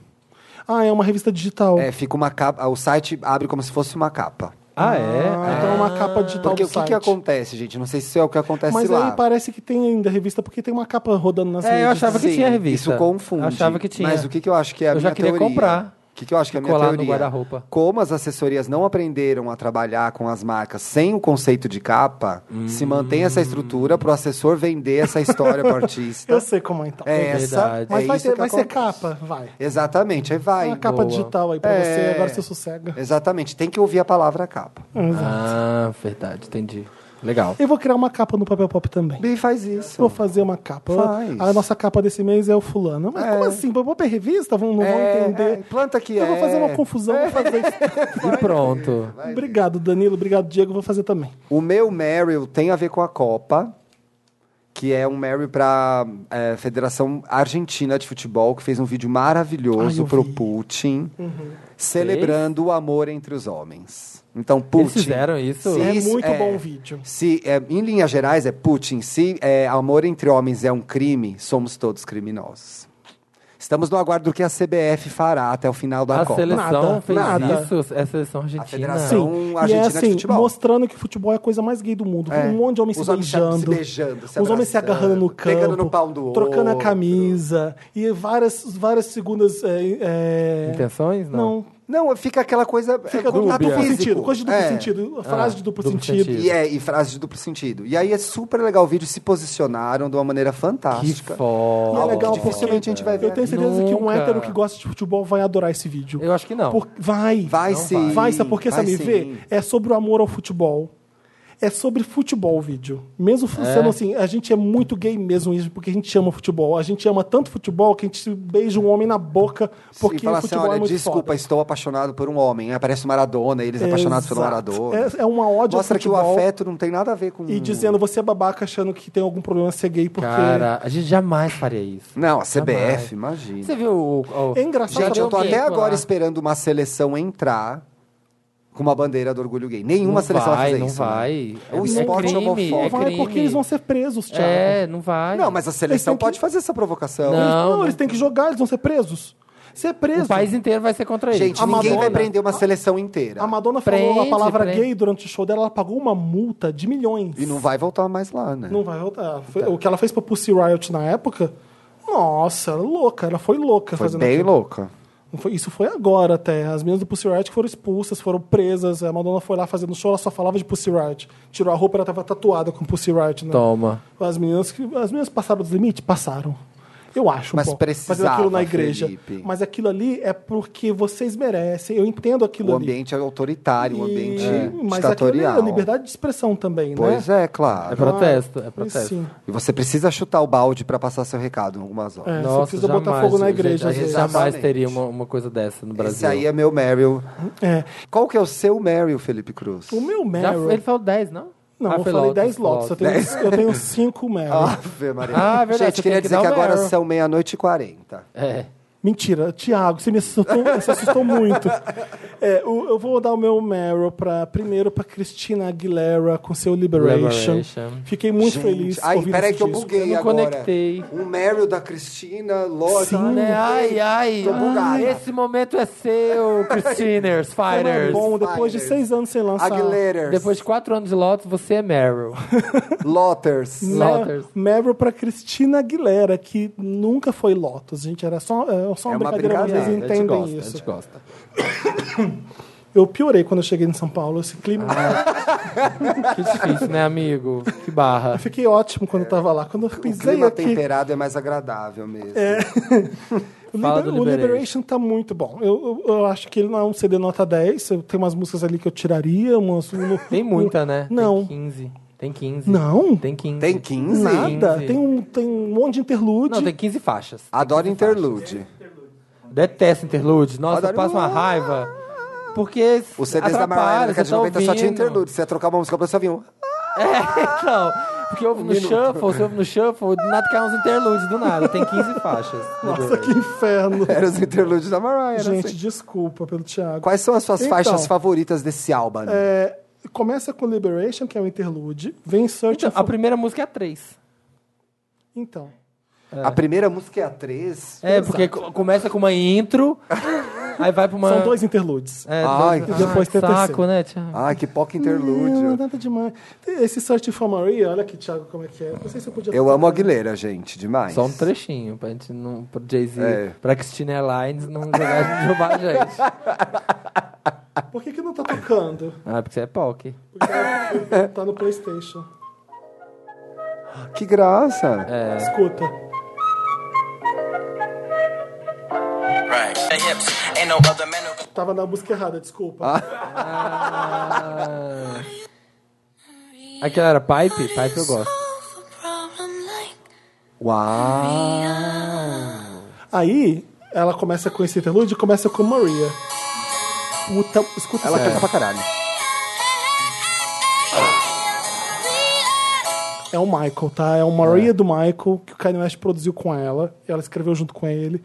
S1: Ah, é uma revista digital.
S3: É, fica uma capa. O site abre como se fosse uma capa.
S2: Ah, é?
S1: Ah, então é uma capa digital
S3: Porque
S1: do
S3: o que,
S1: site.
S3: que acontece, gente? Não sei se isso é o que acontece
S1: Mas
S3: lá.
S1: aí parece que tem ainda revista, porque tem uma capa rodando nas
S2: É, eu
S1: redes.
S2: achava que
S3: Sim,
S2: tinha revista.
S3: Isso confunde.
S2: Eu achava que tinha.
S3: Mas o que, que eu acho que é a
S2: Eu
S3: minha
S2: já queria
S3: teoria?
S2: comprar.
S3: O que, que eu acho que é a minha
S2: Colar no
S3: teoria?
S2: guarda-roupa.
S3: Como as assessorias não aprenderam a trabalhar com as marcas sem o conceito de capa, se mantém essa estrutura pro assessor vender essa história pro artista.
S1: Eu sei como é então.
S3: É essa.
S2: Verdade.
S1: Mas
S3: é
S1: vai,
S3: isso
S1: ter-
S3: que
S1: vai ser
S3: acontece.
S1: capa, vai.
S3: Exatamente, aí vai.
S1: uma capa
S2: boa.
S1: digital aí pra
S3: É.
S1: você, agora você sossega.
S3: Exatamente, tem que ouvir a palavra capa.
S2: Ah, verdade, entendi. Legal.
S1: Eu vou criar uma capa no Papel Pop também.
S3: Bi faz isso.
S1: Vou fazer uma capa.
S3: Faz.
S1: A nossa capa desse mês é o fulano. Mas como assim? Papel Pop é revista? Vão, não vão
S3: É,
S1: entender.
S3: é, planta que
S1: Eu vou
S3: é.
S1: fazer uma confusão, vou fazer isso.
S2: E pronto.
S1: obrigado, Danilo. Obrigado, Diego. Vou fazer também.
S3: O meu Meryl tem a ver com a Copa, que é um Meryl para a Federação Argentina de Futebol, que fez um vídeo
S1: Ai, eu
S3: maravilhoso pro
S1: vi. Uhum.
S3: Putin, celebrando o amor entre os homens. Então, Putin.
S2: Eles fizeram isso?
S3: Sim.
S1: É
S3: Isso,
S1: muito
S3: é.
S1: bom o vídeo.
S3: Se, é, em linhas gerais, é Putin. Se é, amor entre homens é um crime, somos todos criminosos. Estamos no aguardo do que a CBF fará até o final da
S2: A
S3: Copa.
S2: seleção
S1: Nada,
S2: fez
S1: nada.
S2: isso? É a seleção argentina?
S3: federação.
S1: Sim. e é
S3: Argentina de
S1: assim,
S3: futebol.
S1: mostrando que o futebol é a coisa mais gay do mundo.
S3: É.
S1: Um monte de homens
S3: Os
S1: se
S3: homens se
S1: beijando.
S3: beijando, se
S1: os homens se
S3: abraçando,
S1: agarrando no campo.
S3: pegando no pau um do
S1: Trocando a
S3: outro.
S1: camisa. E várias, várias segundas... É, é,
S2: Intenções? Não.
S1: Não.
S3: Não, fica aquela coisa. é,
S1: Fica
S3: contato
S1: duplo
S3: físico.
S1: sentido. Coisa de duplo
S3: É.
S1: sentido. Frase de Ah, duplo,
S2: duplo
S1: sentido.
S2: sentido.
S3: E, é, e frase de duplo sentido. E aí é super legal o vídeo, se posicionaram de uma maneira
S2: Que
S1: E
S3: fantástica.
S1: é
S2: foda.
S3: Algo
S1: legal
S3: que
S1: porque
S3: dificilmente a gente vai ver.
S1: eu tenho certeza que um
S2: Nunca.
S1: hétero que gosta de futebol vai adorar esse vídeo.
S2: Eu acho que não.
S1: Por- Vai.
S3: Vai
S1: sim.
S3: sim.
S1: Vai, sabe por quê?
S3: Vai
S1: Sabe
S3: sim.
S1: ver? É sobre o amor ao futebol. é sobre futebol o vídeo. Mesmo sendo assim, a gente é muito gay mesmo, isso, porque a gente ama futebol. A gente ama tanto futebol que a gente beija um homem na boca porque
S3: e fala
S1: o
S3: assim,
S1: futebol é
S3: olha,
S1: muito
S3: desculpa,
S1: foda.
S3: estou apaixonado por um homem. Aí Aparece o Maradona, eles apaixonados pelo
S1: Exato.
S3: Maradona.
S1: É, é uma ódio ao
S3: Mostra que o
S1: futebol.
S3: afeto não tem nada a ver com...
S1: E dizendo, você é babaca achando que tem algum problema ser gay porque...
S2: Cara, a gente jamais faria isso.
S3: Não, a CBF,
S2: Jamais.
S3: imagina.
S2: Você viu o. o-
S1: É engraçado
S2: Já
S3: Gente,
S1: saber
S2: deu
S3: eu tô
S2: um
S3: até
S2: mico
S3: agora
S2: lá.
S3: esperando uma seleção entrar com uma bandeira do orgulho gay. Nenhuma
S2: não
S3: seleção vai
S2: vai,
S3: fazer
S2: não
S3: isso. né?
S2: vai.
S3: É um esporte
S2: crime,
S3: homofóbico.
S2: É
S1: Vai
S2: crime.
S1: porque eles vão ser presos, Thiago.
S2: É, não vai.
S3: Não, mas a
S1: têm
S3: seleção
S1: que-
S3: pode fazer essa provocação.
S2: Não.
S1: Não, eles têm que jogar, eles vão ser presos. Ser preso.
S2: O país inteiro vai ser contra ele.
S3: Gente,
S1: A
S3: ninguém vai
S1: Madonna-
S3: prender uma seleção inteira.
S1: A Madonna falou
S2: Prende,
S1: a palavra
S2: prende.
S1: gay durante o show dela, ela pagou uma multa de milhões.
S3: E não vai voltar mais lá, né?
S1: Não vai voltar. Foi- O que ela fez pra Pussy Riot na época, nossa, ela é louca, ela foi louca
S3: Foi
S1: fazendo
S3: bem
S1: aquilo.
S3: louca.
S1: Não foi- Isso foi agora até. As meninas do Pussy Riot foram expulsas, foram presas. A Madonna foi lá fazendo show, ela só falava de Pussy Riot. Tirou a roupa, ela tava tatuada com Pussy Riot. Né?
S2: Toma.
S1: As meninas, que- as meninas passaram dos limites? Passaram. Eu acho, um
S3: Mas
S1: pouco.
S3: precisava,
S1: Fazendo aquilo na igreja.
S3: Felipe.
S1: Mas aquilo ali é porque vocês merecem. Eu entendo aquilo
S3: O
S1: ali.
S3: ambiente é autoritário, o ambiente
S1: E- Mas aquilo ali é
S3: ditatorial.
S1: a liberdade de expressão também,
S3: Pois
S1: né?
S3: é, claro.
S2: É protesto, é protesto.
S1: Sim.
S3: E você precisa chutar o balde pra passar seu recado em algumas horas.
S1: É,
S2: Nossa,
S1: você precisa
S2: jamais,
S1: botar fogo na
S2: gente,
S1: igreja.
S2: A
S1: às
S2: gente
S1: vezes.
S2: jamais
S3: Exatamente.
S2: teria uma, uma coisa dessa no Brasil.
S3: Esse aí é meu Meryl.
S1: É.
S3: Qual que é o seu Meryl, Felipe Cruz?
S1: O meu
S2: Já,
S1: Meryl...
S2: ele falou 10, não?
S1: é Não,
S2: Ah,
S1: eu
S2: foi
S1: falei
S2: Lotus,
S1: 10 lotes. Eu
S2: Lotus.
S1: tenho, eu tenho 5 Meryl.
S3: Ave Maria.
S2: Ah, é verdade,
S3: Gente,
S2: você
S3: queria
S2: tem que
S3: dizer
S2: dar
S3: que
S2: o
S3: agora
S2: Meryl.
S3: são meia-noite e quarenta.
S2: É.
S1: Mentira, Thiago, você me assustou, você assustou muito. É, o- eu vou dar o meu Meryl pra, primeiro pra Cristina Aguilera com seu Liberation.
S2: Liberation.
S1: Fiquei muito
S3: Gente,
S1: feliz.
S3: Ai,
S1: ouvindo
S3: peraí
S1: esse
S3: que eu
S1: disco.
S3: buguei
S2: Eu não
S3: agora.
S2: conectei.
S3: Um Meryl da Cristina, Lorde.
S1: Sim.
S2: Né? Ai, ai.
S3: Tô bugada.
S2: Esse momento é seu, Christiners,
S1: Como é
S2: Fighters.
S1: bom, depois de
S3: Fighters.
S1: seis anos sem lançar.
S3: Aguilera.
S2: Depois de 4 anos de Lotus, você é Meryl.
S3: Lotters.
S1: Me-
S2: Lotters.
S1: Meryl pra Cristina Aguilera, que nunca foi Lotus, gente. Era só, é só uma
S3: É uma
S1: brincadeira, mas
S3: brincadeira,
S1: vocês
S3: a gente
S1: entendem
S2: gosta,
S1: isso.
S2: A gente gosta.
S1: Eu piorei quando eu cheguei em São Paulo, esse clima.
S3: Ah.
S2: Que difícil, né, amigo? Que barra.
S1: Eu fiquei ótimo quando eu tava lá. Quando eu
S3: O
S1: pisei
S3: clima
S1: aqui.
S3: temperado é mais agradável mesmo.
S1: O,
S2: Fala
S1: Liber-
S2: do
S1: o
S2: Liberation.
S1: Liberation tá muito bom. Eu, eu, eu acho que ele não é um CD nota 10. Eu, tem umas músicas ali que eu tiraria. Umas, um-
S2: Tem muita, né?
S1: Não.
S2: Tem 15. Tem 15.
S1: Não.
S2: Tem 15.
S3: Tem 15?
S1: Nada.
S2: 15.
S1: Tem um, tem um monte de interlude.
S2: Não, tem 15 faixas.
S3: Adoro interlude.
S2: Detesto interlude. Nossa,
S3: Adoro-
S2: eu passo uma raiva. Porque
S3: Os CDs da Mariah né?
S2: atrapalha,
S3: Carey de
S2: você tá
S3: 90 só tinha
S2: ouvindo.
S3: interlude. Você ia trocar uma música pra você ouvir um.
S2: Então, porque ouve no shuffle, você ouve no shuffle, do nada cai uns interludes, do nada. Tem 15 faixas.
S1: Nossa, que inferno.
S3: Era os interludes da Mariah. era
S1: Gente,
S3: assim.
S1: desculpa pelo Thiago.
S3: Quais são as suas
S1: Então,
S3: faixas favoritas desse álbum?
S1: É, começa com Liberation, que é o interlude. Vem Search
S2: Então,
S1: for...
S2: a primeira música é a 3.
S1: Então.
S3: A primeira música é a 3.
S2: É, porque co- começa com uma intro, aí vai pra uma...
S1: São dois interludes.
S2: Ah. É,
S3: Ai,
S2: dois-
S1: e depois
S2: Ai,
S1: tem o
S2: Saco,
S1: terceiro.
S2: né, Thiago?
S3: Ai, que poca
S1: Não,
S3: interlúdio.
S1: nada demais. Esse Search for Maria, olha aqui, Thiago, como é que é. Não sei se eu podia...
S3: Eu amo a Aguilera, gente, demais.
S2: Só um trechinho, pra gente não... Pro Jay-Z,
S3: É.
S2: pra Christina Airlines não jogar, derrubar a gente.
S1: Por que que não tá tocando?
S2: Ah, porque você é POC.
S1: Porque tá- tá no Playstation.
S3: Que graça.
S1: Escuta.
S7: Right. The hips ain't no other man who
S1: Tava na música errada, desculpa.
S2: Aquela era Pipe? Pipe eu gosto.
S3: Uau.
S1: Aí, ela começa com esse interlude e começa com Maria. Puta, escuta
S3: Ela
S1: isso
S3: canta pra caralho.
S1: É o Michael, tá? É o Maria do Michael, que o Kanye West produziu com ela. Ela escreveu junto com ele.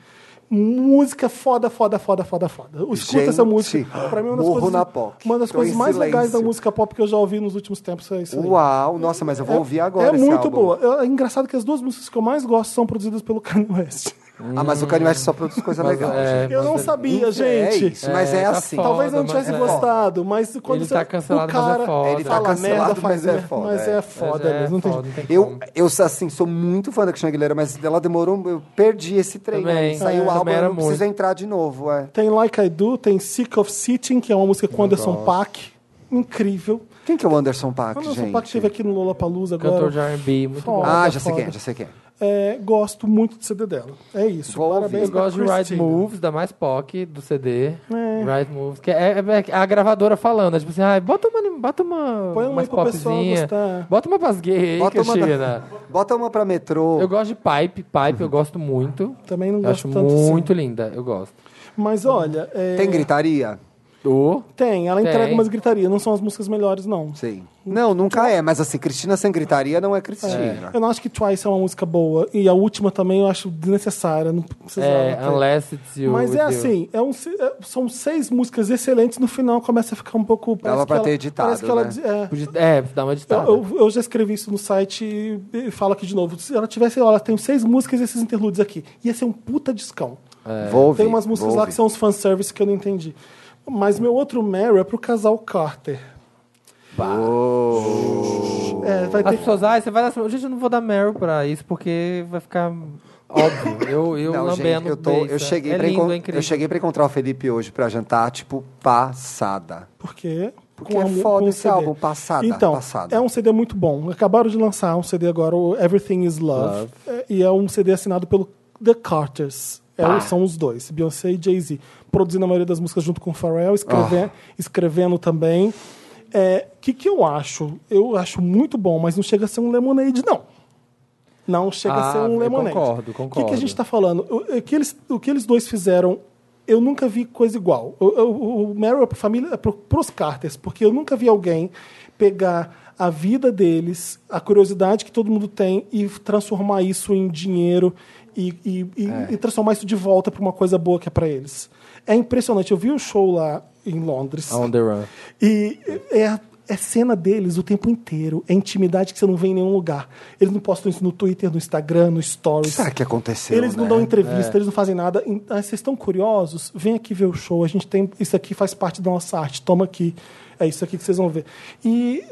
S1: Música foda, foda, foda, foda, foda. Escuta
S3: Gente,
S1: essa música. Pra mim, é uma das
S3: morro
S1: coisas,
S3: na POC.
S1: uma das
S3: Tô
S1: coisas
S3: em
S1: mais legais da
S3: silêncio.
S1: música pop que eu já ouvi nos últimos tempos. É isso aí.
S3: Uau, nossa, mas eu vou ouvir agora
S1: É
S3: esse
S1: muito
S3: álbum.
S1: boa. É engraçado que as duas músicas que eu mais gosto são produzidas pelo Kanye West.
S3: Ah, mas o Kanye West só produz coisa legal. gente.
S1: Eu não sabia, gente.
S3: É isso, mas é,
S2: É, tá
S3: assim.
S2: foda.
S1: Talvez eu não
S2: mas
S1: tivesse
S2: é
S1: gostado, mas quando
S2: Ele
S1: você,
S2: tá cancelado,
S1: o
S2: mas é
S1: cara
S2: foda.
S3: Ele tá
S1: fala
S3: cancelado,
S1: merda, faz
S3: mas é
S1: merda,
S3: foda,
S1: mas
S3: é.
S1: é foda
S2: Mas é
S1: mesmo. não tem
S2: foda,
S1: jeito.
S2: não tem
S3: Eu,
S2: como.
S3: eu, assim, sou muito fã da Christina Aguilera, mas ela demorou... Eu perdi esse trem.
S2: Também.
S3: Ele Saiu
S2: É,
S3: o álbum,
S2: também
S3: eu
S2: era
S3: não preciso
S2: muito.
S3: entrar de novo, é.
S1: Tem Like I Do, tem Sick of Sitting, que é uma música com Anderson Paak, incrível.
S3: Quem que é o Anderson Paak,
S1: Anderson
S3: gente?
S1: Paak esteve aqui no Lollapalooza agora.
S2: Cantor de R&B, muito bom.
S1: Foda.
S3: Ah, já sei
S1: tá foda.
S3: quem é, já sei quem é.
S1: É, gosto muito do CD dela. É isso.
S3: Vou
S1: Parabéns
S3: ouvir.
S2: Eu
S1: pra
S2: gosto de Right
S1: Christina.
S2: Moves, da Mais POC, do CD.
S1: É.
S2: Right Moves. Que é, é- é a gravadora falando, é tipo assim, ai, bota uma, bota uma,
S1: Põe uma
S2: umas
S1: aí pro pessoal
S2: popzinha.
S1: gostar.
S2: Bota uma pras gays aí,
S3: Bota uma,
S2: Cristina.
S3: bota uma pra metrô.
S2: Eu gosto de Pipe, Pipe eu gosto muito.
S1: Também não
S2: Eu
S1: Uhum. gosto
S2: acho
S1: tanto. assim.
S2: muito linda, eu gosto.
S1: Mas olha. é,
S3: Tem gritaria?
S2: O
S1: Tem, ela
S2: Tem.
S1: entrega umas gritarias, não são as músicas melhores, não.
S3: Sim. Não, nunca é, mas assim, Cristina sem gritaria não é Cristina.
S1: Eu não acho que Twice é uma música boa. E a última também eu acho desnecessária. Não precisava.
S2: é,
S1: ter.
S2: Unless It's You.
S1: Mas é
S2: with you.
S1: assim, é um se- é- são seis músicas excelentes, no final começa a ficar um pouco. parece
S3: Dava pra
S1: que ela-
S3: ter editado,
S1: Parece que ela.
S3: né?
S1: des- é.
S2: Podia- É, dá
S1: Eu,
S2: uma editada.
S1: Então, eu- eu já escrevi isso no site e- e falo aqui de novo. Se ela tivesse, olha, tem seis músicas e esses interludes aqui. Ia ser um puta discão.
S3: Vou ouvir,
S1: Tem umas músicas
S3: É. vou
S1: lá
S3: ouvir.
S1: que são os fanservice que eu não entendi. Mas meu outro Mary é pro casal Carter. É, vai
S2: As
S3: Ah,
S1: ter.
S2: pessoas, ai, você vai dar. Gente, eu não vou dar Meryl pra isso, porque vai ficar óbvio. Eu, eu
S3: Não,
S2: lambendo.
S3: gente, eu, tô, eu,
S2: beiça.
S3: cheguei
S2: é
S3: pra
S2: lindo,
S3: encon-
S2: é incrível.
S3: eu cheguei pra encontrar o Felipe hoje pra jantar, tipo, passada.
S1: Porque.
S3: Porque é foda esse álbum, Passada,
S1: Então,
S3: Passada.
S1: é um CD muito bom. Acabaram de lançar um CD agora, o Everything Is Love. É, E é um CD assinado pelo The Carters. É,
S2: Tá.
S1: São os dois, Beyoncé e Jay-Z. Produzindo a maioria das músicas junto com o Pharrell,
S3: Ah.
S1: escreve- escrevendo também. O que, que eu acho? Eu acho muito bom, mas não chega a ser um Lemonade, não. Não chega a
S2: Ah,
S1: ser
S2: eu
S1: um Lemonade.
S2: concordo,
S1: O que que, a
S2: concordo.
S1: gente está tá falando? O, o que eles, o que eles dois fizeram, eu nunca vi coisa igual. O, o, o Meryl é pra família, pro, pros Carters, porque eu nunca vi alguém pegar a vida deles, a curiosidade que todo mundo tem e transformar isso em dinheiro e, e- e- e transformar isso de volta para uma coisa boa que é para eles. É impressionante. Eu vi o show lá em Londres.
S2: On the run.
S1: E é, a- é cena deles o tempo inteiro. É intimidade que você não vê em nenhum lugar. Eles não postam isso no Twitter, no Instagram, no
S3: O que
S1: Stories.
S3: será que aconteceu?
S1: Eles não
S3: né?
S1: dão entrevista, eles não fazem nada. Em- ah, Vocês estão curiosos? Vem aqui ver o show. A gente tem isso aqui faz parte da nossa arte. Toma aqui, é isso aqui que vocês vão ver. E,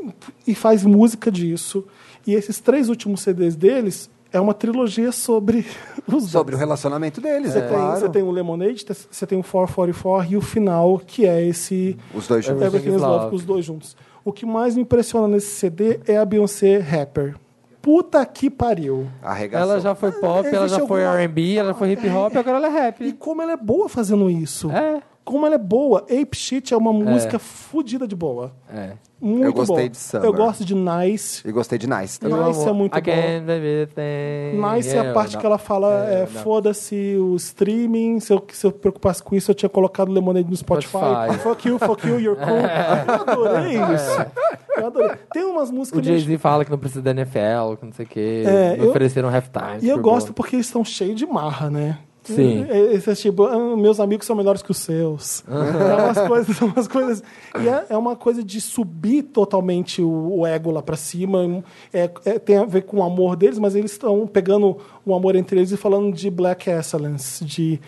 S1: e faz música disso. E esses três últimos CDs deles é uma trilogia sobre os
S3: Sobre o
S1: dois.
S3: relacionamento deles,
S1: Você,
S3: é,
S1: tem,
S3: claro.
S1: você tem o Lemonade, você tem o 444 e o final que é esse
S3: Os dois juntos.
S1: Everything is Love, com os dois juntos. O que mais me impressiona nesse CD é a Beyoncé rapper. Puta que pariu.
S3: Arregaçou.
S2: Ela já foi pop, ela já
S1: Existe
S2: foi
S1: alguma-
S2: RB, ela já foi hip hop, agora ela é
S1: E
S2: rap.
S1: como ela é boa fazendo isso.
S2: É.
S1: Como ela é boa. Ape Shit é uma música fodida de boa.
S2: É.
S1: Muito
S3: Eu gostei
S1: boa.
S3: de Summer.
S1: Eu gosto de Nice.
S3: E gostei de Nice também.
S1: Nice é muito
S2: Again, bom.
S1: bom. Nice é a parte que ela fala, é, foda-se o streaming, se eu, se eu preocupasse com isso, eu tinha colocado Lemonade no Spotify.
S2: Spotify.
S1: Fuck you, fuck you, you're cool. Eu adorei isso. Eu adorei. Tem umas músicas...
S2: O
S1: meio
S2: Jay-Z fala que não precisa da NFL, que não sei o quê.
S1: É,
S2: me
S1: eu-
S2: ofereceram halftime.
S1: E eu
S2: Super
S1: gosto
S2: Bowl.
S1: porque eles estão cheios de marra, né?
S2: Sim.
S1: É, Esse é tipo, "Ah, meus amigos são melhores que os seus. é umas coisas, são umas coisas. E é, é uma coisa de subir totalmente o, o ego lá pra cima. É, é- tem a ver com o amor deles, mas eles estão pegando o amor entre eles e falando de black excellence, de.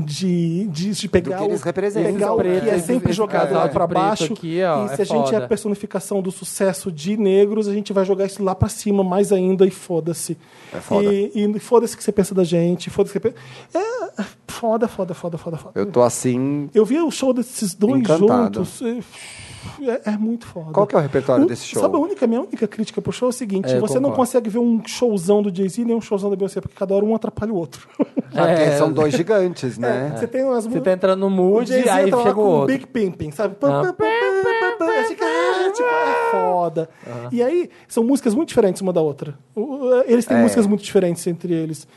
S1: De, de, de pegar
S3: que eles
S1: o-
S3: representam,
S1: pegar o
S2: né?
S1: que é
S2: Esse-
S1: sempre
S2: esse
S1: jogado
S2: casal
S1: lá
S2: de
S1: pra
S2: preto
S1: baixo.
S2: aqui, ó,
S1: e se
S2: é
S1: a gente é
S2: foda.
S1: personificação do sucesso de negros, a gente vai jogar isso lá pra cima, mais ainda, e foda-se.
S2: É
S3: foda.
S1: E, e foda-se o que você pensa da gente, foda-se o que você pensa. É foda, foda, foda, foda, foda.
S3: Eu tô assim.
S1: Eu vi o show desses dois
S3: Encantado.
S1: juntos. É, é muito foda.
S3: Qual que é o repertório desse show?
S1: Sabe, a única, minha única crítica pro show é o seguinte:
S2: É, eu
S1: você não
S2: concordo.
S1: consegue ver um showzão do Jay-Z nem um showzão da Beyoncé, porque cada hora um atrapalha o outro.
S3: Ah, porque
S2: É.
S3: são dois gigantes, né?
S1: Você tem umas um
S2: Você tá entrando no mood,
S1: Jay-Z
S2: aí
S1: entra lá
S2: chega o
S1: com
S2: outro.
S1: Big Pimpin, sabe?
S2: Ah. Ah.
S1: Pá, pá, pá, pá, pá, pá, fica, ah, tipo, é foda. E aí, são músicas muito diferentes uma da outra. O- Eles têm
S3: É.
S1: músicas muito diferentes entre eles.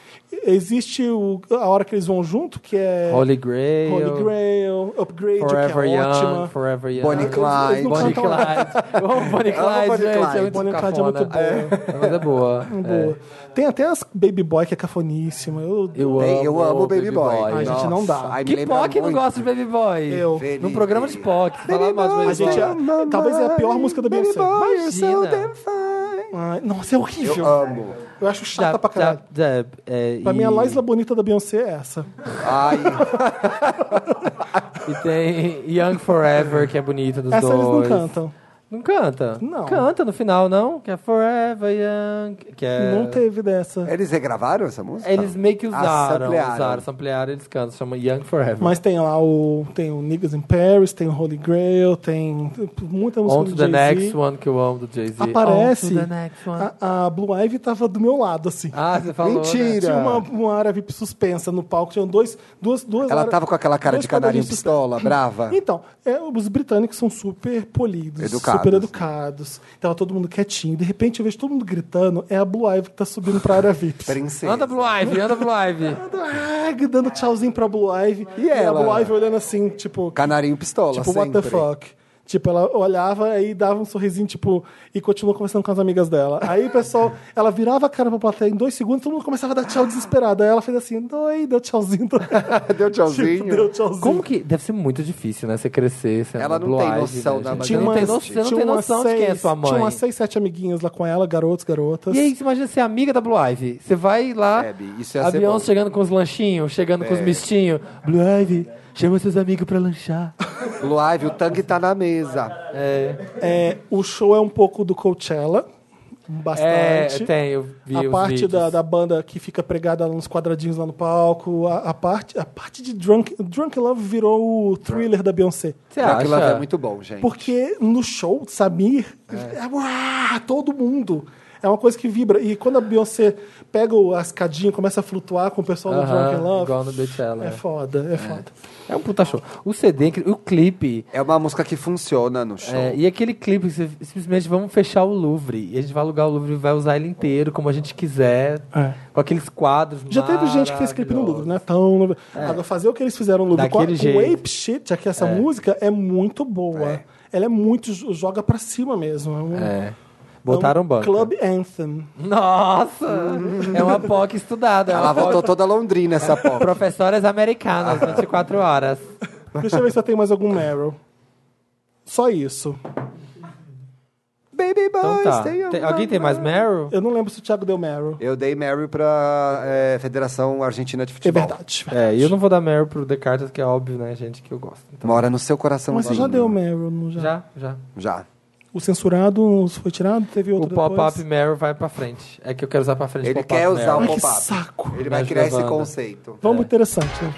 S1: Existe o- a hora que eles vão junto, que é
S2: Holy Grail.
S1: Holy Grail, Upgrade,
S2: Forever
S1: que é
S2: Young.
S1: ótima.
S2: Forever Young.
S3: Bonnie Clyde.
S1: não
S2: Bonnie
S1: cantam nada.
S2: Clyde. Vamos, tá- Bonnie
S3: Eu amo
S2: Clyde,
S3: Bonnie
S2: gente.
S3: Clyde.
S2: É muito
S1: Bonnie Clyde é
S2: cafona.
S1: muito boa.
S2: É. Mas é boa.
S1: Boa. Tem até as Baby Boy, que é cafoníssima. Eu,
S2: É. Eu
S3: Tem-
S2: amo,
S3: eu amo o Baby Boy.
S1: Ai, gente, não dá.
S3: Nossa, ai, me
S2: Que
S3: lembra
S2: POC não
S3: muito.
S2: gosta de Baby Boy?
S1: Eu.
S2: Num programa de POC. Falar mal de Baby
S1: a gente,
S2: Boy.
S1: é- talvez é a pior música da Beyoncé.
S2: Imagina.
S1: Ai, Nossa, é horrível.
S3: Eu amo.
S1: Eu acho chata pra caralho.
S2: Jab, jab, é,
S1: Pra
S2: e-
S1: mim, a Lois La Bonita da Beyoncé é essa.
S3: Ai,
S2: E tem Young Forever, que é bonita dos
S1: Essa
S2: dois.
S1: eles não cantam.
S2: Não canta?
S1: Não.
S2: Canta no final, não? Que é Forever Young. Que é...
S1: Não teve dessa.
S3: Eles regravaram essa música?
S2: Eles meio que
S3: Ah,
S2: usaram.
S3: samplearam.
S2: usaram, samplearam, eles cantam. Chama Young Forever.
S1: Mas tem lá o. Tem o Niggas in Paris, tem o Holy Grail, tem muita música
S2: On
S1: do
S2: to the
S1: Jay-Z.
S2: next one que eu amo do Jay-Z.
S1: Aparece.
S2: On to the next one.
S1: A, a Blue Ivy tava do meu lado, assim.
S2: Ah, você falou. né?
S3: Mentira.
S1: Tinha uma, uma área VIP suspensa no palco, tinham dois, duas, duas
S3: Ela
S1: áreas-
S3: tava com aquela cara
S1: dois
S3: de canarinho
S1: quadradinhos sus-
S3: pistola, brava.
S1: Então, é, os britânicos são super polidos, super
S3: Educados.
S1: educados. Tava todo mundo quietinho. De repente eu vejo todo mundo gritando, é a Blue Ivy que tá subindo pra área VIP.
S3: Princesa.
S2: Anda Blue Ivy, anda Blue Ivy.
S1: Ah, dando tchauzinho pra Blue Ivy.
S3: E ela?
S1: a Blue Ivy olhando assim, tipo,
S3: Canarinho pistola,
S1: tipo, what
S3: sempre.
S1: the fuck? Tipo, ela olhava e dava um sorrisinho, tipo, e continuou conversando com as amigas dela. Aí, pessoal, ela virava a cara pra plateia em dois segundos, todo mundo começava a dar tchau desesperado. Aí ela fez assim, doi, deu tchauzinho.
S3: Deu tchauzinho.
S1: Tipo, deu tchauzinho.
S2: Como que. Deve ser muito difícil, né? Você crescer. Sendo
S3: Ela não
S2: Blue
S3: tem
S2: Ivy,
S3: noção
S2: né,
S3: da
S2: gente?
S1: Tinha
S2: Não
S1: umas,
S2: tem noção- Você não
S1: tinha
S2: tem
S1: umas
S2: noção
S1: seis,
S2: de quem é sua mãe.
S1: Tinha umas seis, sete amiguinhas lá com ela, garotos, garotas.
S2: E aí, você imagina ser amiga da Blue Ivy. Você vai lá,
S3: É, Bi, isso ia
S2: a
S3: ser
S2: Beyoncé
S3: bom.
S2: chegando com os lanchinhos, chegando com os mistinhos. Blue Ivy, chama seus amigos pra lanchar.
S3: Blue Ivy, o tanque tá na mesa.
S2: É,
S1: É, o show é um pouco do Coachella,
S2: é
S1: bastante.
S2: tem, eu vi
S1: a
S2: os
S1: parte
S2: vídeos.
S1: da, da banda que fica pregada lá nos quadradinhos lá no palco, a, a parte, a parte de Drunk, Drunk Love virou o thriller da Beyoncé.
S2: Você
S3: Aquilo
S2: acha?
S3: é muito bom, gente.
S1: Porque no show, Samir, é, uá, todo mundo. É uma coisa que vibra. E quando a Beyoncé pega o- a escadinha e começa a flutuar com o pessoal do
S2: Aham,
S1: Drunk Love.
S2: igual no Beychella,
S1: É
S2: é.
S1: foda, é foda.
S2: É um puta show. O CD, é incrível. o clipe.
S3: É uma música que funciona no show.
S2: é, e aquele clipe, que você, simplesmente vamos fechar o Louvre. E a gente vai alugar o Louvre e vai usar ele inteiro, como a gente quiser.
S1: É.
S2: Com aqueles quadros.
S1: Já teve gente que fez clipe no Louvre, né? Tão... Agora, fazer o que eles fizeram no Louvre com, a-
S2: É. Daquele
S1: com
S2: jeito.
S1: Ape Shit, já que essa música é muito boa. Ela é muito. joga pra cima mesmo. É um,
S2: É. Botaram
S1: um
S2: banco.
S1: Club Anthem.
S2: Nossa! é uma POC estudada. é uma
S3: Ela
S1: então-
S3: voltou toda Londrina, essa pop.
S2: Professoras americanas,
S1: Ah.
S2: 24 horas.
S1: Deixa eu ver se eu tenho mais algum Meryl. Só isso.
S3: Baby boys,
S1: Ah,
S2: Então tá.
S1: é
S3: tem
S2: Tem- alguém tem mais Meryl?
S1: Eu não lembro se o Thiago deu Meryl. É
S3: Eu dei Mary pra é, Federação Argentina de
S1: É
S3: Futebol.
S1: verdade.
S2: É, e eu não vou dar Meryl pro Descartes, que é óbvio, né, gente, que eu gosto. Então,
S3: Mora no seu coração.
S1: Mas você já
S3: lindo.
S1: deu Meryl, não já?
S2: já, já.
S3: Já.
S1: O censurado foi tirado? Teve
S2: O
S1: outro depois?
S2: pop-up Meryl vai pra frente. É que eu quero usar pra frente.
S3: Ele
S2: pop-up
S3: quer usar
S1: Ai,
S2: Meryl.
S3: o-
S1: que
S3: pop-up.
S1: saco.
S3: Ele vai
S2: Me
S3: criar esse
S2: ajudando.
S3: conceito.
S2: É.
S1: Vamos interessante, né?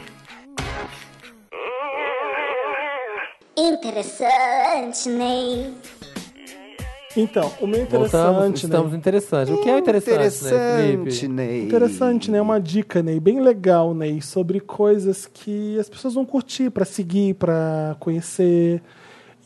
S5: Interessante, Ney.
S1: Então, o meio
S2: Voltamos,
S1: interessante, né?
S2: estamos interessante. O que é o interessante, né,
S3: Interessante,
S2: Felipe?
S3: Ney.
S1: Interessante, né? Uma dica, Ney, bem legal, Ney, sobre coisas que as pessoas vão curtir pra seguir, pra conhecer.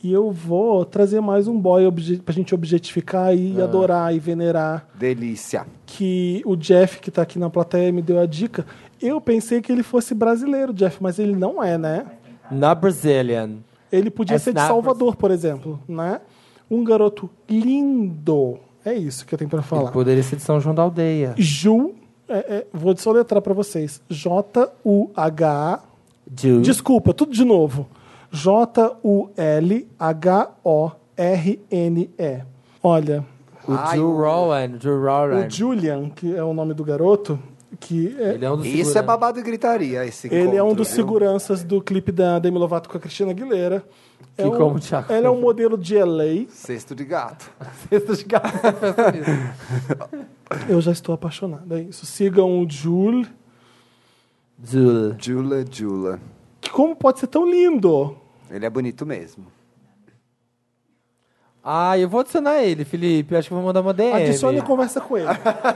S1: E eu vou trazer mais um boy obje- pra gente objetificar
S2: Ah.
S1: e adorar e venerar.
S3: Delícia.
S1: Que o Jeff, que tá aqui na plateia, me deu a dica. Eu pensei que ele fosse brasileiro, Jeff, mas ele não é, né?
S2: Na Brazilian.
S1: Ele podia
S2: É
S1: ser de
S2: Snappers.
S1: Salvador, por exemplo, né? Um garoto lindo. É isso que eu tenho pra
S2: Ele
S1: falar.
S2: poderia ser de São João da Aldeia.
S1: Ju, é, é, vou soletrar pra vocês. J-U-H.
S2: Ju.
S1: Desculpa, tudo de novo. J-U-L-H-O-R-N-E. Olha,
S2: O Ju Rowan. Ju Rowan.
S1: o Julian, que é o nome do garoto, que é-
S2: Ele é um dos
S3: Isso é
S2: seguranças.
S3: babado e gritaria, esse
S1: Ele é um
S3: encontro,
S1: dos
S3: viu?
S1: seguranças do clipe da Demi Lovato com a Cristina Aguilera. É
S2: Que
S1: um,
S2: como o Thiago
S1: ela é um modelo de LA.
S3: Cesto de gato.
S2: Cestas de garrafa.
S1: Eu já estou apaixonado, é isso. Sigam o Jul.
S2: Ju.
S3: Jula, Jula.
S1: Que como pode ser tão lindo?
S3: Ele é bonito mesmo.
S2: Ah, eu vou adicionar ele, Felipe. Eu acho que eu vou mandar uma DM.
S1: Adicione e conversa com ele.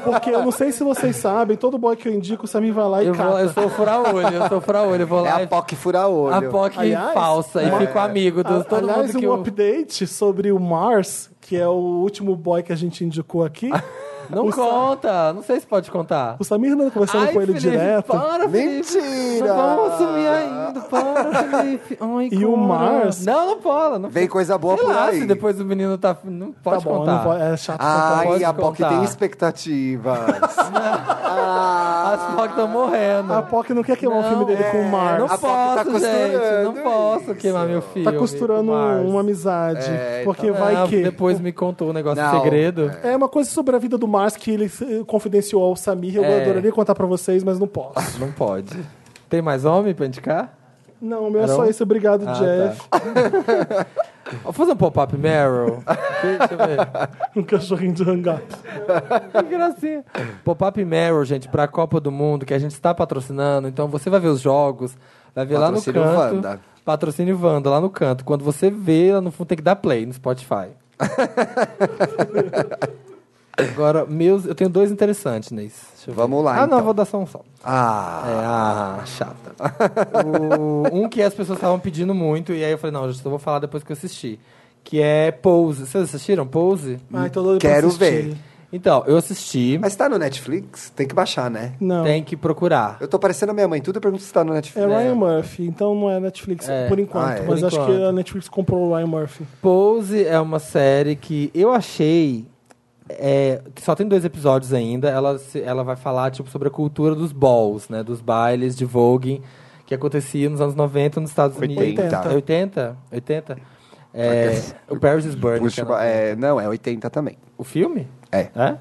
S1: Porque eu não sei se vocês sabem, todo boy que eu indico, o Samir vai lá e
S2: eu, vou, eu
S1: cata.
S2: sou fura-olho, eu sou fura-olho. Eu vou
S3: É
S2: lá
S3: a
S2: e...
S3: POC fura-olho.
S2: a POC
S1: Aliás,
S2: falsa e fico amigo dos
S1: A-
S2: todo
S1: Aliás,
S2: mundo que
S1: um
S2: eu...
S1: update sobre o Mars, que é o último boy que a gente indicou aqui.
S2: Não
S1: o Sa-
S2: conta, não sei se pode contar.
S1: O Samir não conversando
S2: Ai,
S1: com ele
S2: Felipe,
S1: direto.
S2: Para, Felipe.
S3: Mentira!
S2: Não vamos assumir ainda, para, Felipe. Ai,
S1: E o
S2: cara.
S1: Mars?
S2: Não, não fala. Não...
S3: Vem coisa boa
S2: Sei
S3: por
S2: lá,
S3: aí.
S2: se depois o menino tá... Não
S1: Tá
S2: pode
S1: bom,
S2: contar. Ah,
S1: não pode- é chato contar.
S3: Ai,
S2: Então Pode
S3: Ah, a POC
S2: contar.
S3: tem expectativas. Ah,
S2: As POC estão morrendo.
S1: A POC não quer queimar Ah, o filme dele com o Mars.
S2: Então, Não
S3: É,
S2: posso,
S3: A POC tá
S2: gente.
S3: costurando
S2: Não posso
S3: isso.
S2: queimar meu filho.
S1: tá costurando uma amizade.
S3: É,
S1: porque
S3: então-
S1: vai que.
S2: Depois me contou um negócio
S3: Não,
S2: de segredo.
S1: É uma coisa sobre a vida do Mars que ele eh, confidenciou ao Samir. Eu
S2: É.
S1: adoraria contar pra vocês, mas não posso.
S2: Não pode. Tem mais homem pra indicar?
S1: Não, o meu é
S2: Era
S1: só
S2: um?
S1: isso. Obrigado,
S2: Ah,
S1: Jeff.
S2: Vou fazer um pop-up Meryl. Deixa eu ver.
S1: Um cachorrinho de hang-up.
S2: Que gracinha. Pop-up Meryl, gente, pra Copa do Mundo, que a gente está patrocinando. Então você vai ver os jogos, vai ver
S3: Patrocínio
S2: lá no canto.
S3: Wanda.
S2: Patrocínio Wanda, lá no canto. Quando você vê, lá no fundo tem que dar play no Spotify. Agora, meus. Eu tenho dois interessantes, Neis. Deixa eu ver.
S3: Vamos lá,
S2: Ah, não,
S3: então.
S2: vou dar só um só. É,
S3: Ah,
S2: ah, chata. O- um que as pessoas estavam pedindo muito, e aí eu falei, não, eu só vou falar depois que eu assisti. Que é Pose. Vocês assistiram Pose?
S1: Ai, tô doido pra
S3: Quero
S1: assistir.
S3: ver.
S2: Então, eu assisti.
S3: mas tá no Netflix? Tem que baixar, né?
S1: Não.
S2: Tem que procurar.
S3: Eu tô parecendo a minha mãe, tudo eu pergunto se tá no
S1: É
S3: Netflix.
S1: Ryan Murphy, então não é Netflix
S2: É.
S1: por enquanto.
S3: Ah, é.
S1: Mas
S2: Por
S1: acho
S2: enquanto.
S1: que a Netflix comprou o Ryan Murphy.
S2: Pose é uma série que eu achei. é, que só tem dois episódios ainda. Ela, se- ela vai falar tipo, sobre a cultura dos balls, né? Dos bailes de voguing que acontecia nos anos 90 nos Estados Unidos.
S3: 80.
S2: 80? 80? É, o Paris is Burning.
S3: Puxa,
S2: que era-
S3: é, não, é 80 também.
S2: O filme?
S3: É.
S2: É?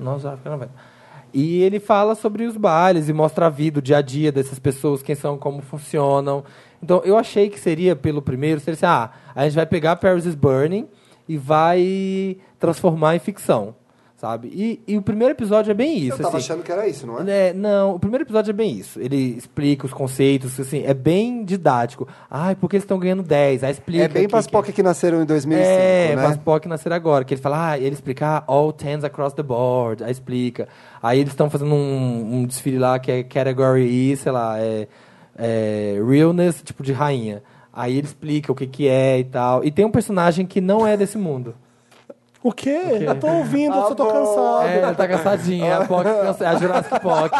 S2: Não, já fica novela. E ele fala sobre os bailes e mostra a vida, o dia a dia dessas pessoas, quem são, como funcionam. Então, eu achei que seria, pelo primeiro, seria assim, ah, a gente vai pegar Paris is Burning e vai transformar em ficção, sabe? E, e o primeiro episódio é bem isso,
S3: eu tava
S2: assim.
S3: achando que era isso, não é?
S2: É, não, o primeiro episódio é bem isso. Ele explica os conceitos, assim, é bem didático. Ai, porque eles estão ganhando 10? Aí explica.
S3: É bem
S2: que- que-
S3: Paspoca que nasceram em 2005,
S2: é,
S3: né?
S2: Paspock nascer agora, que ele fala, ah, ele explica ah, all tens across the board, aí explica. Aí eles estão fazendo um, um desfile lá que é category E, sei lá, é, é realness, tipo de rainha. Aí ele explica o que que é e tal. E tem um personagem que não é desse mundo.
S1: O quê? Eu tô ouvindo, eu só tô cansado.
S2: É, ela tá cansadinha, é a, Pock, cansa- é a Jurassic Pock.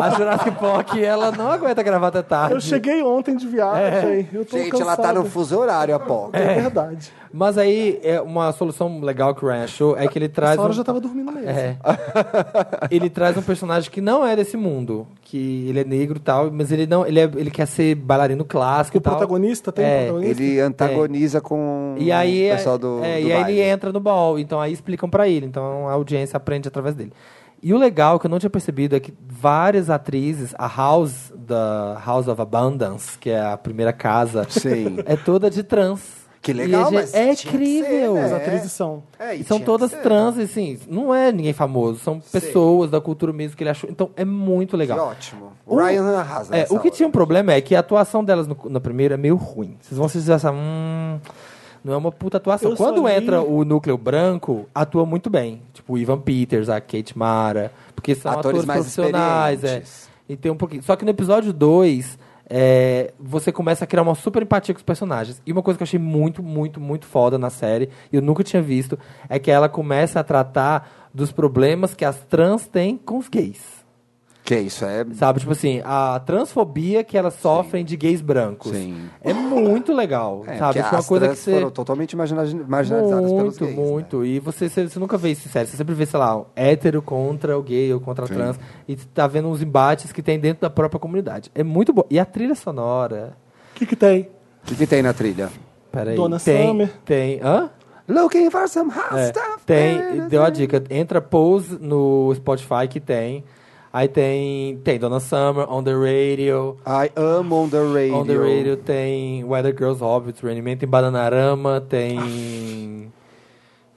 S2: A Jurassic Pock, ela não aguenta gravar até tarde.
S1: Eu cheguei ontem de
S2: É.
S1: viagem, eu tô
S3: Gente,
S1: cansado.
S3: ela tá no fuso horário, a Poca.
S1: É verdade.
S2: Mas aí, é uma solução legal que o Ryan achou é que ele traz...
S1: Essa hora
S2: um-
S1: eu já tava dormindo mesmo.
S2: É. ele traz um personagem que não é desse mundo, que ele é negro e tal, mas ele não, ele, é- ele quer ser bailarino
S1: O
S2: clássico e tal.
S1: protagonista tem
S2: É,
S1: um protagonista?
S3: Ele antagoniza com
S2: E aí,
S3: o pessoal do,
S2: é,
S3: do
S2: e aí
S3: baile.
S2: ele entra no ball, então aí explicam pra ele, então a audiência aprende através dele. E o legal que eu não tinha percebido é que várias atrizes, a House da House of Abundance, que é a primeira casa,
S3: Sim.
S2: é toda de trans.
S3: Que legal,
S2: E é,
S3: mas
S2: é
S3: tinha que ser,
S2: incrível.
S3: né?
S1: As atrizes são.
S3: É,
S2: E
S3: e
S2: são
S3: tinha
S2: todas
S3: que ser. né?
S2: trans, assim, não é ninguém famoso, são pessoas da cultura mesmo que ele achou. Então é muito
S3: Que
S2: legal.
S3: ótimo. O Ryan arrasa.
S2: É,
S3: nessa
S2: o que
S3: hora.
S2: tinha um problema é que a atuação delas no, na primeira é meio ruim. Vocês vão se dizer assim, hum, não é uma puta atuação.
S1: Eu só
S2: Quando
S1: li-
S2: entra o núcleo branco, atua muito bem. Tipo o Ivan Peters, a Kate Mara, porque são atores,
S3: Atores mais
S2: profissionais. É.
S3: experientes.
S2: E tem um pouquinho. Só que no episódio 2, você começa a criar uma super empatia com os personagens. E uma coisa que eu achei muito, muito, muito foda na série, e eu nunca tinha visto, é que ela começa a tratar dos problemas que as trans têm com os gays.
S3: Que isso, é...
S2: Sabe, tipo assim, a transfobia que elas sofrem de gays brancos.
S3: Sim.
S2: É muito legal,
S3: É,
S2: sabe?
S3: porque
S2: Isso é uma
S3: as
S2: coisa que
S3: trans
S2: você.
S3: foram totalmente marginali- marginalizadas pelos
S2: Muito,
S3: gays, né?
S2: muito. E você, você, você nunca vê isso em série. Você sempre vê, sei lá, um hétero contra o gay ou contra a trans. E tu tá vendo uns embates que tem dentro da própria comunidade. É muito bom. E a trilha sonora.
S1: O que que tem?
S3: Né? O que, que tem na trilha?
S2: Peraí.
S1: Donna
S2: tem,
S1: Summer.
S2: Tem. Hã?
S3: Looking for some hot
S2: É,
S3: stuff.
S2: tem, deu a dica. Entra Pose no Spotify que tem. Aí tem, tem Donna Summer, On The Radio.
S3: I am on the radio.
S2: On the Radio tem Weather Girls, óbvio, Rainy Man, tem Bananarama, tem...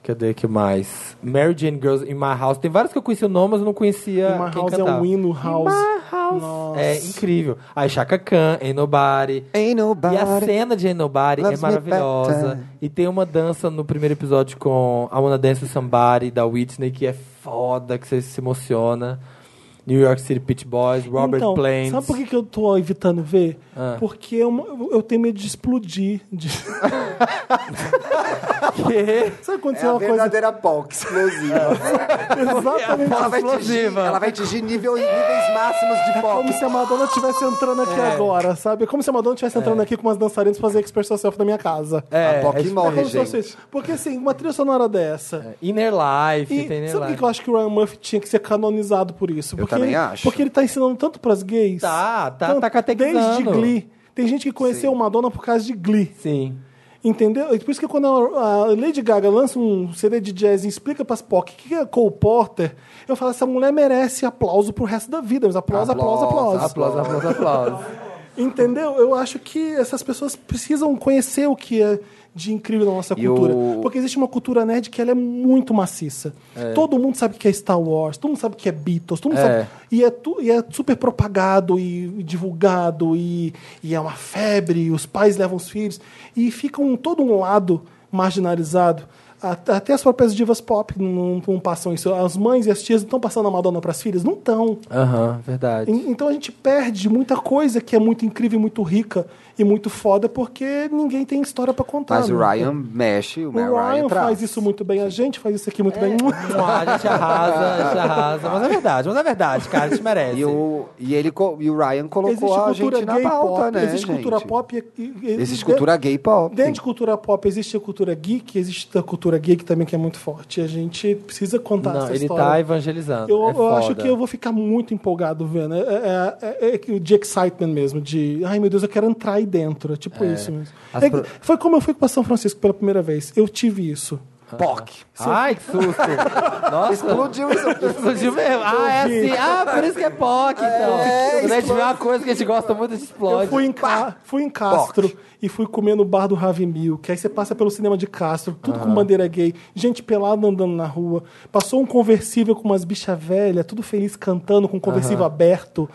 S2: Cadê que mais? Mary Jane Girls in My House. Tem vários que eu conheci o nome, mas eu não conhecia
S1: Uma
S2: Ah, quem
S1: house é
S2: cantava.
S1: um hino house.
S2: In My House.
S1: Nossa.
S2: É incrível. Aí Chaka Khan, Ain't Nobody.
S3: Ain't nobody.
S2: E a cena de Ain't Nobody é
S3: Loves me
S2: maravilhosa.
S3: better.
S2: E tem uma dança no primeiro episódio com I Wanna Dance with Somebody, da Whitney, que é foda, que você se emociona. New York City Pitch Boys, Robert
S1: então,
S2: Plant.
S1: Sabe por que, que eu tô evitando ver?
S2: Ah.
S1: Porque eu, eu tenho medo de explodir. de-
S2: quê?
S1: Sabe quando
S3: É
S1: você é
S3: a
S1: uma coisa
S3: verdadeira POC explosiva.
S2: É
S1: exatamente
S3: ela, vai atingir,
S2: Explosiva.
S3: ela vai atingir nível- níveis máximos de
S1: É como
S3: POC.
S1: se a Madonna estivesse entrando aqui agora, sabe? É como se a Madonna estivesse entrando aqui com umas dançarinas pra fazer Express Yourself na minha casa.
S2: É,
S3: a POC
S2: é-
S1: É
S3: morre,
S1: como se
S3: gente.
S1: fosse- Porque assim, uma trilha sonora dessa...
S2: Inner Life,
S1: E
S2: tem Inner
S1: sabe o
S2: Life.
S1: que que eu acho que o Ryan Murphy tinha que ser canonizado por isso? Porque
S3: também
S1: ele,
S3: acho.
S1: Porque ele tá ensinando tanto pras gays.
S2: Tá, tá-
S1: tanto-
S2: tá catequizando.
S1: Desde Glee. Tem gente que conheceu Madonna por causa de Glee.
S2: Sim.
S1: Entendeu? E Por isso que quando a a Lady Gaga lança um CD de jazz e explica pras POC o que que é Cole Porter, eu falo, essa mulher merece aplauso pro resto da vida. Mas aplauso, aplauso,
S3: Aplauso,
S1: aplauso.
S2: Aplausos, aplausos, aplausos.
S1: Entendeu? Eu acho que essas pessoas precisam conhecer o que é de incrível na nossa
S3: E
S1: cultura.
S3: o-
S1: Porque existe uma cultura nerd que ela é muito maciça. Todo mundo sabe o que é Star Wars, todo mundo sabe o que é Beatles, todo mundo
S2: É.
S1: sabe. E é, tu- e é super propagado e divulgado, e, e é uma febre, e os pais levam os filhos, e fica um, todo um lado marginalizado. At- Até as próprias divas pop não, não passam isso. As mães e as tias não estão passando a Madonna para as filhas? Não estão.
S2: Aham, verdade.
S1: En- Então a gente perde muita coisa que é muito incrível, muito rica e muito foda, porque ninguém tem história pra contar.
S3: Mas o
S1: né?
S3: Ryan mexe, o, é
S1: O Ryan, faz isso muito bem, a gente faz isso
S2: É.
S1: aqui muito bem.
S8: Ah, a gente arrasa, a gente arrasa. Mas é verdade, mas é verdade, cara, a gente merece.
S3: E o, e, ele, co- e o Ryan
S1: Existe
S3: colocou a
S1: cultura
S3: gente na
S1: gay
S3: pauta,
S1: pop,
S3: né,
S1: existe
S3: gente?
S1: cultura pop. e- e- e-
S3: Existe cultura gay pop.
S1: Dentro de cultura pop existe a cultura geek, existe a cultura geek também que é muito forte. A gente precisa contar
S2: Não,
S1: essa
S2: ele
S1: história.
S2: tá evangelizando.
S1: Eu,
S2: é
S1: eu acho
S2: foda.
S1: que eu vou ficar muito empolgado vendo. É, é, é, é que o de excitement mesmo, de ai meu Deus, eu quero entrar aí dentro. É tipo isso mesmo.
S2: As
S1: É
S2: pro-
S1: que- Foi como eu fui para São Francisco pela primeira vez. Eu tive isso.
S3: POC.
S2: Ai, que susto! Nossa,
S3: Explodiu isso.
S2: explodiu mesmo. Ah, é assim. Ah, por isso que é POC, então. Quando a gente vê uma coisa que a gente gosta muito, a gente explode.
S1: Eu fui em, Ca- fui em Castro e fui comer no bar do Ravi Mil, que aí você passa pelo cinema de Castro, tudo com bandeira gay, gente pelada andando na rua. Passou um conversível com umas bichas velhas, tudo feliz cantando, com o conversível aberto.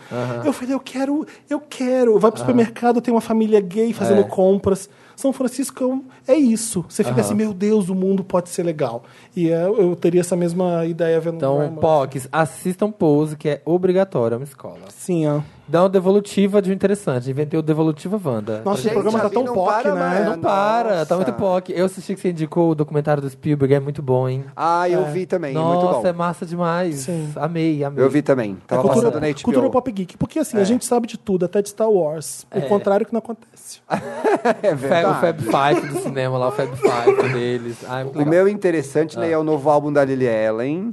S1: Eu falei, eu quero, eu quero. Vai pro supermercado, tem uma família gay fazendo
S2: É.
S1: compras. São Francisco é um- é isso. Você fica assim, meu Deus, o mundo pode ser legal. E é, eu teria essa mesma ideia vendo
S2: Então,
S1: Primal.
S2: POCs, assistam Pose, que é obrigatório, é uma escola.
S1: Sim, ó.
S2: Dá uma devolutiva de um interessante. Inventei o Devolutiva Wanda.
S1: Nossa, o programa tá
S3: a
S1: tão
S3: vida não
S1: POC,
S3: para
S1: né?
S3: mais.
S2: Não para, tá
S3: Nossa.
S2: muito POC. Eu assisti que você indicou o documentário do Spielberg, é muito bom, hein?
S3: Ah, eu vi também,
S2: Nossa,
S3: muito
S2: é
S3: bom.
S2: massa demais.
S1: Sim.
S2: Amei, amei.
S3: Eu vi também. Tava
S1: cultura,
S3: passando na HBO.
S1: cultura pop geek. Porque
S3: É.
S1: assim, a gente sabe de tudo, até de Star Wars. O contrário que não acontece.
S3: É
S2: o Fab, o Fab
S3: verdade.
S2: Five do cinema lá, o Fab Five deles. Ai, muito
S3: O
S2: legal.
S3: meu interessante, né, é o novo álbum da Lily Allen,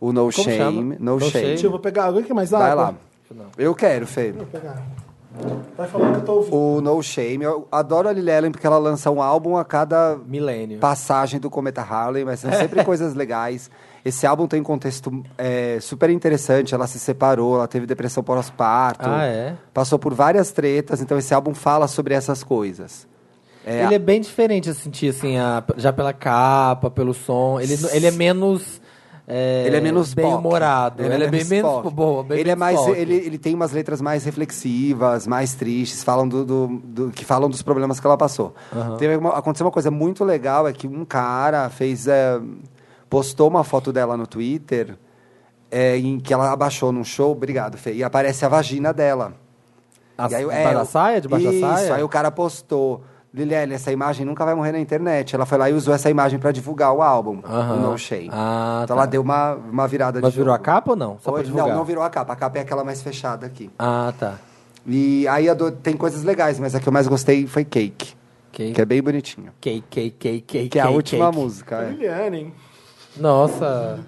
S3: o No Shame.
S2: chama?
S3: No,
S2: No
S3: Shame.
S2: Shame.
S1: Deixa Tipo, eu vou pegar água. Quer mais água?
S3: Vai lá. Eu quero, Fê.
S1: Vou pegar. Vai falar que eu tô ouvindo.
S3: O No Shame, eu adoro a Lily Allen porque ela lança um álbum a cada
S2: Milênio.
S3: tá- passagem do Cometa Harley, mas são sempre coisas legais. Esse álbum tem um contexto é, super interessante. Ela se separou, ela teve depressão pós-parto.
S2: Ah, é?
S3: Passou por várias tretas, então esse álbum fala sobre essas coisas. É,
S2: Ele é bem diferente, eu senti, assim, a- já pela capa, pelo som. Ele, ele é menos. É,
S3: Ele é menos
S2: bem
S3: pop.
S2: humorado. Ele, é bem menos
S3: pop.
S2: boa. Bem
S3: ele é
S2: menos
S3: mais,
S2: pop.
S3: ele, ele tem umas letras mais reflexivas, mais tristes, falam do, do- do- que falam dos problemas que ela passou. Teve uma- aconteceu uma coisa muito legal é que um cara fez é, postou uma foto dela no Twitter é, em que ela abaixou num show, obrigado, Fê, e aparece a vagina dela.
S2: A-
S3: E aí, é
S2: debaixo da saia? Debaixo
S3: isso,
S2: da saia?
S3: aí o cara postou. Liliane, essa imagem nunca vai morrer na internet. Ela foi lá e usou essa imagem pra divulgar o álbum,
S2: Aham.
S3: o No Shame.
S2: Ah,
S3: então
S2: tá.
S3: ela deu uma, uma virada
S2: Mas
S3: de
S2: virou a
S3: jogo.
S2: capa ou não? Só pra
S3: Oi,
S2: divulgar.
S3: Não, não virou a capa. A capa é aquela mais fechada aqui.
S2: Ah, tá.
S3: E aí a do- tem coisas legais, mas a que eu mais gostei foi Cake,
S2: Cake,
S3: que é bem bonitinho.
S2: cake, cake, cake, cake.
S3: Que é a
S2: cake,
S3: última
S2: cake.
S3: música. é.
S1: Liliane, hein?
S2: Nossa.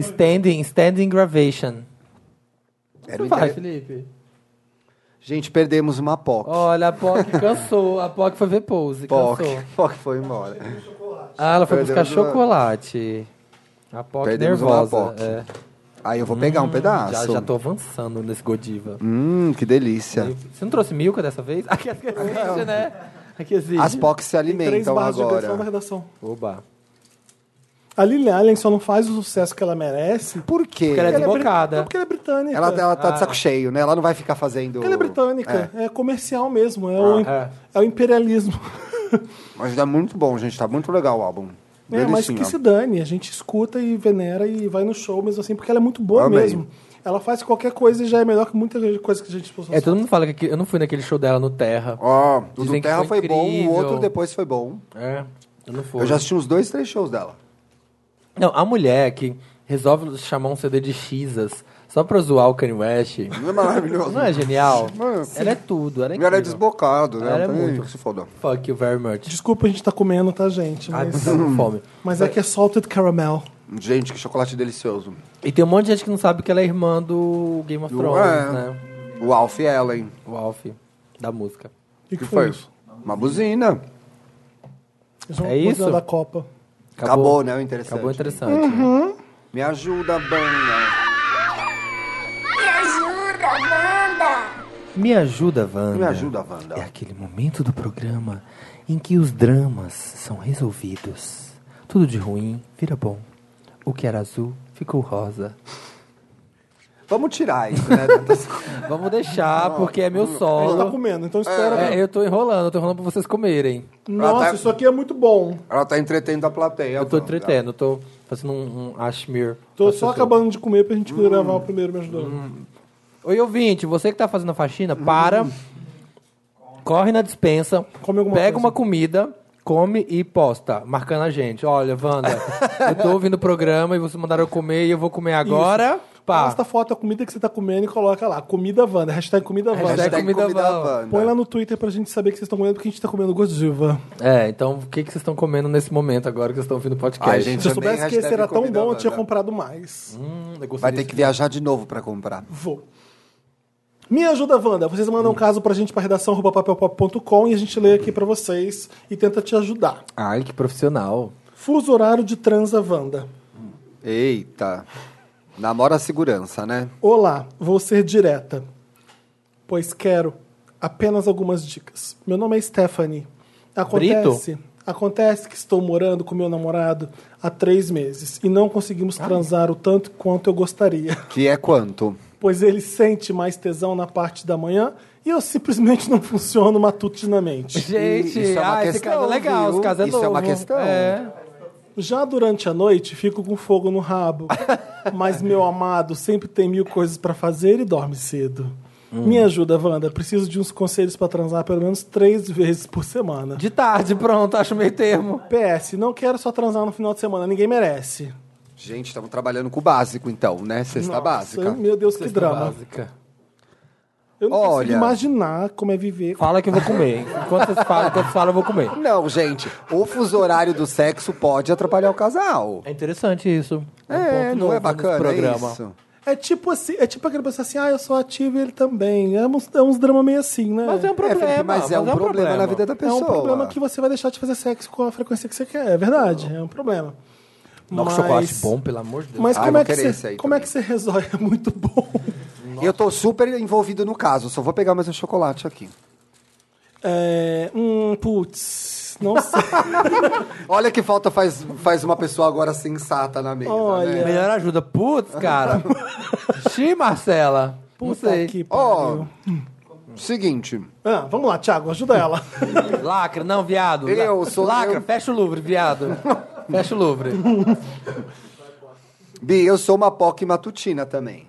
S2: Standing, standing gravation.
S3: Era o
S2: Vai,
S3: inter-
S2: Felipe.
S3: Gente, perdemos uma POC.
S2: Olha, a POC cansou. A POC foi ver pose.
S3: POC.
S2: Cansou.
S3: POC foi embora.
S2: Ah, ela foi
S3: Perdemos
S2: buscar
S3: uma-
S2: chocolate. A POC
S3: Perdemos uma
S2: nervosa.
S3: POC.
S2: é.
S3: Aí eu vou pegar um pedaço.
S2: Hum, Já, já tô avançando nesse Godiva.
S3: Hum, que delícia.
S2: Você não trouxe Milka dessa vez? Aqui que existe, né? Aqui existe.
S3: As POCs se
S1: Três
S3: alimentam
S1: barras de agressão na
S3: então, agora.
S1: redação.
S2: Oba.
S1: A Liliane só não faz o sucesso que ela merece.
S3: Por quê?
S2: Porque ela é Ah.
S1: bri-
S2: desbocada.
S1: Não, porque ela é britânica.
S3: Ela, ela tá de saco cheio, né? Ela não vai ficar fazendo...
S1: Porque ela é britânica. É, comercial mesmo. É,
S3: Ah.
S1: o, im-
S2: é.
S1: é o imperialismo.
S3: Mas tá muito bom, gente. Tá muito legal o álbum.
S1: É, mas
S3: Delicinho.
S1: que se dane. A gente escuta e venera e vai no show mesmo assim, porque ela é muito boa
S3: Amei.
S1: mesmo. Ela faz qualquer coisa e já é melhor que muita coisa que a gente
S2: É, todo mundo fala que aqui- eu não fui naquele show dela no Terra.
S3: Ó, o
S2: Dizem
S3: do
S2: que
S3: Terra
S2: foi
S3: foi, bom, o
S2: incrível.
S3: outro depois foi bom.
S2: É, eu não fui.
S3: Eu já assisti uns dois, três shows dela.
S2: Não, a mulher que resolve chamar um CD de Xas só pra zoar o Kanye West.
S3: Não é maravilhoso?
S2: Não é genial?
S3: Mano,
S2: ela é tudo, ela é
S3: Ele era
S2: incrível.
S3: desbocado, né?
S2: Ela é
S3: Não tem
S2: muito.
S3: que se foda.
S2: Fuck you very much.
S1: Desculpa, a gente tá comendo, tá, gente?
S2: Ai,
S1: Mas,
S2: tá com fome.
S1: mas é que é salted caramel.
S3: Gente, que chocolate delicioso.
S2: E tem um monte de gente que não sabe que ela é irmã do Game of
S3: Do-
S2: Thrones,
S3: é.
S2: né?
S3: O Alf Ellen.
S2: O Alf, da música.
S1: O que, que foi isso?
S3: Uma buzina.
S1: Eles vão
S2: É isso?
S1: cuidar um da Copa.
S3: Acabou, né? O interessante.
S2: Acabou interessante.
S3: Uhum.
S2: né?
S3: Me ajuda, banda.
S5: Me ajuda, banda!
S8: Me ajuda, Wanda.
S3: Me ajuda, Wanda.
S8: É aquele momento do programa em que os dramas são resolvidos. Tudo de ruim vira bom. O que era azul ficou rosa.
S3: Vamos tirar isso, né? Tantas coisas.
S8: Vamos deixar, porque é meu
S1: A gente tá
S8: solo.
S1: comendo, então espera.
S2: É, Ah, eu tô enrolando, eu tô enrolando pra vocês comerem.
S1: Nossa,
S3: Ela tá-
S1: isso aqui é muito bom.
S3: Ela tá entretendo a plateia.
S2: Eu tô
S3: Wanda.
S2: entretendo, eu tô fazendo um, um Ashmir.
S1: Tô
S2: Faço
S1: só
S2: isso.
S1: acabando de comer pra gente gravar o primeiro me ajudou.
S2: Oi, ouvinte, você que tá fazendo a faxina, para, corre na dispensa,
S1: Come alguma
S2: pega
S1: coisa.
S2: uma comida, come e posta, marcando a gente. Olha, Wanda, eu tô ouvindo o programa e vocês mandaram eu comer e eu vou comer agora. Pá.
S1: Posta a foto da comida que você tá comendo e coloca lá. Comida Wanda, hashtag comida Wanda.
S2: Hashtag
S3: Hashtag
S2: comida
S3: comida
S2: Wanda.
S3: Wanda.
S1: Põe lá no Twitter pra gente saber que vocês estão comendo, porque a gente tá comendo Godiva.
S2: É, então o que, que vocês estão comendo nesse momento agora que vocês estão ouvindo o podcast?
S3: Ai, gente,
S1: Se eu
S3: Também
S1: soubesse que esse
S3: hashtag
S1: era tão
S3: comida
S1: bom, eu tinha
S3: Wanda.
S1: comprado mais.
S2: Hum, eu gostei
S3: Vai ter
S2: disso.
S3: que viajar de novo pra comprar.
S1: Vou. Me ajuda, Wanda. Vocês mandam um caso pra gente pra redação arroba papelpop.com e a gente lê aqui pra vocês e tenta te ajudar.
S2: Ai, que profissional.
S1: Fuso horário de transa, Wanda.
S3: Eita. Namora a segurança, né?
S1: Olá, vou ser direta, pois quero apenas algumas dicas. Meu nome é Stephanie. Acontece, acontece que estou morando com meu namorado há três meses e não conseguimos transar o tanto quanto eu gostaria,
S3: Que é quanto?
S1: pois ele sente mais tesão na parte da manhã e eu simplesmente não funciono matutinamente.
S2: Gente,
S3: isso é uma
S2: ah, esse
S3: questão,
S2: caso é legal,
S3: viu?
S2: esse caso é
S3: Isso é
S2: novo.
S3: uma questão.
S2: É.
S1: Já durante a noite fico com fogo no rabo, mas meu amado sempre tem mil coisas pra fazer e dorme cedo.
S2: Hum.
S1: Me ajuda, Wanda. Preciso de uns conselhos pra transar pelo menos três vezes por semana.
S2: De tarde, pronto, acho meio termo.
S1: PS, não quero só transar no final de semana, ninguém merece.
S3: Gente, estamos trabalhando com o básico, então, né?
S2: Tá
S3: Cesta
S1: Nossa,
S3: básica.
S1: Meu Deus, que drama.
S2: Básica.
S1: Eu não
S3: Olha.
S1: consigo imaginar como é viver.
S2: Fala que eu vou comer. hein? Enquanto vocês falam, enquanto vocês falam, eu vou comer.
S3: Não, gente, o fuso horário do sexo pode atrapalhar o casal.
S2: É interessante isso. um
S3: É,
S2: ponto
S3: não é
S2: novo nesse
S3: bacana
S2: programa.
S3: isso.
S1: É tipo assim, é tipo aquele pessoa assim, ah, eu sou ativo e ele também. É uns, é uns drama meio assim, né?
S2: Mas é um problema.
S3: é, Felipe, mas é um problema, na vida da
S1: É
S3: pessoa.
S1: um problema que você vai deixar de fazer sexo com a frequência que você quer. É verdade, é um problema.
S2: Nossa,
S1: Mas-
S2: chocolate bom, pelo amor de Deus.
S1: Mas
S3: Ah,
S1: como,
S3: vou
S1: é que,
S3: querer
S1: você,
S3: esse aí
S1: como é que
S3: também.
S1: você resolve? É muito bom.
S3: Eu tô super envolvido no caso, só vou pegar mais um chocolate aqui.
S1: É, hum, putz, não sei.
S3: Olha que falta faz, faz uma pessoa agora sensata na mesa,
S1: Olha.
S3: né?
S2: É. Melhor ajuda. Putz, cara. Xi, Marcela. Não
S1: Puta
S2: sei.
S1: que
S3: Ó,
S1: pariu.
S3: seguinte,
S1: Ah, vamos lá, Thiago, ajuda ela.
S2: Lacra, não, viado.
S3: Eu sou-
S2: Lacra,
S3: eu-
S2: fecha o Louvre, viado. Fecha o Louvre.
S3: Bi, eu sou uma POC matutina também.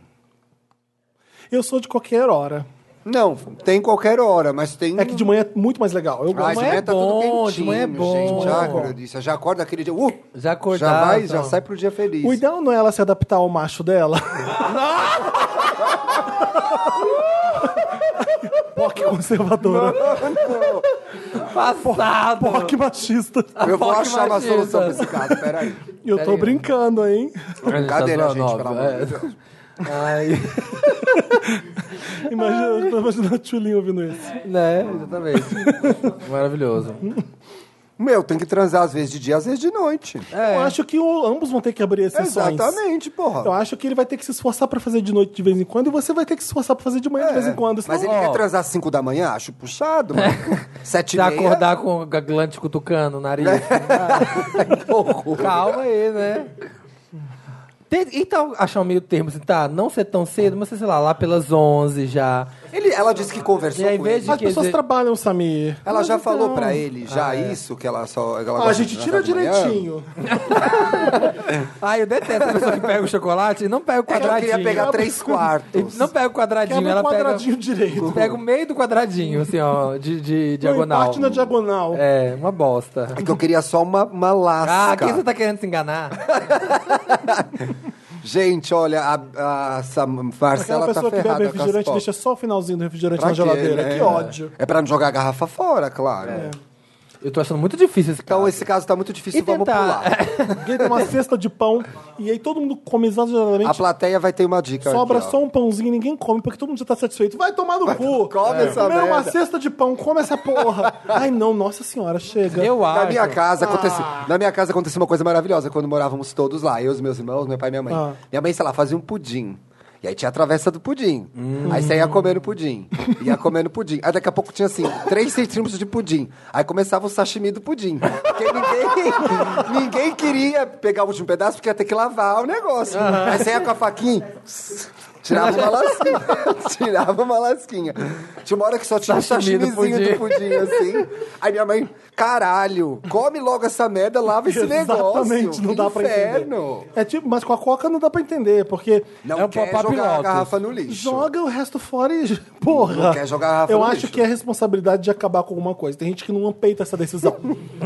S1: Eu sou de qualquer hora.
S3: Não, tem qualquer hora, mas tem...
S1: É que de manhã é muito mais legal. Eu
S3: Ai,
S1: gosto.
S3: de
S2: manhã é
S3: manhã tá tudo
S2: bom, de
S3: quentinho,
S2: manhã é bom.
S3: gente. Ah,
S2: De
S3: Ai,
S2: manhã é bom.
S3: meu Deus, já acorda aquele dia... Uh,
S2: Já acordar.
S3: já vai, já
S2: então.
S3: sai pro dia feliz.
S1: O ideal não é ela se adaptar ao macho dela. Poc conservadora.
S2: Passado.
S1: Poc machista.
S3: Eu vou
S2: POC
S3: achar uma
S2: machista.
S3: solução pra esse caso, peraí.
S1: Eu tô
S2: Peraí.
S1: brincando, hein?
S3: Brincadeira,
S2: Tá
S3: gente, pelo
S2: nova,
S3: amor
S2: é.
S3: de Deus.
S2: Ai,
S1: Imagina, eu tô imaginando a Tchulin ouvindo isso.
S2: né? Exatamente. Maravilhoso.
S3: Meu, tem que transar às vezes de dia, às vezes de noite.
S1: Eu acho que o- ambos vão ter que abrir exceções.
S3: É. Exatamente, porra.
S2: Então,
S1: Eu acho que ele vai ter que se esforçar pra fazer de noite de vez em quando e você vai ter que se esforçar pra fazer de manhã de vez em quando.
S3: É, Mas ele
S1: senão-
S3: quer transar às 5 da manhã? Acho puxado, mano. Sete e
S2: Já
S3: meia?
S2: acordar com o gaglante cutucando o nariz. É. Calma aí, né? Tem- Então, achar um meio termo, assim, tá? Não ser tão cedo, mas sei lá, lá pelas 11 já.
S3: Ele, ela disse que É, conversou
S2: E aí,
S3: com
S2: veja
S3: ele.
S1: As
S2: quer
S1: pessoas
S2: dizer-
S1: trabalham, Samir.
S3: Ela já
S2: então.
S3: falou pra ele,
S2: Ah,
S3: já
S2: é.
S3: isso, que ela só... Ela
S1: Ah,
S3: gosta
S1: a
S3: de
S1: gente tira
S3: transar de manhã?
S1: direitinho.
S2: Ai, Ah, eu detesto a pessoa que pega o chocolate e não pega o
S3: É que eu
S2: quadradinho.
S3: queria pegar três quartos.
S2: Não pega o quadradinho,
S1: Quebra
S2: ela
S1: o quadradinho
S2: pega.
S1: direito.
S2: Pega o meio do quadradinho, assim, ó, de, de diagonal.
S1: Parte na diagonal.
S2: É, uma bosta.
S3: É que eu queria só uma, uma lasca.
S2: Ah, quem você tá querendo se enganar? tá-
S3: Gente, olha, a, a essa
S1: Aquela
S3: Marcela tá
S1: pessoa que bebe
S3: ferrada com as
S1: refrigerante
S3: fotos.
S1: deixa só o finalzinho do refrigerante
S3: Pra
S1: na
S3: quê,
S1: geladeira.
S3: né?
S1: Que ódio. É.
S3: É pra não jogar a garrafa fora, claro.
S2: Eu tô achando muito difícil esse
S3: Então
S2: caso.
S3: esse caso tá muito difícil,
S2: E
S3: vamos
S2: tentar.
S3: pular.
S1: Ninguém tem uma cesta de pão e aí todo mundo come
S3: A
S1: exageradamente.
S3: plateia vai ter uma dica.
S1: Sobra
S3: Então, aqui, ó.
S1: só um pãozinho e ninguém come, porque todo mundo já tá satisfeito. Vai tomar no cu.
S3: come essa
S1: Primeiro uma
S3: merda.
S1: cesta de pão, come essa porra. Ai não, nossa senhora, chega.
S2: Eu
S3: Na
S2: acho.
S3: minha casa aconteceu. Na minha casa aconteceu uma coisa maravilhosa quando morávamos todos lá, eu, os meus irmãos, meu pai e minha mãe.
S1: Ah.
S3: Minha mãe, sei lá, fazia um pudim. E aí tinha a travessa do pudim. Aí você ia comendo pudim. Ia comendo pudim. Aí daqui a pouco tinha assim, três centímetros de pudim. Aí começava o sashimi do pudim. Porque ninguém, ninguém queria pegar o último pedaço porque ia ter que lavar o negócio. Aí você ia com a faquinha. Tirava uma lasquinha. tirava uma lasquinha. Tinha uma hora que só tinha um
S2: Sashimi do
S3: sashimizinho do pudim.
S2: pudim.
S3: assim. Aí minha mãe, caralho, come logo essa merda, lava esse negócio.
S1: Exatamente, não
S3: Que
S1: dá pra
S3: inferno.
S1: entender. É tipo, mas com a Coca não dá pra entender, porque
S3: Não
S2: É um
S3: quer
S2: pop-up
S3: jogar a
S2: Lotus.
S3: garrafa no lixo.
S1: joga o resto fora e. Porra!
S3: Não quer jogar a garrafa
S1: Eu
S3: no
S1: acho
S3: lixo.
S1: que é responsabilidade de acabar com alguma coisa. Tem gente que não peita essa decisão.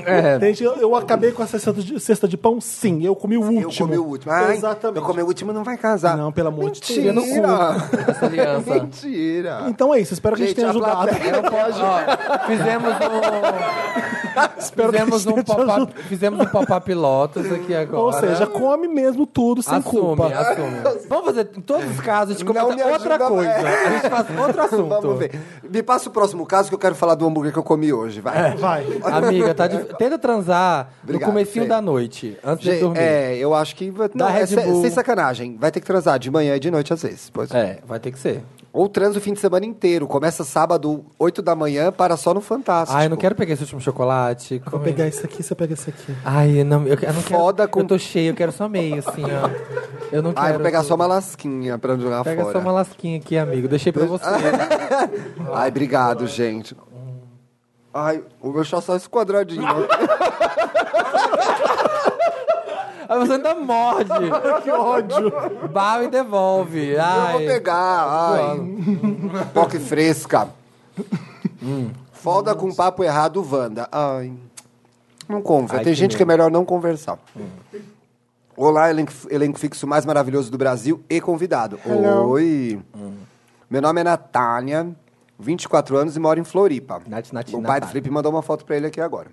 S3: É.
S1: Tem gente, eu, eu acabei com essa cesta de, cesta de pão, sim. Eu comi o último.
S3: Eu comi o último. Ai,
S1: Exatamente.
S3: Eu comi o último não vai casar.
S1: Não, pelo amor de Deus. No
S3: Mentira.
S2: Essa aliança.
S3: Mentira.
S1: Então é isso, espero que
S3: Gente,
S1: a gente tenha
S3: a
S1: ajudado.
S3: plateia-
S2: Não pode. Ó, fizemos um.
S1: Espero que a
S2: fizemos,
S1: gente
S2: um
S1: tenha te ajudado.
S2: pop-up, fizemos um pop-up Lotus aqui agora.
S1: Ou seja, come mesmo tudo sem
S2: assume,
S1: culpa.
S2: assume. Vamos fazer em todos os casos, a gente
S3: Não me
S2: comenta outra
S3: ajuda,
S2: coisa.
S3: é.
S2: A gente faz outro assunto.
S3: Vamos ver. Me passa o próximo caso que eu quero falar do hambúrguer que eu comi hoje,
S1: É,
S3: vai.
S1: Vai.
S2: Amiga, tá dif- tenta transar
S3: É. Obrigado,
S2: no comecinho
S3: Fê.
S2: da noite, antes de
S3: Gente,
S2: dormir.
S3: é, eu acho que. Não,
S2: Red
S3: é, se-
S2: Bull.
S3: sem sacanagem. Vai ter que transar de manhã e de noite às vezes. Pois.
S2: É, vai ter que ser.
S3: Ou transa o fim de semana inteiro. Começa sábado, 8 da manhã, para só no Fantástico.
S2: Ai, eu não quero pegar esse último chocolate.
S1: Vou
S2: Come-
S1: pegar isso aqui, você pega isso aqui.
S2: Ai, eu não, eu, eu não quero.
S3: Foda com-
S2: Eu tô cheio, eu quero só meio, assim, ó. Eu não quero.
S3: Ai, vou pegar só uma lasquinha pra jogar
S2: Pega
S3: fora.
S2: só uma lasquinha aqui, amigo. Deixei pra você.
S3: Ai, obrigado, gente. Ai, o meu chá só é esse quadradinho.
S2: Aí você ainda morde. que ódio. Bala e devolve.
S3: Eu
S2: Ai.
S3: vou pegar,
S2: tá
S3: ai. Poque fresca. Foda com papo errado, Wanda. Ai. Não conversa.
S2: Ai,
S3: Tem
S2: que Hum.
S3: gente que é
S2: medo.
S3: melhor não conversar. Olá, elenco, elenco fixo mais maravilhoso do Brasil e convidado. Oi.
S2: Hum.
S3: Meu nome é Natália, 24 anos e moro em Floripa.
S2: Nath, Nath,
S3: Meu pai
S2: Natália.
S3: do Felipe mandou uma foto pra ele aqui agora.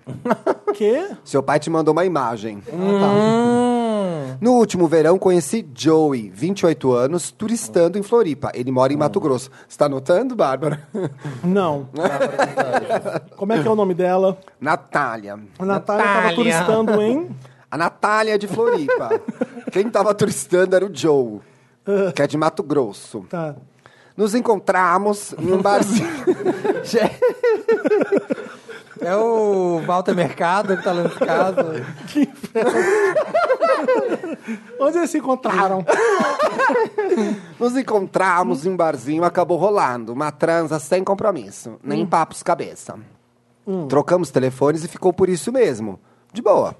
S1: Que?
S3: Seu pai te mandou uma imagem.
S1: Ah, tá.
S2: Hum.
S3: No último verão, conheci Joey, 28 anos, turistando em Floripa. Ele mora em Mato Grosso. Você tá notando, Bárbara?
S1: Não. Como é que é o nome dela?
S3: Natália.
S1: A Natália, estava tava turistando em.
S3: A Natália é de Floripa. Quem tava turistando era o Joe, que é de Mato Grosso.
S1: Tá.
S3: Nos encontramos em um barzinho.
S2: É o Walter Mercado que tá lendo esse caso.
S1: Onde eles se encontraram?
S3: Nos encontramos em um barzinho, acabou rolando. Uma transa sem compromisso,
S1: Hum.
S3: nem papos cabeça. Trocamos telefones e ficou por isso mesmo. De boa.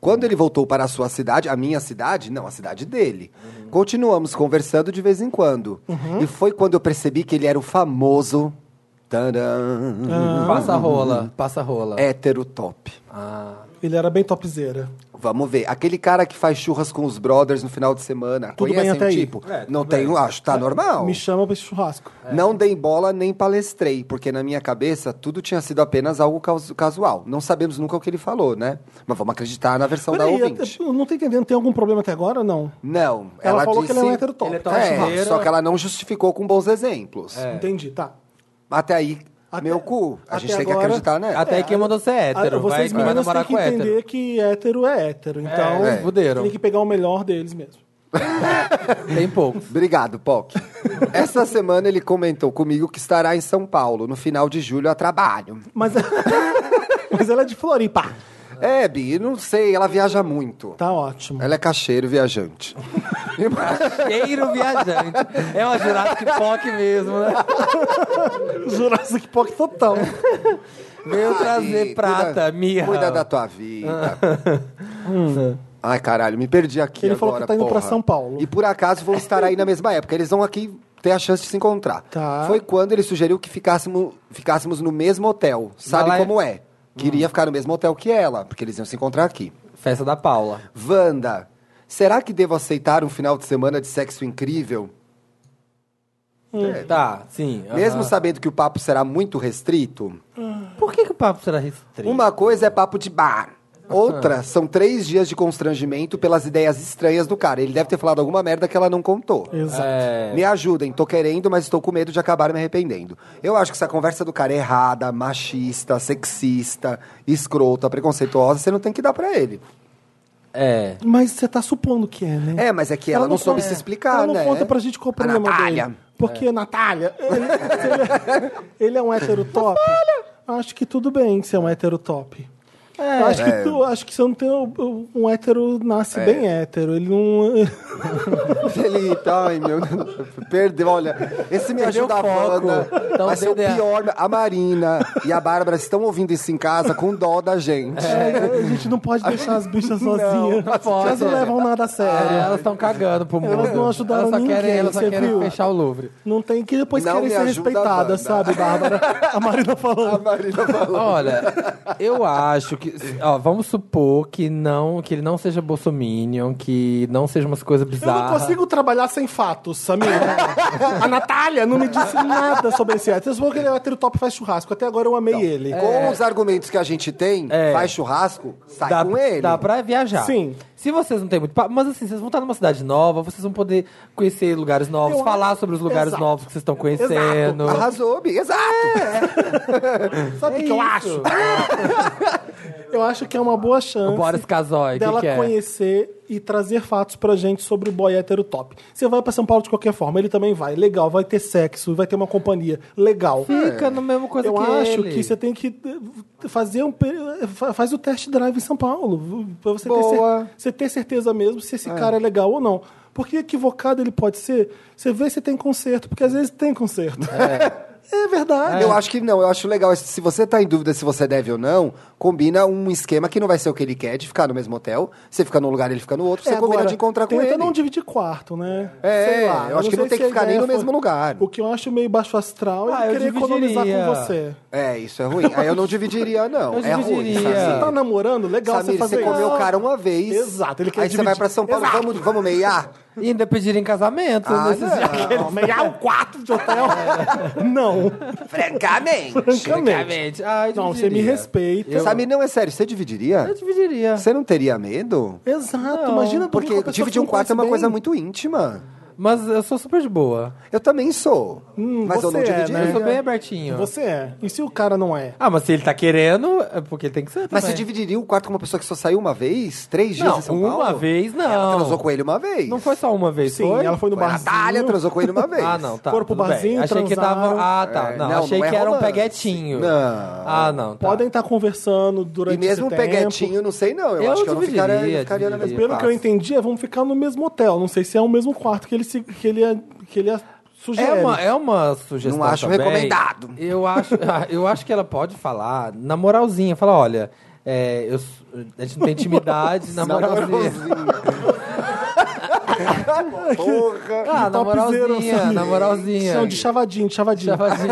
S3: Quando ele voltou para a sua cidade, a minha cidade, não, a cidade dele,
S1: Uhum.
S3: continuamos conversando de vez em quando. E foi quando eu percebi que ele era o famoso.
S1: Ah.
S3: Tadã,
S2: Passa rola, passa rola.
S3: hétero top.
S2: Ah.
S1: Ele era bem topzeira.
S3: Vamos ver. Aquele cara que faz churras com os brothers no final de semana.
S1: Tudo bem
S3: conhecem
S1: até
S3: o
S1: aí. É,
S3: tipo? não tem, acho, tá normal.
S1: Me chama pra esse churrasco.
S3: É. Não dei bola nem palestrei, porque na minha cabeça tudo tinha sido apenas algo caus- casual. Não sabemos nunca o que ele falou, né? Mas vamos acreditar na
S2: Então
S3: versão da
S1: Peraí,
S3: ouvinte.
S1: eu, eu não tô entendendo. Tem algum problema até agora ou não?
S3: Não,
S1: Ela
S3: ela,
S1: falou que
S3: disse...
S1: ele é um hétero top.
S2: Ele é top.
S3: É,
S2: Churrasqueira.
S3: só que ela não justificou com bons exemplos.
S2: É.
S1: Entendi, tá.
S3: Até aí,
S1: Até-
S3: meu cu. A
S1: até
S3: gente tem que
S1: agora-
S3: acreditar, né?
S2: É, Até quem mandou ser hétero.
S1: Ah, Vocês
S2: vai,
S1: meninas têm
S2: vai namorar
S1: que
S2: com hétero.
S1: entender que hétero é hétero. Então,
S2: é. Fuderam.
S1: tem que pegar o melhor deles mesmo.
S2: Tem poucos.
S3: Obrigado, Poc. Essa semana ele comentou comigo que estará em São Paulo no final de julho a trabalho.
S1: Mas, mas ela é de Floripa.
S3: É, Bi, não sei, ela viaja muito.
S1: Tá ótimo.
S3: Ela é cacheiro viajante.
S2: Cheiro viajante. É uma Jurassic Park mesmo, né?
S1: Jurassic Park total.
S2: Veio trazer
S3: Ai,
S2: prata,
S3: cuida,
S2: mirra.
S3: Cuida da tua vida. Ai, caralho, me perdi aqui
S1: Ele
S3: agora,
S1: falou que tá indo
S3: porra.
S1: pra São Paulo.
S3: E por acaso vão estar aí na mesma época. Eles vão aqui ter a chance de se encontrar.
S1: Tá.
S3: Foi quando ele sugeriu que ficássemos, ficássemos no mesmo hotel. Sabe
S2: Vai lá- Hum.
S3: como é? Queria ficar no mesmo hotel que ela, porque eles iam se encontrar aqui.
S2: Festa da Paula.
S3: Wanda, será que devo aceitar um final de semana de sexo incrível?
S1: Hum.
S2: Tá, sim. aham.
S3: É. Mesmo sabendo que o papo será muito restrito?
S2: Por que, que o papo será restrito?
S3: Uma coisa é papo de bar.
S1: Ah.
S3: Outra são três dias de constrangimento pelas ideias estranhas do cara. Ele deve ter falado alguma merda que ela não contou.
S1: Exato.
S2: É,
S3: Me ajudem, tô querendo, mas estou com medo de acabar me arrependendo. Eu acho que essa conversa do cara é errada, machista, sexista, escrota, preconceituosa, você não tem que dar pra ele.
S2: É.
S1: Mas você tá supondo que é, né?
S3: É, mas é que ela, não, soube
S1: conta-
S3: se explicar,
S1: ela não
S3: né?
S1: conta pra gente qual é o
S3: A
S1: problema
S3: Natália. É.
S1: dele. Porque Natália, ele, ele- ele é um hétero top. Acho que tudo bem ser um hétero top. acho, que
S3: É.
S1: tu, acho que se eu não tenho. Um hétero nasce bem hétero. Ele não.
S3: Felipe, tá, ai meu Deus. Perdeu, olha. Esse me
S9: Perdeu
S3: ajuda
S9: o foco.
S3: Wanda.
S9: Tá
S3: Vai ser o
S9: entendendo?
S3: pior. A Marina e a Bárbara estão ouvindo isso em casa com dó da gente.
S1: É, a gente não pode deixar as bichas sozinhas.
S9: não pode.
S1: Elas não levam nada a sério.
S9: É, elas estão cagando pro mundo.
S1: Elas não ajudaram
S9: elas só Querem,
S1: ninguém,
S9: elas só
S1: você
S9: querem
S1: viu?
S9: fechar o Louvre.
S1: Não tem que depois
S3: Não
S1: querer
S3: me
S1: ser
S3: ajuda, Wanda.
S1: respeitada, sabe, Bárbara? A Marina
S3: A
S1: falou.
S3: Marina falou.
S2: Olha, eu acho que. Ó, vamos supor que não, que ele não seja Bolsominion, que não seja umas coisas
S1: Eu não
S2: bizarras.
S3: Tá.
S1: consigo trabalhar sem fatos, Samir. a Natália não me disse nada sobre esse hétero. Você falou que ele é hétero top e faz churrasco. Até agora eu amei
S3: Então,
S1: ele.
S3: Com os argumentos que a gente tem,
S2: É.
S3: faz churrasco, sai
S2: dá,
S3: com ele.
S2: dá pra viajar.
S1: Sim.
S2: Se vocês não têm muito papo, mas assim, vocês vão estar numa cidade nova, vocês vão poder conhecer lugares novos,
S1: Eu-
S2: falar sobre os lugares
S1: Exato. Ah,
S2: novos que vocês estão conhecendo.
S3: Arrasou, Bi. Exato.
S1: Sabe o que
S3: É
S1: eu acho? Eu acho que é uma boa
S2: O
S1: chance
S2: Boris Casoy, o que,
S1: dela
S2: que é?
S1: conhecer e trazer fatos pra gente sobre o boy hétero top. Você vai pra São Paulo de qualquer forma, ele também vai. Legal, vai ter sexo, vai ter uma companhia. Legal.
S2: Fica na mesma coisa
S1: Eu
S2: que
S1: acho
S2: ele.
S1: que você tem que eh, fazer um. pe- fa- Faz o test drive em São Paulo. Pra você, ter,
S3: Boa.
S1: cer- você ter certeza mesmo se esse cara é legal ou não. Porque equivocado ele pode ser, você vê se tem conserto, porque às vezes tem conserto. É, verdade.
S3: Eu acho que não, eu acho legal. Se você tá em dúvida se você deve ou não, combina um esquema que não vai ser o que ele quer, de ficar no mesmo hotel. Você fica num lugar, ele fica no outro, você
S1: É,
S3: combina
S1: agora,
S3: de encontrar com
S1: tenta
S3: ele.
S1: não dividir quarto, né?
S3: É,
S1: Sei lá.
S3: eu acho que não
S1: sei
S3: tem
S1: se
S3: que
S1: a
S3: ficar nem
S1: ideia
S3: no mesmo
S1: foi-
S3: lugar.
S1: O que eu acho meio baixo astral é
S2: Ah, eu
S1: querer economizar
S2: dividiria.
S1: com você.
S3: É, isso é ruim. Aí eu não dividiria,
S2: Eu
S3: não. é
S2: dividiria.
S3: ruim. Samir.
S1: Você tá namorando? Legal
S3: Samir,
S1: você fazer
S3: você
S1: isso.
S3: comeu o cara uma vez.
S1: Exato, ele quer
S3: Aí você vai
S1: dividir.
S3: pra São Paulo,
S1: Exato.
S3: vamos, vamos meiar?
S2: E ainda pedirem casamento.
S3: Ah,
S2: nesses
S3: não.
S2: dias.
S1: Aquele
S3: Ah,
S1: meiar o quarto de hotel? Não,
S3: Francamente.
S1: francamente.
S2: Francamente. Ah, eu
S1: Não, você me
S2: dividiria.
S1: respeita.
S3: Samir, não, é sério, você dividiria?
S2: Eu dividiria.
S3: Você não teria medo?
S1: Exato, imagina dormir com
S3: Porque
S1: a pessoa que
S3: dividir
S1: não
S3: um quarto é uma
S1: conhece
S3: coisa
S1: bem.
S3: muito íntima.
S2: Mas eu sou super de boa.
S3: Eu também sou.
S1: Hum,
S3: mas eu
S1: você
S3: não
S1: é,
S3: dividiria.
S1: né?
S2: Eu sou bem abertinho.
S1: Você é. E se o cara não é?
S2: Ah, mas se ele tá querendo, é porque ele tem que ser.
S3: Mas você
S2: também.
S3: dividiria o quarto com uma pessoa que só saiu uma vez? Três dias
S2: Não,
S3: em São
S2: uma
S3: Paulo?
S2: vez não.
S3: Ela transou com ele uma vez.
S2: Não foi só uma vez,
S1: Sim,
S2: foi?
S1: ela foi no
S3: Foi a
S1: barzinho.
S3: Natália transou com ele uma vez.
S2: Ah, não, tá.
S1: Foram pro
S2: tudo bem.
S1: barzinho,
S2: Achei que tava.
S1: transaram.
S2: Ah, tá.
S3: É,
S2: Não,
S3: não,
S2: achei
S3: não é
S2: que era um
S3: romance.
S2: peguetinho.
S3: Não.
S2: Ah, não. Tá.
S1: Podem estar conversando durante
S3: E mesmo um
S1: esse tempo.
S3: peguetinho, não sei não. Eu,
S2: Eu
S3: acho que eu não
S2: dividiria,
S3: ficaria, eu ficaria na
S2: dividiria.
S3: mesma
S1: Pelo que eu
S3: classe.
S1: entendi, é, vamos ficar no mesmo hotel. Não sei se é o mesmo quarto que ele, se- que ele, é, que ele sugere.
S2: É uma, é uma sugestão.
S3: Não acho
S2: também.
S3: recomendado.
S2: Eu acho, ah, eu acho que ela pode falar, na moralzinha, falar: olha, é, eu s- a gente não tem intimidade, na moralzinha.
S3: Porra.
S2: Ah, na
S1: Topzera,
S2: moralzinha,
S1: sabe?
S2: na moralzinha.
S1: Não, assim. de chavadinho, de chavadinho.
S2: Chavadinho.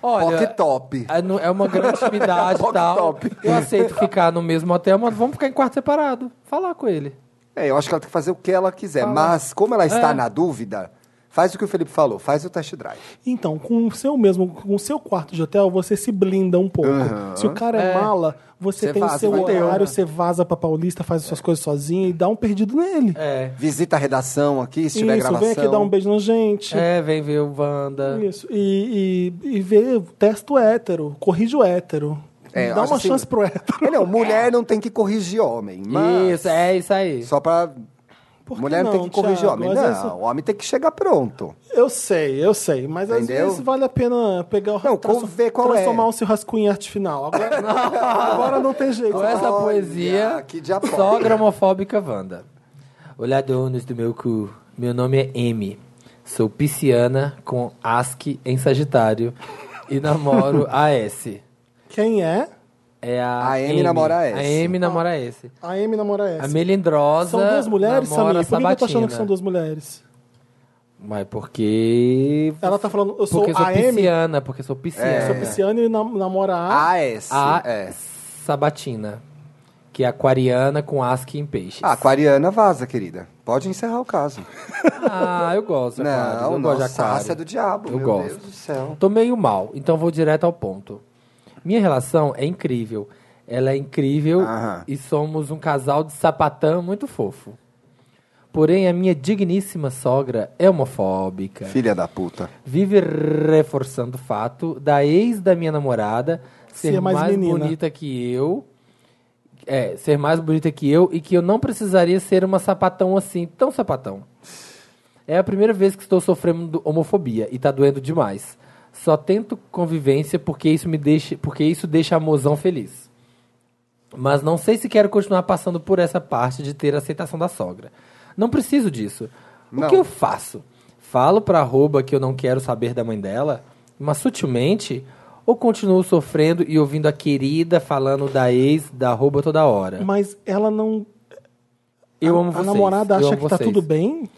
S3: Pocket
S2: Olha,
S3: top.
S2: é no- é uma grande intimidade e
S3: Pocket
S2: tal.
S3: top.
S2: Eu aceito ficar no mesmo hotel, mas vamos ficar em quarto separado. Falar com ele.
S3: É, eu acho que ela tem que fazer o que ela quiser. Mas, como ela está na dúvida, faz o que o Felipe falou. Faz o test drive.
S1: Então, com o seu mesmo, com o seu quarto de hotel, você se blinda um pouco. Se o cara é, mala, você
S3: Você
S1: tem
S3: vaza,
S1: o seu
S3: vai ter,
S1: horário,
S3: né?
S1: você vaza pra Paulista, faz as suas coisas sozinho e dá um perdido nele.
S2: É.
S3: Visita a redação aqui, se tiver
S1: Isso,
S3: gravação.
S1: vem aqui dar um beijo na gente.
S2: É, vem ver o Wanda.
S1: Isso. E, e, e vê, testa o hétero, corrige o hétero.
S3: É, eu
S1: dá
S3: acho
S1: uma
S3: assim-
S1: chance pro hétero.
S3: É, não, mulher não tem que corrigir homem. Mas...
S2: Isso, é isso aí.
S3: Só pra...
S1: Por que
S3: um mulher não, tem que corrigir
S1: Thiago?
S3: homem.
S1: Às
S3: Não,
S1: vezes-
S3: o homem tem que chegar pronto.
S1: eu sei, eu sei. Mas às
S3: Entendeu?
S1: vezes vale a pena pegar o
S3: Não,
S1: transfor-
S3: ver qual é.
S1: transformar o seu rascunho em arte final. Agora, agora não tem jeito.
S2: Com essa
S3: Olha,
S2: poesia,
S3: que diabo.
S2: só gramofóbica Wanda. Olhar donos do meu cu. Meu nome é M. Sou pisciana com ASCII em Sagitário e namoro a S.
S1: Quem é?
S2: É a,
S3: A M namora a S.
S2: A M namora a S.
S1: A M namora
S2: A
S1: essa.
S2: melindrosa.
S1: São duas mulheres,
S2: namora
S1: Samir? Por que que eu tô achando que
S2: Sabatina.
S1: são duas mulheres?
S2: Mas porque.
S1: Ela tá falando, eu sou
S2: porque sou
S1: a M, É,
S2: pisciana, porque sou pisciana.
S1: sou pisciana e nam- namora a.
S3: A S.
S2: A
S3: Ah, É.
S2: Sabatina. Que é aquariana com ASCII em peixes.
S1: Ah.
S3: A aquariana vaza, querida. Pode encerrar o caso.
S2: Ah, eu gosto de aquários.
S3: Não,
S2: eu
S3: nossa,
S2: gosto de aquário.
S3: raça é do diabo.
S2: Eu
S3: meu
S2: gosto.
S3: Deus do céu.
S2: Tô meio mal, então vou direto ao ponto. Minha relação é incrível. Ela é incrível
S3: Aham.
S2: e somos um casal de sapatão muito fofo. Porém, a minha digníssima sogra é homofóbica.
S3: Filha da puta.
S2: Vive reforçando o fato da ex da minha namorada ser
S1: Ser mais
S2: mais
S1: menina.
S2: bonita que eu, é, ser mais bonita que eu e que eu não precisaria ser uma sapatão assim, tão sapatão. É a primeira vez que estou sofrendo homofobia e tá doendo demais. Só tento convivência porque isso me deixa, porque isso deixa a mozão feliz. Mas não sei se quero continuar passando por essa parte de ter aceitação da sogra. Não preciso disso. O
S3: Não.
S2: que eu faço? Falo pra arroba que eu não quero saber da mãe dela, mas sutilmente, ou continuo sofrendo e ouvindo a querida falando da ex da arroba toda hora?
S1: Mas ela não.
S2: Eu
S1: a,
S2: amo
S1: a
S2: vocês.
S1: namorada
S2: eu
S1: acha
S2: amo
S1: que tá
S2: vocês.
S1: tudo bem?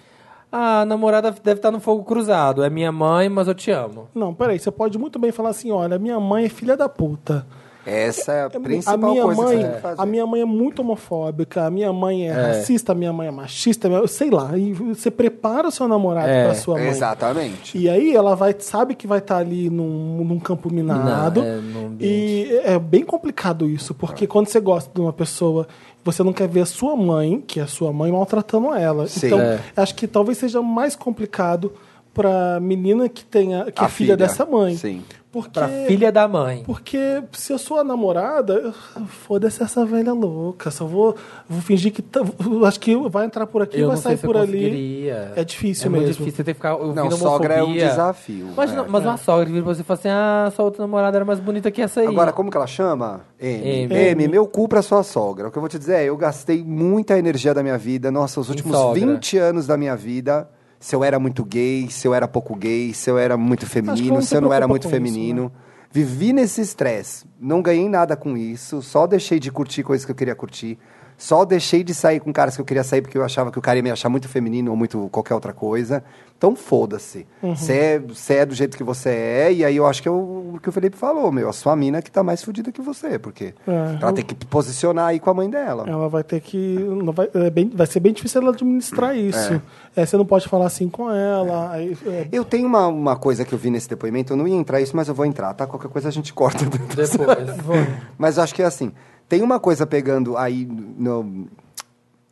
S2: Ah, a namorada deve estar no fogo cruzado. É minha mãe, mas eu te amo.
S1: Não, peraí, você pode muito bem falar assim: olha, minha mãe é filha da puta.
S3: Essa é a principal
S1: a minha
S3: coisa
S1: mãe,
S3: que você tem que fazer.
S1: A minha mãe é muito homofóbica, a minha mãe é, racista, a minha mãe é machista, eu sei lá. E você prepara o seu namorado
S2: É,
S1: pra sua mãe.
S3: Exatamente.
S1: E aí ela vai, sabe que vai estar ali num, num campo minado.
S2: Não, é, num ambiente.
S1: e é bem complicado isso, porque quando você gosta de uma pessoa, você não quer ver a sua mãe, que é a sua mãe, maltratando ela.
S3: Sim.
S1: Então,
S2: É.
S1: acho que talvez seja mais complicado pra menina que tenha que
S3: A
S1: é filha
S3: filha,
S1: dessa mãe.
S3: sim.
S1: Porque
S2: Pra filha da mãe.
S1: porque se eu sou a namorada, eu- foda-se essa velha louca. Só vou, vou fingir que. tá- acho que vai entrar por aqui,
S2: Eu
S1: vai
S2: não sei
S1: sair
S2: se
S1: por
S2: eu
S1: ali.
S2: conseguiria.
S1: É difícil
S2: é
S1: mesmo.
S2: Muito difícil você ter que ficar ouvindo
S3: Não,
S2: homofobia.
S3: sogra é um desafio,
S2: Mas,
S3: é.
S2: não- mas uma sogra que vira pra você e fala assim, ah, sua outra namorada era mais bonita que essa aí.
S3: Agora, como que ela chama? M.
S2: M.
S3: M. meu cu pra sua sogra. O que eu vou te dizer é, eu gastei muita energia da minha vida. Nossa, os últimos
S2: sogra.
S3: 20 anos da minha vida, se eu era muito gay, se eu era pouco gay, se eu era muito
S1: que ela
S3: feminino,
S1: não
S3: se
S1: se
S3: eu não era
S1: preocupa
S3: muito
S1: com isso,
S3: feminino. Vivi nesse estresse. Não ganhei nada com isso. Só deixei de curtir coisas que eu queria curtir. Só deixei de sair com caras que eu queria sair porque eu achava que o cara ia me achar muito feminino ou muito qualquer outra coisa. Então foda-se. Você é, cê é do jeito que você é. E aí eu acho que é o, o que o Felipe falou, meu. A sua mina que tá mais fodida que você. Porque
S1: É,
S3: ela
S1: eu-
S3: tem que posicionar aí com a mãe dela.
S2: Tá.
S1: Ela vai ter que. Não vai, é bem- vai ser bem difícil ela administrar isso. É, você não pode falar assim com ela. aí- é,
S3: Eu tenho uma, uma coisa que eu vi nesse depoimento, eu não ia entrar isso, mas eu vou entrar, tá? Qualquer coisa a gente corta.
S2: Depois.
S3: mas acho que é assim, tem uma coisa pegando aí no...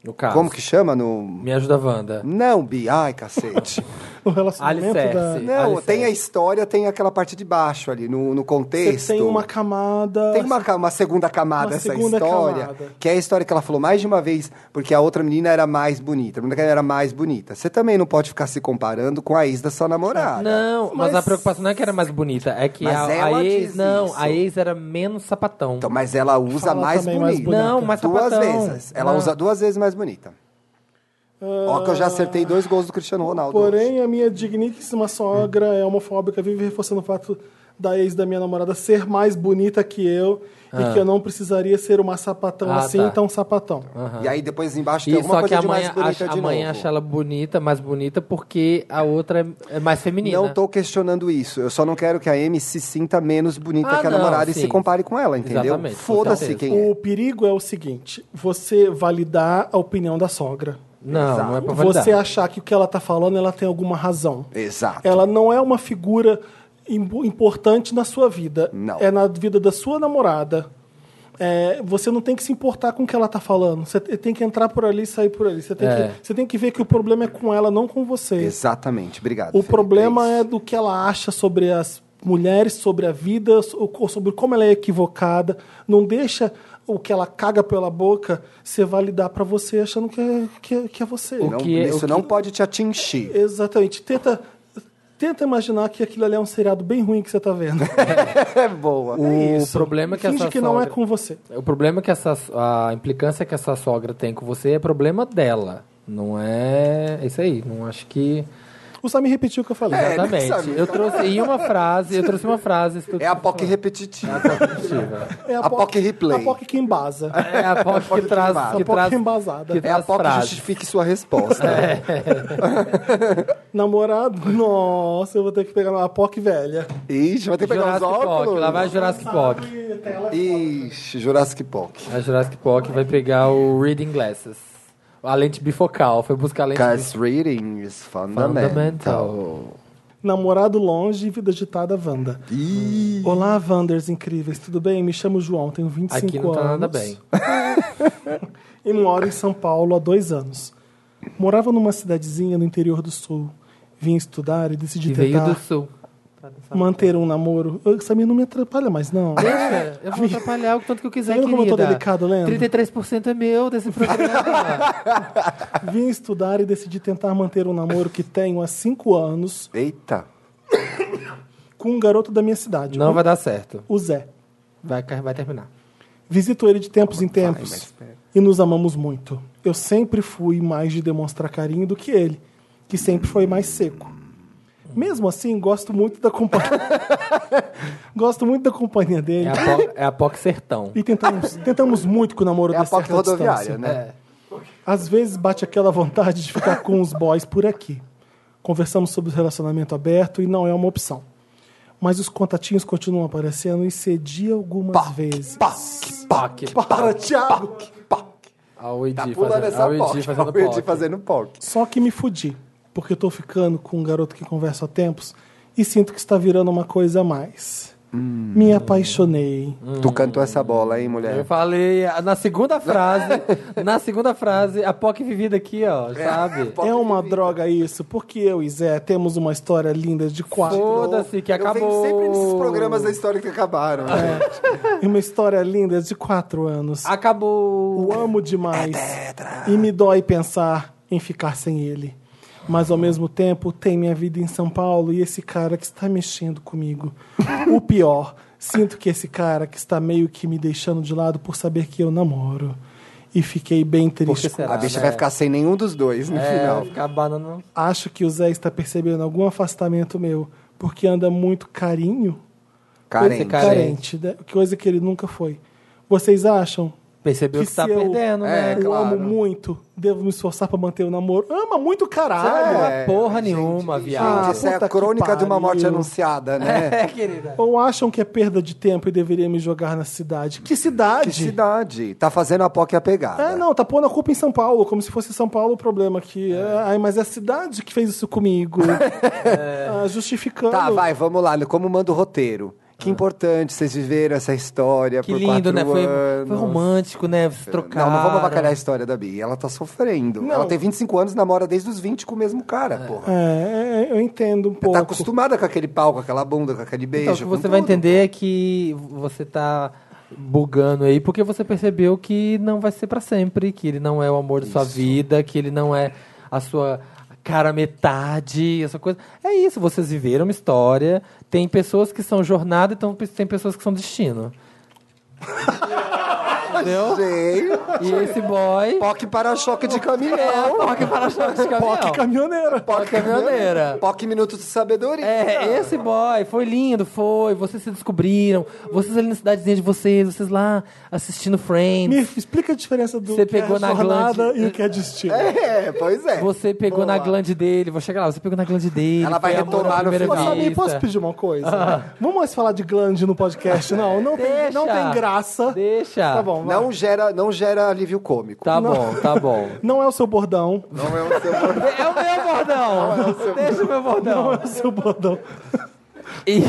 S2: no caso.
S3: Como que chama? No...
S2: Me ajuda, Wanda.
S3: Não, Bi, ai, cacete.
S1: o relacionamento
S2: Alicerce.
S1: da.
S3: não,
S2: Alicerce.
S3: tem a história, tem aquela parte de baixo ali, no, no contexto.
S1: Você tem uma camada.
S3: Tem uma, ca- uma segunda camada
S1: Uma
S3: essa
S1: segunda
S3: história,
S1: camada.
S3: que é a história que ela falou mais de uma vez, porque a outra menina era mais bonita, a menina era mais bonita. Você também não pode ficar se comparando com a ex da sua namorada.
S2: Não, mas...
S1: Mas-
S2: a preocupação não é que era mais bonita, é que
S3: Mas
S2: a, a
S3: ela
S2: ex.
S3: diz
S2: não,
S3: isso.
S2: a ex era menos sapatão.
S3: Então, mas ela usa
S1: Fala
S3: mais
S1: também
S3: bonita.
S1: mais bonita.
S2: Não, mas
S3: duas
S2: sapatão.
S3: vezes. Ela
S2: Não.
S3: usa duas vezes mais bonita. Ó, que eu já acertei dois gols do Cristiano Ronaldo. hoje.
S1: Porém, a minha digníssima sogra é homofóbica, vive reforçando o fato da ex da minha namorada ser mais bonita que eu e que eu não precisaria ser uma sapatão
S2: Ah,
S1: assim,
S2: tá.
S1: então sapatão.
S3: E aí depois embaixo tem
S2: E
S3: alguma
S2: só que
S3: coisa
S2: a
S3: de
S2: mãe,
S3: mais bonita
S2: acha, a
S3: de
S2: mãe
S3: novo.
S2: acha ela bonita, mais bonita, porque a outra é, é mais feminina.
S3: Não tô questionando isso. Eu só não quero que a Amy se sinta menos bonita
S2: Ah,
S3: que a
S2: não,
S3: namorada
S2: sim.
S3: e se compare com ela, entendeu?
S2: Exatamente, com
S3: Foda-se
S2: certeza.
S3: quem é.
S1: O perigo é o seguinte: você validar a opinião da sogra.
S2: Não, não é pra validar. É.
S1: Você achar que o que ela tá falando ela tem alguma razão.
S3: Exato.
S1: Ela não é uma figura im- importante na sua vida.
S3: Não.
S1: É na vida da sua namorada. É, você não tem que se importar com o que ela tá falando. Você te- tem que entrar por ali e sair por ali. Você tem,
S2: É.
S1: que, você tem que ver que o problema é com ela, não com você.
S3: Exatamente. Obrigado.
S1: O
S3: Felipe.
S1: problema
S3: isso.
S1: é do que ela acha sobre as mulheres, sobre a vida, so- ou sobre como ela é equivocada. Não deixa o que ela caga pela boca ser validar pra você achando que é, que é, que é você.
S3: Não,
S2: que-
S3: isso
S2: o que-
S3: não pode te atingir.
S1: Exatamente. Tenta, tenta imaginar que aquilo ali é um seriado bem ruim que você tá vendo.
S3: É boa.
S2: O problema é que
S1: Finge
S2: essa
S1: que não é
S2: sogra-
S1: com você.
S2: O problema é que essa a implicância que essa sogra tem com você é problema dela. Não é. É isso aí. Não acho que.
S1: O Samir repetiu o que eu falei.
S3: É, né,
S2: Exatamente.
S3: Samir?
S2: Eu trouxe em uma frase, eu trouxe uma frase. isso tudo
S3: É a
S2: que
S3: POC
S2: eu
S3: repetitiva.
S2: falei.
S1: É
S3: a POC Replay.
S1: A POC que embasa.
S2: É a POC que traz.
S3: embasada.
S2: Que
S1: A POC
S2: traz
S1: embasada.
S2: que
S3: É a
S2: traz
S3: POC que
S2: frase.
S3: justifique sua resposta.
S2: É.
S1: Namorado? Nossa, eu vou ter que pegar a POC velha.
S3: Ixi, vai ter que pegar os
S2: Jurassic Park,
S3: óculos.
S2: lá vai Jurassic Park.
S1: E tela-
S3: Ixi, Jurassic Park.
S2: A Jurassic Park vai pegar o Reading Glasses. A lente bifocal, foi buscar a lente
S3: Cause reading is é fundamental.
S2: fundamental.
S1: Namorado longe, vida agitada, Wanda.
S3: Ih,
S1: Olá, Wanders incríveis, tudo bem? Me chamo João, tenho 25
S2: Aqui não tá
S1: anos.
S2: nada bem.
S1: E moro em São Paulo há dois anos. Morava numa cidadezinha no interior do sul. Vim estudar e decidi
S2: Que veio
S1: tentar
S2: do sul. pra dançar.
S1: manter um namoro. Eu, Samir, não me atrapalha mais, não.
S3: É,
S2: Deixa, eu vou atrapalhar o tanto que eu quiser,
S1: Lembra como eu tô
S2: querida.
S1: delicado, lembra?
S2: 33% é meu desse programa.
S1: Vim estudar e decidi tentar manter um namoro que tenho há cinco anos
S3: Eita.
S1: com um garoto da minha cidade,
S2: não vai dar certo.
S1: o Zé.
S2: Vai, vai terminar.
S1: Visito ele de tempos em tempos e nos amamos muito. Eu sempre fui mais de demonstrar carinho do que ele, que sempre foi mais seco. Mesmo assim, gosto muito da companhia. gosto muito da companhia dele.
S2: É a, po é a POC Sertão.
S1: E tentamos, tentamos muito que o namoro
S3: É a
S1: desse dê
S3: POC
S1: certa
S3: rodoviária,
S1: distância.
S2: É.
S3: né?
S1: Às vezes bate aquela vontade de ficar com os boys por aqui. Conversamos sobre relacionamento aberto e não é uma opção. Mas os contatinhos continuam aparecendo e cedi algumas vezes.
S3: Pac,
S2: POC.
S3: para, Thiago. Pac.
S2: A Oidi
S3: Tá pulando
S2: fazendo, a
S3: essa
S2: Oidi
S3: POC.
S2: fazendo
S3: O Edi
S2: POC.
S3: fazendo POC.
S1: Só que me fudi, porque eu tô ficando com um garoto que converso há tempos e sinto que está virando uma coisa a mais. Me apaixonei.
S3: Tu cantou essa bola, hein, mulher?
S2: Hum. Eu falei ah, na segunda frase, na segunda frase, a POC vivida aqui, ó, sabe?
S1: É uma droga isso, porque eu e Zé temos uma história linda de quatro.
S2: Foda-se que
S3: Eu
S2: acabou. É.
S3: venho sempre nesses programas da história que acabaram. né?
S1: E uma história linda de quatro anos.
S2: Acabou.
S1: O amo demais. E me dói pensar em ficar sem ele. Mas ao mesmo tempo, tem minha vida em São Paulo e esse cara que está mexendo comigo. O pior, sinto que esse cara que está meio que me deixando de lado por saber que eu namoro. E fiquei bem
S2: Porque
S1: triste.
S2: será,
S3: A bicha
S2: né?
S3: vai ficar sem nenhum dos dois no
S2: É,
S3: final.
S2: vai ficar banana.
S1: Acho que o Zé está percebendo algum afastamento meu, porque anda muito carinho.
S3: Carente.
S2: Esse cara- é
S1: Carente, né? coisa que ele nunca foi. Vocês acham
S2: Percebeu que,
S1: se
S2: tá
S1: eu-
S2: perdendo, né?
S3: É,
S1: Eu
S3: claro.
S1: amo muito, devo me esforçar pra manter o namoro. Ama muito,
S2: Sabe,
S1: caralho!
S2: uma
S3: é,
S2: porra nenhuma, viado.
S1: Ah,
S3: Isso é
S1: puta
S3: a
S1: que
S3: crônica de uma
S1: pariu.
S3: morte anunciada, né?
S2: É, querida.
S1: Ou acham que é perda de tempo e deveria me jogar na cidade? Que cidade?
S3: Que cidade. Tá fazendo a POC a pegada.
S1: É, não, tá pondo a culpa em São Paulo, como se fosse São Paulo o problema aqui. É, ai, mas é a cidade que fez isso comigo. Ah, justificando.
S3: Tá, vai, vamos lá. Como manda o roteiro. Que importante vocês viveram essa história
S2: Ah. Que
S3: por
S2: lindo,
S3: quatro
S2: né? Foi,
S3: anos. É,
S2: foi romântico, né? Se trocar.
S3: Não, não vamos avacalhar a história da Bia. Ela tá sofrendo. Ela tem 25 anos, namora desde os 20 com o mesmo cara, porra.
S1: É, é, eu entendo um pouco.
S3: Tá acostumada com aquele pau, com aquela bunda, com aquele beijo.
S2: Então, o que
S3: com
S2: você vai
S3: tudo.
S2: entender é que você tá bugando aí porque você percebeu que não vai ser pra sempre, que ele não é o amor da sua vida, que ele não é a sua cara metade, essa coisa. É isso, vocês viveram uma história, tem pessoas que são jornada e tão- tem pessoas que são destino. Entendeu?
S3: Gente,
S2: E esse boy
S3: POC para choque de
S2: é a
S3: caminhão.
S2: POC para-choque de
S1: Que
S2: caminhão.
S1: caminhoneira!
S2: POC caminhoneira.
S3: POC minutos de sabedoria.
S2: É, esse boy, foi lindo, foi. Vocês se descobriram. Vocês ali na cidadezinha de vocês, vocês lá
S1: Me
S2: assistindo Friends.
S1: explica a diferença do
S2: Você
S1: que
S2: pegou
S1: é
S2: na
S1: jornada
S2: glande.
S1: e o que é destino.
S3: É, pois é.
S2: Você pegou na glande dele, vou chegar lá, você pegou na glande dele.
S3: Ela vai
S2: foi amor à
S3: retomar no
S2: primeira
S1: Ô,
S3: final.
S1: Samir,
S2: vista.
S1: posso pedir uma coisa? Vamos mais falar de glande no podcast? Não, não, tem, não
S2: Ah. Deixa.
S1: tem graça.
S2: Deixa.
S1: Tá bom, vai.
S3: Não gera, não gera alívio cômico.
S2: Tá bom, tá bom.
S1: Não é o seu bordão.
S3: Não é o seu
S2: É o meu bordão. Deixa é o meu bordão.
S1: É o seu bordão.
S2: Ih,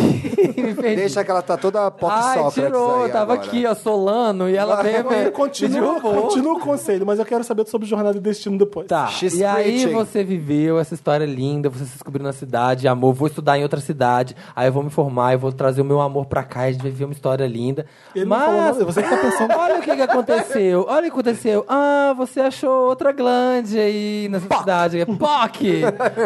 S2: me perdi.
S3: Deixa que ela tá toda pop
S2: Ai,
S3: Sócrates
S2: tirou,
S3: aí
S2: tava
S3: agora.
S2: aqui, ó, solano, e ela veio me, me
S1: Continua,
S2: derrubou.
S1: continua o conselho, mas eu quero saber sobre jornada e destino depois.
S2: um Tá.
S3: She's
S2: e aí
S3: preaching.
S2: você viveu essa história linda, você se descobriu na cidade, amor, vou estudar em outra cidade, aí eu vou me formar, eu vou trazer o meu amor pra cá, a gente vai viver uma história linda.
S1: Ele não
S2: Mas
S1: falou nada, você que tá pensando.
S2: olha o que, que aconteceu, olha o que aconteceu. Ah, você achou outra glande aí nessa cidade, é POC!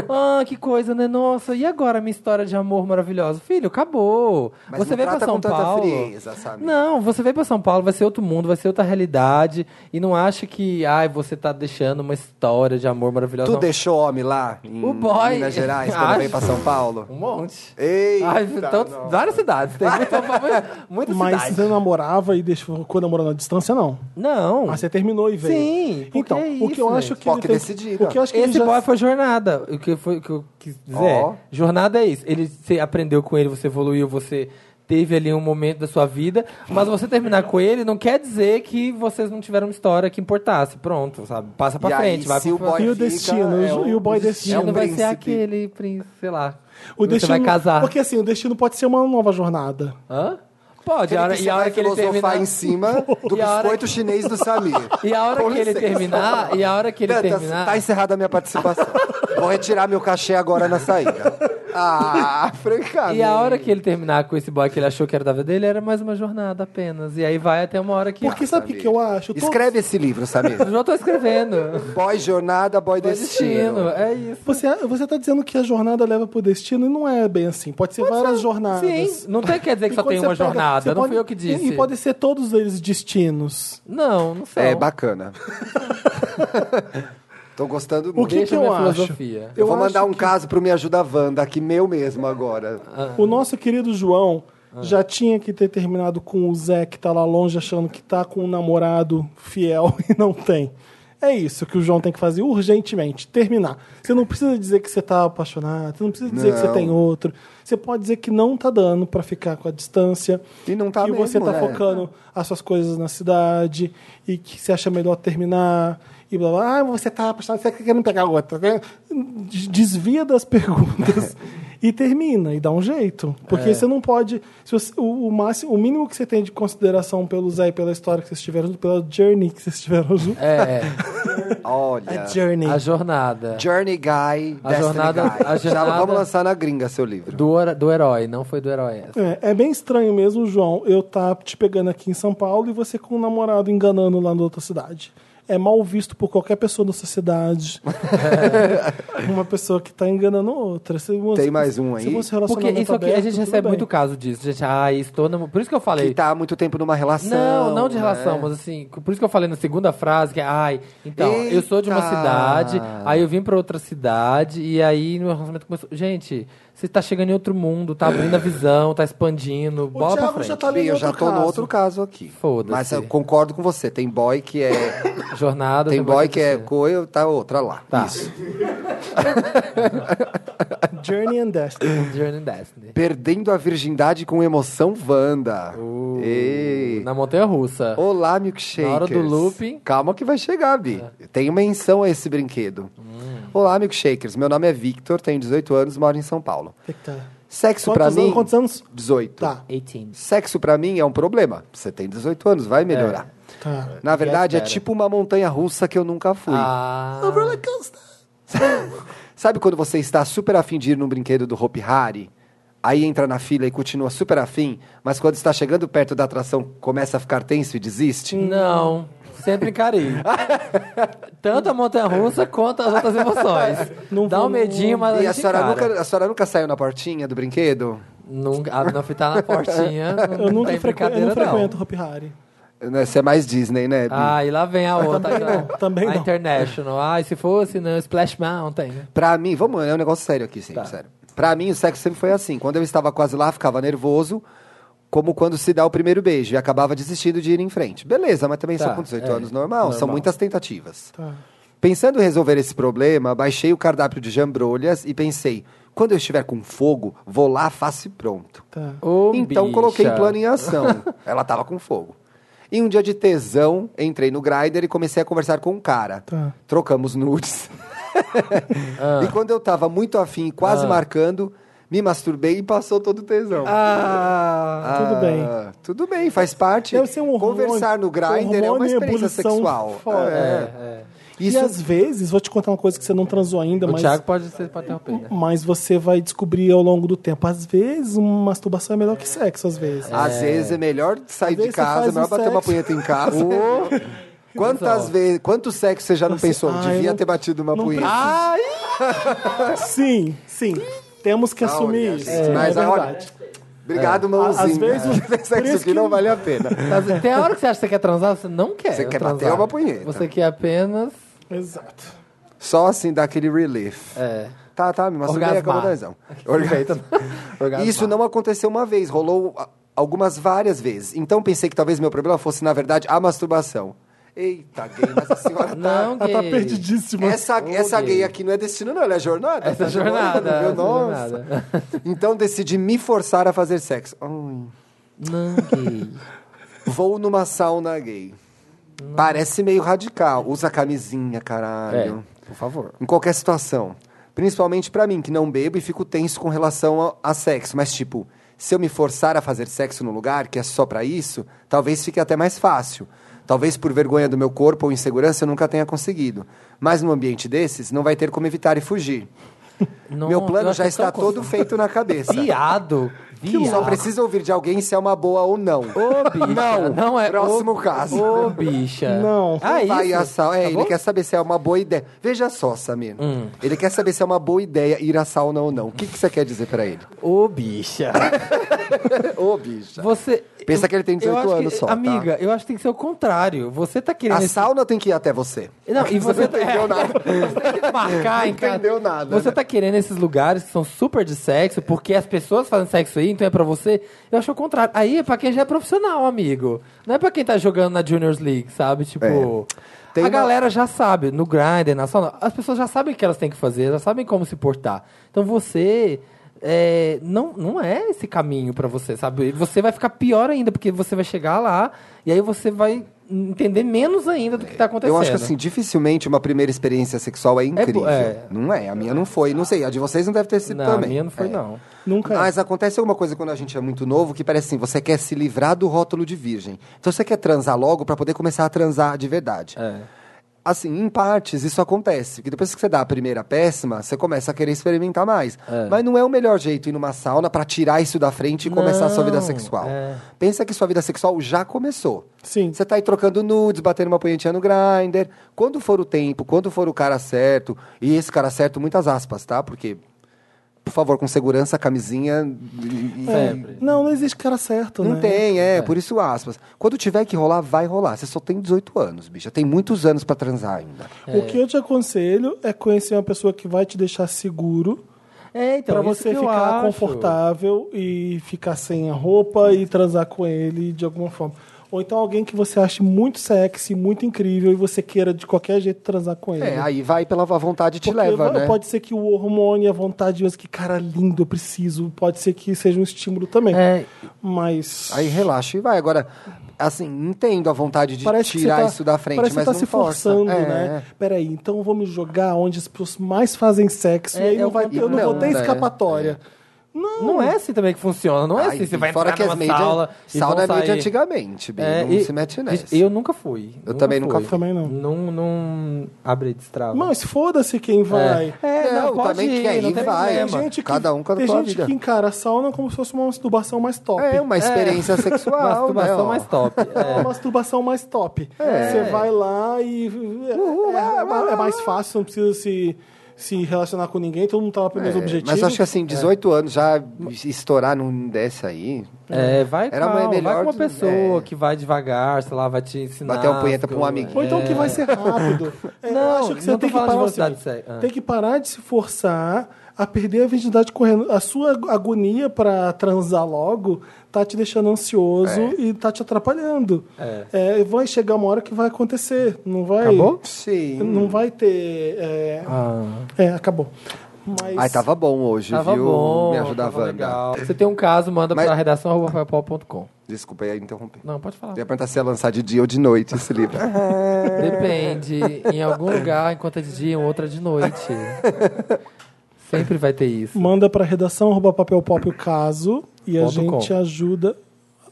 S2: Ah, que coisa, né? Nossa, e agora a minha história de amor maravilhosa? Filho, acabou.
S3: Mas
S2: você
S3: não
S2: veio pra
S3: trata
S2: São
S3: com tanta
S2: Paulo.
S3: frieza, sabe?
S2: Não, você veio pra São Paulo, vai ser outro mundo, vai ser outra realidade. E não acha que, ai, você tá deixando uma história de amor maravilhosa.
S3: Tu
S2: não.
S3: deixou homem lá em
S2: O boy-
S3: Minas Gerais quando
S2: Acho.
S3: veio pra São Paulo?
S2: Um monte.
S3: Eita,
S2: Ai, tantos-
S3: não.
S2: várias cidades. Tem muita, muita- muitas
S1: Mas
S2: cidades.
S1: você namorava e deixou, ficou namorando à distância, não.
S2: Não.
S1: Ah, você terminou e veio.
S2: Sim, porque
S1: Então,
S2: é
S1: o que eu
S2: isso,
S1: acho
S2: gente.
S1: que ele
S3: Porque
S1: tem...
S3: decidiram.
S1: O que eu acho que ele
S2: Esse
S1: já...
S2: boy foi jornada. O que, foi, o que eu quis dizer.
S3: Ó.
S2: Jornada é isso. Ele, você aprendeu com ele, você evoluiu, você teve ali um momento da sua vida. Mas você terminar com ele não quer dizer que vocês não tiveram uma história que importasse. Pronto, sabe? Passa pra
S3: E aí,
S2: frente. vai
S3: se o
S2: pra...
S3: boy
S1: E o
S3: fica,
S1: destino,
S3: é
S1: e o boy
S2: Ela
S1: destino.
S2: não vai ser
S3: príncipe.
S2: aquele príncipe, um sei lá.
S1: O
S2: você
S1: destino
S2: vai casar.
S1: Porque assim, o destino pode ser uma nova jornada.
S2: Hã? Pode,
S3: Aquele
S2: a hora-
S3: que
S2: e a hora que ele
S3: filosofar
S2: terminar.
S3: em cima do
S2: E a hora
S3: biscoito chinês do Samir.
S2: E a hora
S3: Com
S2: que ele
S3: licença. tá
S2: terminar, e a hora que ele
S1: tá,
S3: Dantas,
S2: terminar.
S3: Tá encerrada a minha participação. Vou retirar meu cachê agora na saída. Ah, francamente.
S2: E a hora que ele terminar com esse boy que ele achou que era da vida dele era mais uma jornada apenas. E aí vai até uma hora que.
S1: Porque sabe o que, que eu acho? Todos-
S3: Escreve esse livro, Samir.
S2: Eu já tô escrevendo.
S3: Boy jornada, boy,
S2: Vai
S3: destino.
S2: destino. É isso.
S1: Você, você tá dizendo que a jornada leva pro destino e não é bem assim. Pode ser várias jornadas.
S2: Sim, não tem, quer dizer que
S1: E
S2: só
S1: quando
S2: tem
S1: você
S2: uma
S1: pega-
S2: jornada.
S1: você
S2: Não
S1: pode-
S2: fui eu que disse.
S1: E, e pode ser todos eles destinos.
S2: Não, não sei.
S3: É bacana. Tô gostando
S1: O
S3: muito.
S1: que, que
S2: Deixa
S1: eu
S2: minha
S1: acho?
S2: filosofia.
S3: Eu, vou
S1: acho
S3: mandar um
S1: que
S3: caso pro Me Ajuda Wanda, aqui meu mesmo agora.
S2: Ah,
S1: O nosso querido João já tinha que ter terminado com o Zé, que tá lá longe, achando que tá com um namorado fiel e não tem. É isso que o João tem que fazer urgentemente, terminar. Você não precisa dizer que você tá apaixonado, você não precisa dizer que você
S3: Não.
S1: tem outro. Você pode dizer que não tá dando pra ficar com a distância.
S3: E não tá
S1: que você
S3: mesmo,
S1: tá
S3: né?
S1: focando as suas coisas na cidade e que você acha melhor terminar e blá blá. Ah, você tá apaixonado, você quer me pegar outra. né? Des- Desvia das perguntas e termina e dá um jeito, porque você não pode. se você- o, o máximo, o mínimo que você tem de consideração pelo Zé e pela história que vocês tiveram, pela journey que vocês tiveram junto.
S2: É,
S3: Olha.
S1: journey.
S2: a jornada
S3: Journey Guy,
S2: A
S3: Destiny
S2: jornada-
S3: Guy.
S2: a
S3: Já
S2: jornada-
S3: vamos lançar na gringa seu livro.
S2: do, hora- do herói, não foi do herói essa.
S1: É, é bem estranho mesmo, João, eu tá te pegando aqui em São Paulo e você com um namorado enganando lá na outra cidade. É mal visto por qualquer pessoa da sociedade. É, uma pessoa que tá enganando outra. Se você-
S3: Tem mais um
S1: se
S3: aí?
S1: você
S2: Porque
S1: relacionamento
S2: isso aqui, a
S1: aberto,
S2: gente
S1: tudo
S2: recebe
S1: bem.
S2: muito caso disso. Gente, ah, estou namo- Por isso que eu falei.
S3: Que tá há muito tempo numa relação.
S2: Não, não de relação,
S3: né?
S2: mas assim, por isso que eu falei na segunda frase que é, ai, então, eu sou de uma
S3: Eita!
S2: cidade, aí eu vim pra outra cidade e aí meu relacionamento começou. Gente, você tá chegando em outro mundo, tá abrindo a visão, tá expandindo,
S1: O
S2: bola pra
S1: Thiago
S2: frente.
S1: já tá ali
S3: Bem,
S1: no
S3: eu já
S1: outro
S3: tô
S1: caso.
S3: no outro caso aqui.
S2: Foda-se.
S3: Mas eu concordo com você. Tem boy que é.
S2: Jornada.
S3: tem boy que é
S2: você.
S3: coio, tá outra lá.
S2: Tá.
S3: Isso.
S1: Journey and Destiny.
S2: Journey and Destiny.
S3: Perdendo a virgindade com emoção Wanda.
S1: Uh.
S3: Ei.
S2: Na Montanha Russa.
S3: Olá, milkshakers.
S2: Na hora do looping.
S3: Calma que vai chegar, Bi. Tem menção a esse brinquedo. Olá, milkshakers. Meu nome é Victor, tenho 18 anos, moro em São Paulo.
S1: Eita.
S3: Sexo pra
S1: tá. Quantos
S3: mim...
S1: anos, quantos anos?
S3: 18.
S1: Tá,
S2: 18.
S3: Sexo pra mim é um problema. Você tem 18 anos, vai melhorar.
S1: tá.
S3: Na verdade, é
S2: espera.
S3: tipo uma montanha russa que eu nunca fui.
S2: Ah,
S3: Sabe quando você está super afim de ir num brinquedo do Hopi Hari? Aí entra na fila e continua super afim, mas quando está chegando perto da atração, começa a ficar tenso e desiste?
S2: não. Sempre encarei. Tanto a Montanha Russa quanto as outras emoções.
S1: Não
S2: Dá um
S1: vou-
S2: medinho, mas.
S3: E a
S2: gente
S3: senhora,
S2: encara.
S3: nunca, a senhora nunca saiu na portinha do brinquedo?
S2: Nunca, a não fitar na portinha.
S1: Eu
S2: não
S1: nunca
S2: tem
S1: frequ... eu
S2: brincadeira,
S1: não
S2: não.
S1: frequento Hopi Hari.
S3: Né, Você é mais Disney, né? Bi?
S2: Ah, e lá vem a outra.
S1: Também
S2: então.
S1: não, também
S2: a
S1: não.
S2: International. Ah, e se fosse, não, Splash Mountain. né?
S3: Pra mim, vamos, é um negócio sério aqui, sim, sério. Pra mim, o sexo sempre foi assim. Quando eu estava quase lá, ficava nervoso, como quando se dá o primeiro beijo e acabava desistindo de ir em frente. Beleza, mas também
S2: Tá,
S3: são com 18
S2: é,
S3: anos, normal, São muitas tentativas.
S1: Tá.
S3: Pensando em resolver esse problema, baixei o cardápio de jambrolhas e pensei, quando eu estiver com fogo, vou lá, faço e pronto.
S1: Tá.
S2: Ô,
S3: então
S2: bicha.
S3: coloquei plano em ação. Ela tava com fogo. Em um dia de tesão, entrei no Grindr e comecei a conversar com um cara.
S1: Tá. Ah.
S3: Trocamos nudes. E quando eu tava muito afim, e quase marcando, me masturbei e passou todo o tesão.
S2: Ah,
S3: Ah,
S1: tudo bem.
S3: Tudo bem, faz parte.
S1: Deve ser um hormônio-
S3: Conversar no Grindr é
S1: hormônio
S3: uma
S1: e
S3: experiência
S1: ebulição
S3: sexual.
S1: fora.
S3: É.
S1: E às vezes, vou te contar uma coisa que você não transou ainda,
S2: o
S1: mas.
S2: Thiago pode ser pra interromper.
S1: Mas você vai descobrir ao longo do tempo. Às vezes, uma masturbação é melhor que sexo, às vezes.
S3: Às vezes é melhor sair de
S1: vezes você
S3: casa, é
S1: faz
S3: melhor
S1: um
S3: bater uma
S1: sexo.
S3: punheta em casa. Ô, Quantas vezes, quanto sexo você já não
S1: Você-
S3: pensou?
S1: Ah, eu
S3: Devia
S1: não-
S3: ter batido uma
S1: não
S3: punheta. Ah,
S1: preciso.
S3: Ai,
S1: Sim, sim. Temos que assumir
S3: é? Ah, olha,
S1: isso.
S3: gente,
S1: É,
S3: mas a-
S1: verdade. É.
S3: Obrigado, mãozinha.
S1: Às vezes-
S3: Tem
S1: por
S3: sexo
S1: isso
S3: que
S1: que-
S3: não vale a pena.
S2: Mas Tem a hora que você acha que você quer transar, você não quer.
S3: Você quer
S2: transar.
S3: bater uma punheta.
S2: Você quer apenas.
S1: Exato.
S3: Só assim dá aquele relief.
S2: É.
S3: Tá, tá, me masturbei e
S2: Orgasmar.
S3: acabou a lesão. Orgasmo.
S2: Orgasmar.
S3: Isso não aconteceu uma vez, rolou a- algumas várias vezes. Então pensei que talvez meu problema fosse, na verdade, a masturbação. Eita, gay, mas a senhora tá...
S2: Não,
S1: Ela tá
S2: gay.
S1: perdidíssima.
S3: Essa, essa
S2: gay.
S3: gay aqui não é destino, não, ela é jornada.
S2: Essa
S3: Tá
S2: jornada.
S3: viu?
S2: Essa é
S3: Nossa.
S2: jornada.
S3: Então decidi me forçar a fazer sexo. Ai.
S2: Não, gay.
S3: Vou numa sauna gay. Parece meio radical. Usa camisinha, caralho.
S2: É, por favor.
S3: Em qualquer situação. Principalmente pra mim, que não bebo e fico tenso com relação a, a sexo. Mas, tipo, se eu me forçar a fazer sexo no lugar que é só pra isso, talvez fique até mais fácil. Talvez por vergonha do meu corpo ou insegurança eu nunca tenha conseguido. Mas num ambiente desses, não vai ter como evitar e fugir.
S2: Não,
S3: Meu plano
S2: eu
S3: já
S2: acho
S3: está
S2: tão
S3: todo
S2: confuso.
S3: feito na cabeça.
S2: Viado. Viado.
S3: Só precisa ouvir de alguém se é uma boa ou não.
S2: Ô, bicha.
S3: Não,
S2: não é.
S3: próximo
S2: ô,
S3: caso.
S2: Ô, bicha.
S1: Não.
S2: Ah, isso?
S3: Vai assar. É,
S2: Tá
S3: ele
S2: bom?
S3: quer saber se é uma boa ideia. Veja só, Samir.
S2: Hum.
S3: Ele quer saber se é uma boa ideia ir à sauna ou não. O que, que você quer dizer pra ele?
S2: Ô, bicha.
S3: Ô, bicha.
S2: Você.
S3: Pensa que ele tem
S2: eu
S3: 18
S2: acho que-
S3: anos só, tá?
S2: Amiga, eu acho que tem que ser o contrário. Você tá querendo.
S3: A
S2: esse-
S3: sauna tem que ir até você.
S2: Não, e você tá
S3: não entendeu nada.
S2: marcar em
S3: Não
S2: casa.
S3: entendeu nada,
S2: Você
S3: né?
S2: tá querendo esses lugares que são super de sexo, porque as pessoas fazem sexo aí, então é pra você. Eu acho o contrário. Aí é pra quem já é profissional, amigo. Não é pra quem tá jogando na Juniors League, sabe? Tipo.
S3: É. Tem
S2: a
S3: uma-
S2: galera já sabe, no grinder, na sauna, as pessoas já sabem o que elas têm que fazer, já sabem como se portar. Então você. é, não, não é esse caminho pra você, sabe? Você vai ficar pior ainda, porque você vai chegar lá e aí você vai entender menos ainda do que tá acontecendo.
S3: Eu acho que assim, dificilmente uma primeira experiência sexual é incrível.
S2: é.
S3: Não é, a minha não foi. Não sei, a de vocês não deve ter sido
S2: Não, a
S3: também.
S2: minha não foi,
S3: É.
S2: não.
S1: Nunca é.
S3: Mas acontece alguma coisa quando a gente é muito novo que parece assim, você quer se livrar do rótulo de virgem. Então você quer transar logo pra poder começar a transar de verdade.
S2: É.
S3: Assim, em partes isso acontece, porque depois que você dá a primeira péssima, você começa a querer experimentar mais.
S2: É.
S3: Mas não é o melhor jeito ir numa sauna pra tirar isso da frente e começar a sua vida
S2: Não,
S3: sexual.
S2: é.
S3: Pensa que sua vida sexual já começou.
S1: Sim.
S3: Você tá aí trocando nudes, batendo uma punhetinha no grinder. Quando for o tempo, quando for o cara certo, e esse cara certo, muitas aspas, tá? Porque, por favor, com segurança, camisinha. e- e-
S1: É.
S2: Sempre.
S1: Não, não existe cara certo,
S3: Não
S1: né?
S3: tem, é, por isso aspas. Quando tiver que rolar, vai rolar. Você só tem 18 anos, bicha. Tem muitos anos pra transar ainda.
S2: É.
S1: O que eu te aconselho é conhecer uma pessoa que vai te deixar seguro
S2: É, então,
S1: pra
S2: isso
S1: você
S2: que eu
S1: ficar
S2: acho.
S1: confortável e ficar sem a roupa e transar com ele de alguma forma. Ou então alguém que você ache muito sexy, muito incrível e você queira de qualquer jeito transar com ele.
S3: É, aí vai pela vontade te
S1: Porque
S3: leva,
S1: vai-
S3: né?
S1: Pode ser que o hormônio, e a vontade, mas que cara lindo, eu preciso. Pode ser que seja um estímulo também.
S2: É.
S1: Mas
S3: Aí relaxa e vai. Agora, assim, entendo a vontade de
S1: parece que você
S3: tirar
S1: tá-
S3: isso da frente,
S1: parece que
S3: mas
S1: tá
S3: não
S1: se
S3: força.
S1: forçando,
S3: É,
S1: né? Peraí, então vamos jogar onde as pessoas mais fazem sexo
S2: É,
S1: e aí
S2: é
S1: não
S2: o
S1: vai ter, eu não
S3: contrário,
S1: vou ter
S3: né?
S1: escapatória. Não,
S2: Não é assim também que funciona, não é
S3: Ai,
S2: assim. Você vai
S3: fora
S2: entrar
S3: que as
S2: numa
S3: mídias-
S2: sala e
S3: sauna
S2: vão
S3: é mídia
S2: sair.
S3: antigamente, Bi,
S2: É,
S3: não
S2: e-
S3: se mete nessa.
S2: Eu nunca fui. Eu
S3: também nunca fui.
S1: Também não.
S2: Não, não abre destrava.
S1: Mas foda-se quem vai.
S2: É, não,
S3: Não,
S2: pode
S3: também
S2: ir,
S3: quer
S2: não
S3: ir,
S2: tem
S3: vai.
S1: Tem
S2: problema.
S1: gente que,
S3: Ah, Cada um com a
S1: tem
S3: sua
S1: gente
S3: vida.
S1: que encara a sauna como se fosse uma masturbação mais top.
S3: É uma experiência sexual, né?
S2: Masturbação
S3: ó.
S2: mais top.
S1: É uma masturbação mais top.
S2: É.
S1: Você vai lá e. é- é, é mais fácil, não precisa se, se relacionar com ninguém, todo mundo tá lá pelo mesmo
S3: É,
S1: objetivo.
S3: Mas acho que assim, 18 anos já estourar num dessa aí.
S2: É, é vai,
S3: Era
S2: calma,
S3: melhor
S2: vai com uma
S3: de-
S2: pessoa
S3: é.
S2: que vai devagar, sei lá, vai te ensinar.
S3: Bater uma punheta pra um
S2: como é.
S3: amiguinho.
S1: Ou então que vai ser rápido. É,
S2: Não,
S1: eu acho que você
S2: não tô
S1: tem que
S2: falando de
S1: parar.
S2: velocidade,
S1: assim,
S2: sério. Ah.
S1: Tem que parar de se forçar a perder a virgindade correndo. A sua agonia pra transar logo tá te deixando ansioso
S2: É.
S1: e tá te atrapalhando. É, vai chegar uma hora que vai acontecer. Não vai.
S2: Acabou?
S3: Sim.
S1: Não vai ter. É,
S2: Ah, tá
S1: é, acabou. Mas.
S3: Ai, tava bom hoje,
S2: tava
S3: viu?
S2: bom.
S3: Me ajuda a
S2: tava
S3: Wanda.
S2: legal. Você tem um caso, manda
S3: Mas-
S2: pra redação arroba papapau.com.
S3: Desculpa aí interromper.
S2: Não, pode falar.
S3: Eu ia perguntar se ia lançar de dia ou de noite esse livro.
S2: É. Depende. Em algum lugar, enquanto é de dia, em outra é de noite. Sempre vai ter isso.
S1: Manda pra redação arroba papelpop o caso e a
S2: Ponto
S1: gente
S2: com.
S1: ajuda.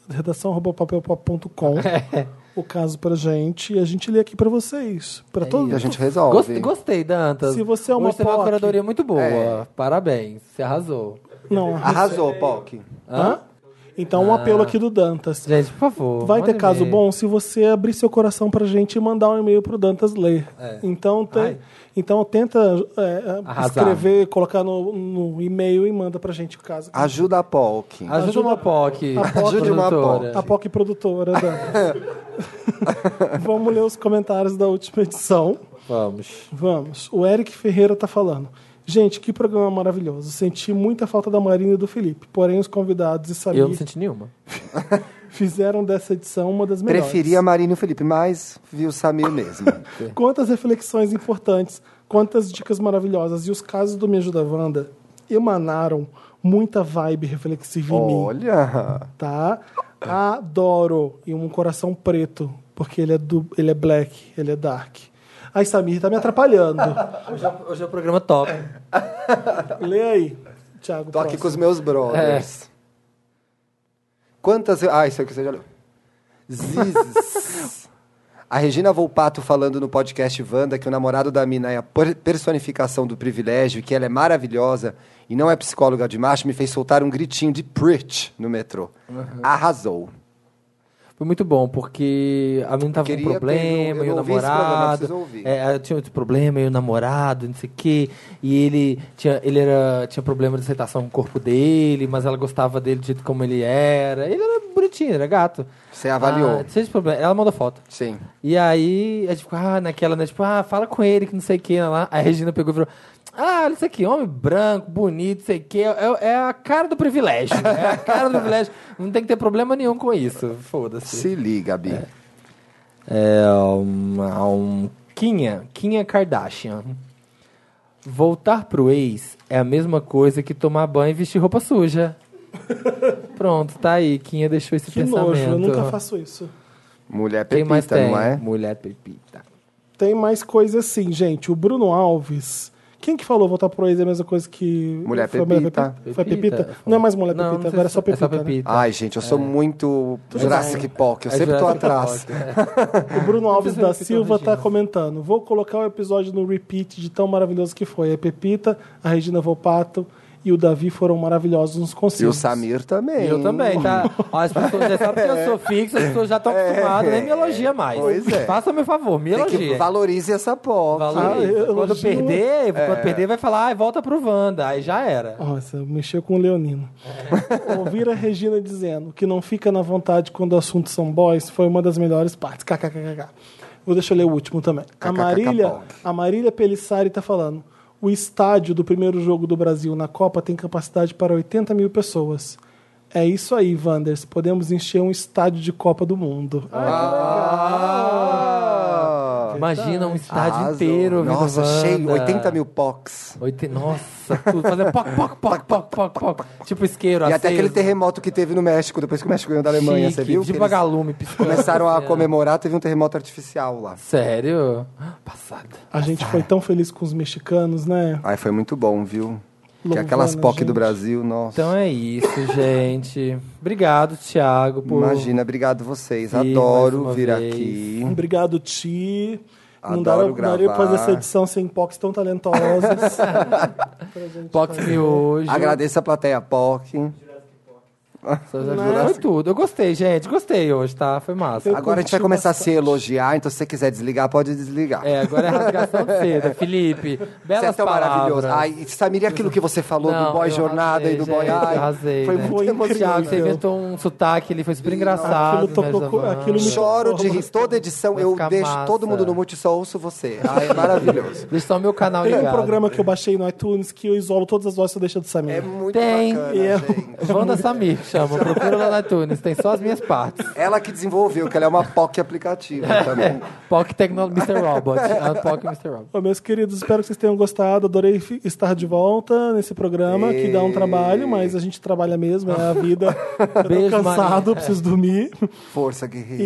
S1: Redação arroba papelpop.com
S2: É.
S1: o caso pra gente e a gente lê aqui pra vocês.
S2: É,
S1: Pra todos.
S3: e a gente resolve.
S2: Gostei, gostei Dantas.
S1: Se você é uma
S2: Hoje teve uma
S1: POC.
S2: curadoria muito boa.
S3: É.
S2: Parabéns. Você arrasou.
S1: Não,
S3: Arrasou, Poc.
S1: Hã? Então, um apelo aqui do Dantas.
S2: Ah. Gente, por favor.
S1: Vai ter
S2: manda
S1: caso
S2: e-mail.
S1: bom se você abrir seu coração pra gente e mandar um e-mail pro Dantas ler. Então, tem-
S2: É. Ai.
S1: então tenta é,
S2: Arrasar.
S1: escrever, colocar no, no e-mail e manda pra gente o caso.
S3: Ajuda a Polk.
S2: Ajuda,
S1: Ajuda-
S2: uma POC.
S1: a POC.
S3: Ajude uma
S2: produtora.
S1: A POC produtora. Dantas. Vamos ler os comentários da última edição.
S2: Vamos.
S1: Vamos. O Eric Ferreira tá falando. Gente, que programa maravilhoso. Senti muita falta da Marina e do Felipe. Porém, os convidados e
S2: Eu não
S1: Samir
S2: senti nenhuma.
S1: fizeram dessa edição uma das melhores.
S3: Preferia Marina e o Felipe, mas vi o Samir mesmo.
S1: Quantas reflexões importantes, quantas dicas maravilhosas. E os casos do Me Ajuda Wanda emanaram muita vibe reflexiva em mim,
S3: Olha!
S1: tá? Adoro. E um coração preto, porque ele é, do, ele é black, ele é dark. Ai, Samir, tá me atrapalhando.
S2: Hoje é, hoje é o programa top.
S1: Lê aí, Thiago.
S3: Tô aqui
S1: próximo.
S3: com os meus
S2: É.
S3: brothers. Quantas. Ah, isso é o que você já leu. Zizes. A Regina Volpato falando no podcast Wanda que o namorado da mina é a per- personificação do privilégio, e que ela é maravilhosa e não é psicóloga de macho, me fez soltar um gritinho de preach no metrô.
S2: Uhum.
S3: Arrasou.
S2: Foi muito bom, porque a menina tava com
S3: Queria
S2: um
S3: ter-
S2: problema,
S3: eu
S2: e o
S3: não ouvi esse programa,
S2: namorado.
S3: preciso ouvir.
S2: é, ela tinha outro problema, e o namorado, não sei o quê. E ele tinha, ele era, tinha problema de aceitação com o corpo dele, mas ela gostava dele do jeito como ele era. Ele era bonitinho, era gato.
S3: Você avaliou.
S2: Ah, sem problema. Ela mandou foto.
S3: Sim.
S2: E aí, a gente ficou, ah, naquela, né? Tipo, ah, fala com ele, que não sei o que, lá. Aí a Regina pegou e falou, ah, olha isso aqui, homem branco, bonito, não sei o que, é, é a cara do privilégio, né? é a cara do privilégio, não tem que ter problema nenhum com isso, foda-se.
S3: Se liga, Bi.
S2: É, uma, um, Kinha, Kinha Kardashian. Voltar pro ex é a mesma coisa que tomar banho e vestir roupa suja. Pronto, tá aí, Kinha deixou esse
S1: Que
S2: pensamento.
S1: nojo, eu nunca faço isso.
S3: Mulher
S2: Quem mais
S3: pepita,
S2: tem?
S3: não é?
S2: Mulher pepita.
S1: Tem mais coisa assim, gente. O Bruno Alves. Quem que falou voltar pro ex é a mesma coisa que.
S3: Mulher
S1: foi
S3: Pepita.
S1: Foi Pepita? Não é mais mulher
S2: Não,
S1: Pepita,
S2: não sei
S1: agora é
S2: se-
S1: só Pepita. né?
S3: Ai, gente, eu sou muito Jurassic Park. Eu
S2: É
S3: sempre tô
S2: Jurassic
S3: atrás.
S2: Park, é.
S1: O Bruno Alves
S2: sei
S1: da
S2: o que
S1: Silva
S2: que eu
S1: tá
S2: regino.
S1: comentando. Vou colocar o episódio no repeat de tão maravilhoso que foi. A Pepita, a Regina Volpato e o Davi foram maravilhosos nos
S3: E o
S1: conselhos.
S3: Samir também.
S2: E Eu também, tá? Ó, as pessoas já sabem que eu sou fixo, as pessoas já estão acostumadas, nem me elogia mais.
S3: É. Pois é.
S2: Faça meu favor, me
S3: Tem que
S2: elogia.
S3: valorize essa pop.
S2: Valoriza.
S1: Ah, eu
S2: quando
S1: elogio-
S2: perder,
S3: É.
S2: quando perder, vai falar, ai, volta pro Wanda. Aí já era.
S1: Nossa, mexeu com o Leonino.
S3: É.
S1: Ouvir a Regina dizendo que não fica na vontade quando o assunto são boys foi uma das melhores partes. KKKK. Vou deixar eu ler o último também. A Marília, a Marília Pelissari tá falando. O estádio do primeiro jogo do Brasil na Copa tem capacidade para 80 mil pessoas. É isso aí, Wanders. Podemos encher um estádio de Copa do Mundo.
S3: Ah.
S2: Imagina um estádio
S3: Arrasou.
S2: inteiro. ouvindo
S3: Nossa,
S2: Wanda.
S3: cheio. 80 mil pox.
S2: Oite- Nossa, tudo fazendo poc, poc, poc, poc, poc, poc. Tipo isqueiro,
S3: E até
S2: aceso.
S3: aquele terremoto que teve no México, depois que o México ganhou da Alemanha,
S2: Chique,
S3: você viu?
S2: De
S3: Que eles
S2: vagalume, piscando.
S3: começaram a
S2: assim, ó.
S3: comemorar, teve um terremoto artificial lá.
S2: Sério? Passada.
S1: A gente foi tão feliz com os mexicanos, né?
S3: Ai, foi muito bom, viu? que é
S1: Louvando
S3: aquelas
S1: a
S3: POC do
S1: gente.
S3: Brasil, nossa.
S2: Então é isso, gente. Obrigado, Thiago, por...
S3: Imagina, obrigado vocês.
S2: Sim, mais
S3: Adoro
S2: uma
S3: vir
S2: vez.
S3: aqui.
S1: Obrigado, Ti. Não daria,
S3: Ah.
S1: não
S3: Adoro
S1: daria pra fazer
S3: gravar.
S1: essa edição sem POCs tão talentosas.
S2: Pox me um hoje.
S3: Agradeço a plateia POC.
S2: Foi tudo. Eu gostei, gente. Gostei hoje, tá? Foi massa.
S3: Agora a gente vai começar a se elogiar, então se você quiser desligar, pode desligar.
S2: É, agora é rasgação de seda. Felipe,
S3: Você é
S2: belas
S3: tão
S2: palavras.
S3: maravilhoso. Ai, Samir, e aquilo que você falou
S2: Não,
S3: do boy
S2: eu
S3: jornada
S2: arrasei,
S3: e do boy.
S2: gente,
S3: Ai,
S2: eu arrasei,
S3: foi
S2: né?
S3: muito
S2: Thiago, você
S3: emocionante.
S2: inventou um sotaque ali, foi super engraçado.
S1: aquilo tocou
S2: né,
S1: com-
S2: Giovanna?
S1: aquilo me-
S3: Choro de rir. Toda edição
S2: Vai
S3: eu
S2: ficar
S3: deixo
S2: massa.
S3: todo mundo no mute, só ouço você. Ai, é maravilhoso.
S2: Deixa só o meu canal
S1: Tem um
S2: ligado.
S1: programa que eu baixei no iTunes que eu isolo todas as vozes e só deixo do
S3: É
S1: Samir.
S3: muito
S2: Tem.
S3: bacana,
S1: Eu-
S3: gente.
S2: Wanda Samir chama, procura lá na iTunes, tem só as minhas partes.
S3: Ela que desenvolveu, que ela é uma POC aplicativa também.
S2: POC Technology Mr. Robot. Ah, POC Mr. Robot.
S1: Ô, meus queridos, espero que vocês tenham gostado. Adorei fi- estar de volta nesse programa, que dá um trabalho, mas a gente trabalha mesmo, é a vida. Eu tô
S2: Beijo,
S1: cansado,
S2: Maria.
S1: preciso dormir.
S3: Força, guerreiro.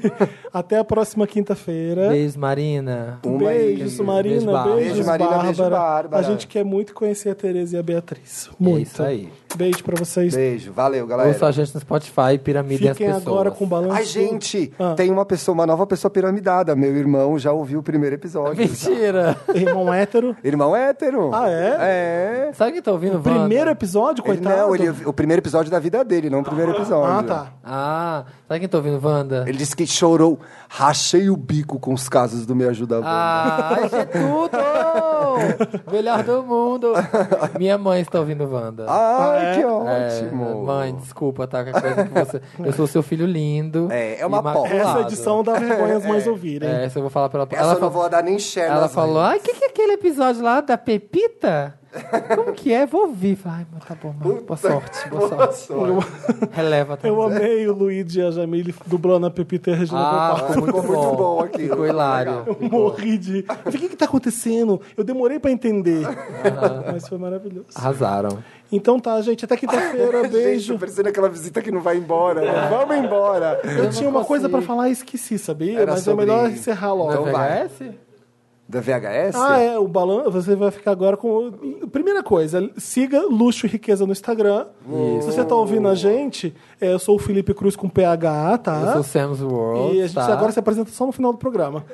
S1: E até a próxima quinta-feira.
S2: Beijo, Marina.
S3: Uma
S1: Beijo,
S3: aí.
S1: Sumarina.
S2: Beijo, Bárbara.
S1: Beijos,
S3: Beijo, Marina. Beijo, Bárbara.
S1: A gente quer muito conhecer a Tereza e a Beatriz.
S2: É
S1: Muito.
S2: isso aí.
S1: Beijo pra vocês.
S3: Beijo. Valeu, galera.
S2: Ouça a gente no Spotify, piramidem as
S1: Fiquem
S2: pessoas.
S1: agora com o balanço.
S3: Ai, gente,
S1: Ah.
S3: tem uma pessoa, uma nova pessoa piramidada. Meu irmão já ouviu o primeiro episódio.
S2: Mentira!
S1: Irmão hétero.
S3: Irmão hétero.
S1: Ah,
S3: é? É.
S2: Sabe quem tá ouvindo, Wanda?
S1: Primeiro episódio,
S3: Ele,
S1: coitado.
S3: não, ele- o primeiro episódio da vida dele, não o primeiro episódio.
S1: Ah, tá.
S2: Ah, sabe quem tá ouvindo, Wanda?
S3: Ele disse que chorou, rachei o bico com os casos do Me Ajuda Wanda.
S2: Ah, isso é tudo! Melhor do mundo! Minha mãe está ouvindo, Wanda.
S1: Ah,
S3: Ai, Ah, que
S2: É,
S3: ótimo.
S2: mãe, desculpa, tá? Com a coisa que você... Eu sou seu filho lindo.
S3: É, é uma
S2: imaculado.
S3: porra.
S1: Essa edição dá vergonha as mães ouvirem.
S2: É, isso eu vou falar pela
S3: Essa eu não vou dar nem share.
S2: Ela
S3: nas
S2: falou,
S3: redes.
S2: ai, o que, que é aquele episódio lá da Pepita? Como que é? Vou ouvir. Falei, Ai, mas tá bom, mãe. Boa sorte, boa sorte. Releva tá? também.
S1: Eu amei o Luigi e a Jamile dublando a Pepita e a Regina
S2: Ah,
S1: Volpato.
S2: ficou muito,
S3: Ficou muito bom aqui.
S2: Ficou hilário.
S1: Eu morri de. Eu falei, O que que tá acontecendo? Eu demorei pra entender. Mas foi maravilhoso.
S2: Arrasaram.
S1: Então tá, gente. Até quinta-feira.
S3: Gente,
S1: Beijo.
S3: tô parecendo aquela visita que não vai embora. né? Vamos embora.
S1: Eu, tinha uma
S2: consigo.
S1: coisa pra falar e esqueci, sabia?
S3: Era
S1: Mas
S3: sobre- Então
S1: é melhor encerrar logo.
S2: Vai pegar esse?
S3: Da VHS?
S1: Ah, é, o balanço. Você vai ficar agora com. o- Primeira coisa, siga Luxo e Riqueza no Instagram. Se você tá ouvindo a gente, é, eu sou o Felipe Cruz com PH, tá?
S2: Eu sou Sam's World.
S1: E a gente
S2: tá?
S1: agora se apresenta só no final do programa.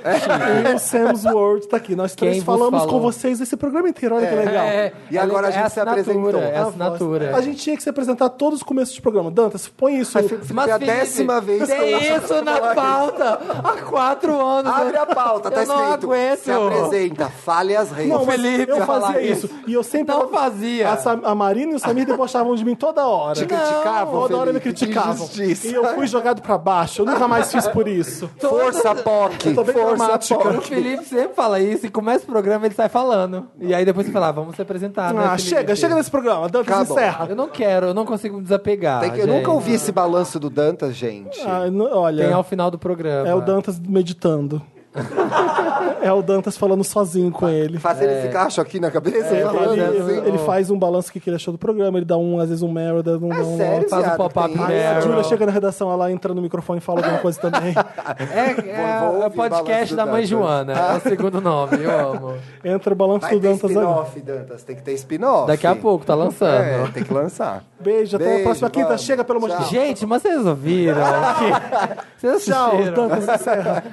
S1: E o Sam's World tá aqui. Nós
S2: É. Quem
S1: três
S2: vos
S1: falamos
S2: falou?
S1: com vocês esse programa inteiro. Olha que legal.
S2: É,
S3: E agora a gente se apresentou.
S2: É
S1: A
S2: a
S1: voz.
S2: assinatura.
S1: A gente tinha que se apresentar todos os começos de programa. Dantas, põe isso.
S3: Mas, Foi a décima vez que eu
S2: Tem
S3: ouço
S2: isso na pauta há quatro anos.
S3: Abre a pauta, tá
S2: eu não
S3: escrito.
S2: aguento.
S3: Se apresenta, fale as redes.
S1: Não, mas
S2: Felipe
S1: eu
S2: falar
S1: fazia isso. E eu sempre.
S2: Não fazia.
S1: A, Sa- a Marina e o Samir debochavam de mim toda hora.
S3: Te criticavam,
S1: Toda hora me
S3: Felipe, que
S1: criticavam.
S3: injustiça.
S1: E eu fui jogado pra baixo. Eu nunca mais fiz por isso.
S3: Força, POC.
S1: Eu tô bem
S3: Força,
S1: dramática.
S2: O Felipe sempre fala isso e começa o programa ele sai falando. E aí depois você fala, ah, vamos se apresentar, né,
S1: Ah,
S2: Felipe?
S1: chega, chega nesse programa. Dantas,
S3: Acabou.
S1: encerra.
S2: Eu não quero, eu não consigo me desapegar.
S3: Tem que- eu
S2: gente.
S3: nunca ouvi né? esse balanço do Dantas, gente.
S1: Ah, não- olha.
S2: Tem ao final do programa.
S1: É o Dantas meditando. é o Dantas falando sozinho com ele.
S3: Faz ele esse cacho aqui na cabeça?
S1: É,
S3: falando
S1: ele,
S3: assim.
S1: ele faz um balanço do que que ele achou do programa, ele dá um, às vezes um Meryl, dá um, dá
S3: É
S1: um
S3: sério, É,
S2: Faz um
S3: viado,
S2: pop-up
S3: tem isso?
S2: Meryl.
S1: A Júlia chega na redação, ela entra no microfone e fala alguma coisa também.
S2: É, é
S3: Vou- vou
S2: o
S3: ouvir Balanço
S2: podcast
S3: do
S2: da mãe
S3: Dantas.
S2: Joana. É o segundo nome, eu amo.
S1: Entra o balanço
S3: Vai
S1: do
S3: ter
S1: Dantas agora.
S3: spin-off, Dantas. Tem que ter spin-off.
S2: Daqui a pouco, tá lançando.
S3: É, tem que lançar.
S1: Beijo, até a
S3: Beijo,
S1: próxima quinta.
S3: vamos.
S1: Chega, pelo amor de
S3: Tchau.
S1: Deus.
S2: Gente, mas vocês ouviram? vocês
S1: Tchau,
S2: assistiram?
S1: Dantas encerra.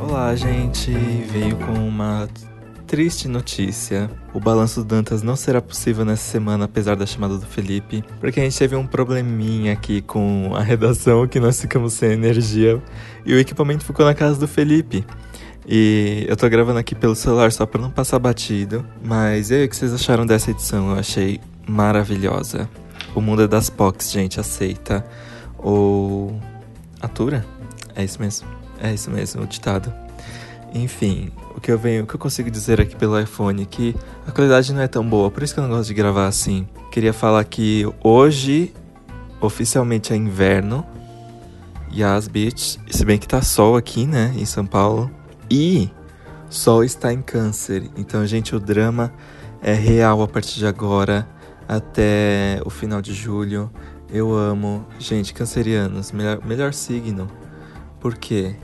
S10: Olá, gente! Veio com uma triste notícia. O balanço do Dantas não será possível nessa semana, apesar da chamada do Felipe, porque a gente teve um probleminha aqui com a redação, que nós ficamos sem energia e o equipamento ficou na casa do Felipe. E eu tô gravando aqui pelo celular só pra não passar batido, mas e aí, o que vocês acharam dessa edição? Eu achei maravilhosa. O mundo é das POCs, gente, aceita. Ou. Atura? É isso mesmo. É isso mesmo, o ditado. Enfim, o que eu venho, o que eu consigo dizer aqui pelo iPhone é que a qualidade não é tão boa, por isso que eu não gosto de gravar assim. Queria falar que hoje oficialmente é inverno. Yas Beach, se bem que tá sol aqui, né, em São Paulo. E sol está em câncer. Então, gente, o drama é real a partir de agora até o final de julho. Eu amo, gente, cancerianos, melhor, melhor signo. Por quê?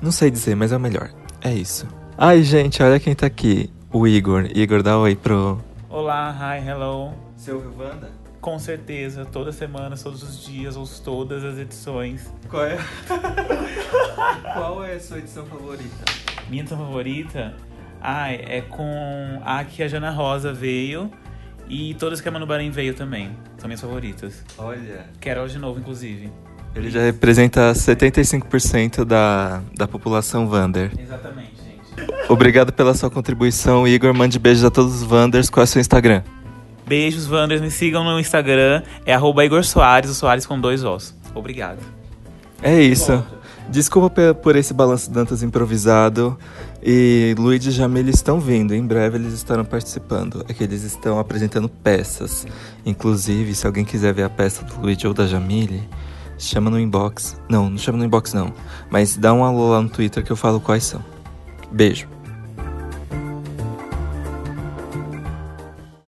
S10: Não sei dizer, mas é o melhor. É isso. Ai, gente, olha quem tá aqui. O Igor. Igor, dá oi pro.
S4: Olá, hi, hello.
S10: Você ouviu Wanda?
S4: Com certeza, todas as semanas, todos os dias, ou todas as edições.
S10: Qual é? Qual é a sua edição favorita?
S4: Minha edição favorita, ai, é com a que a Jana Rosa veio e todas que a Manu Barim veio também. São minhas favoritas.
S10: Olha.
S4: Quero ela de novo, inclusive.
S10: Ele já representa 75% da, da população Wander.
S4: Exatamente, gente.
S10: Obrigado pela sua contribuição, Igor. Mande beijos a todos os Wanders. Qual é o seu Instagram?
S4: Beijos, Wanders. Me sigam no Instagram. É arroba Igor Soares, o Soares com dois Os. Obrigado.
S10: É isso. Desculpa pe- por esse balanço Dantas improvisado. E Luigi e Jamile estão vindo. Em breve eles estarão participando. É que eles estão apresentando peças. Inclusive, se alguém quiser ver a peça do Luigi ou da Jamile, chama no inbox. Não, não chama no inbox não. Mas dá um alô lá no Twitter que eu falo quais são. Beijo.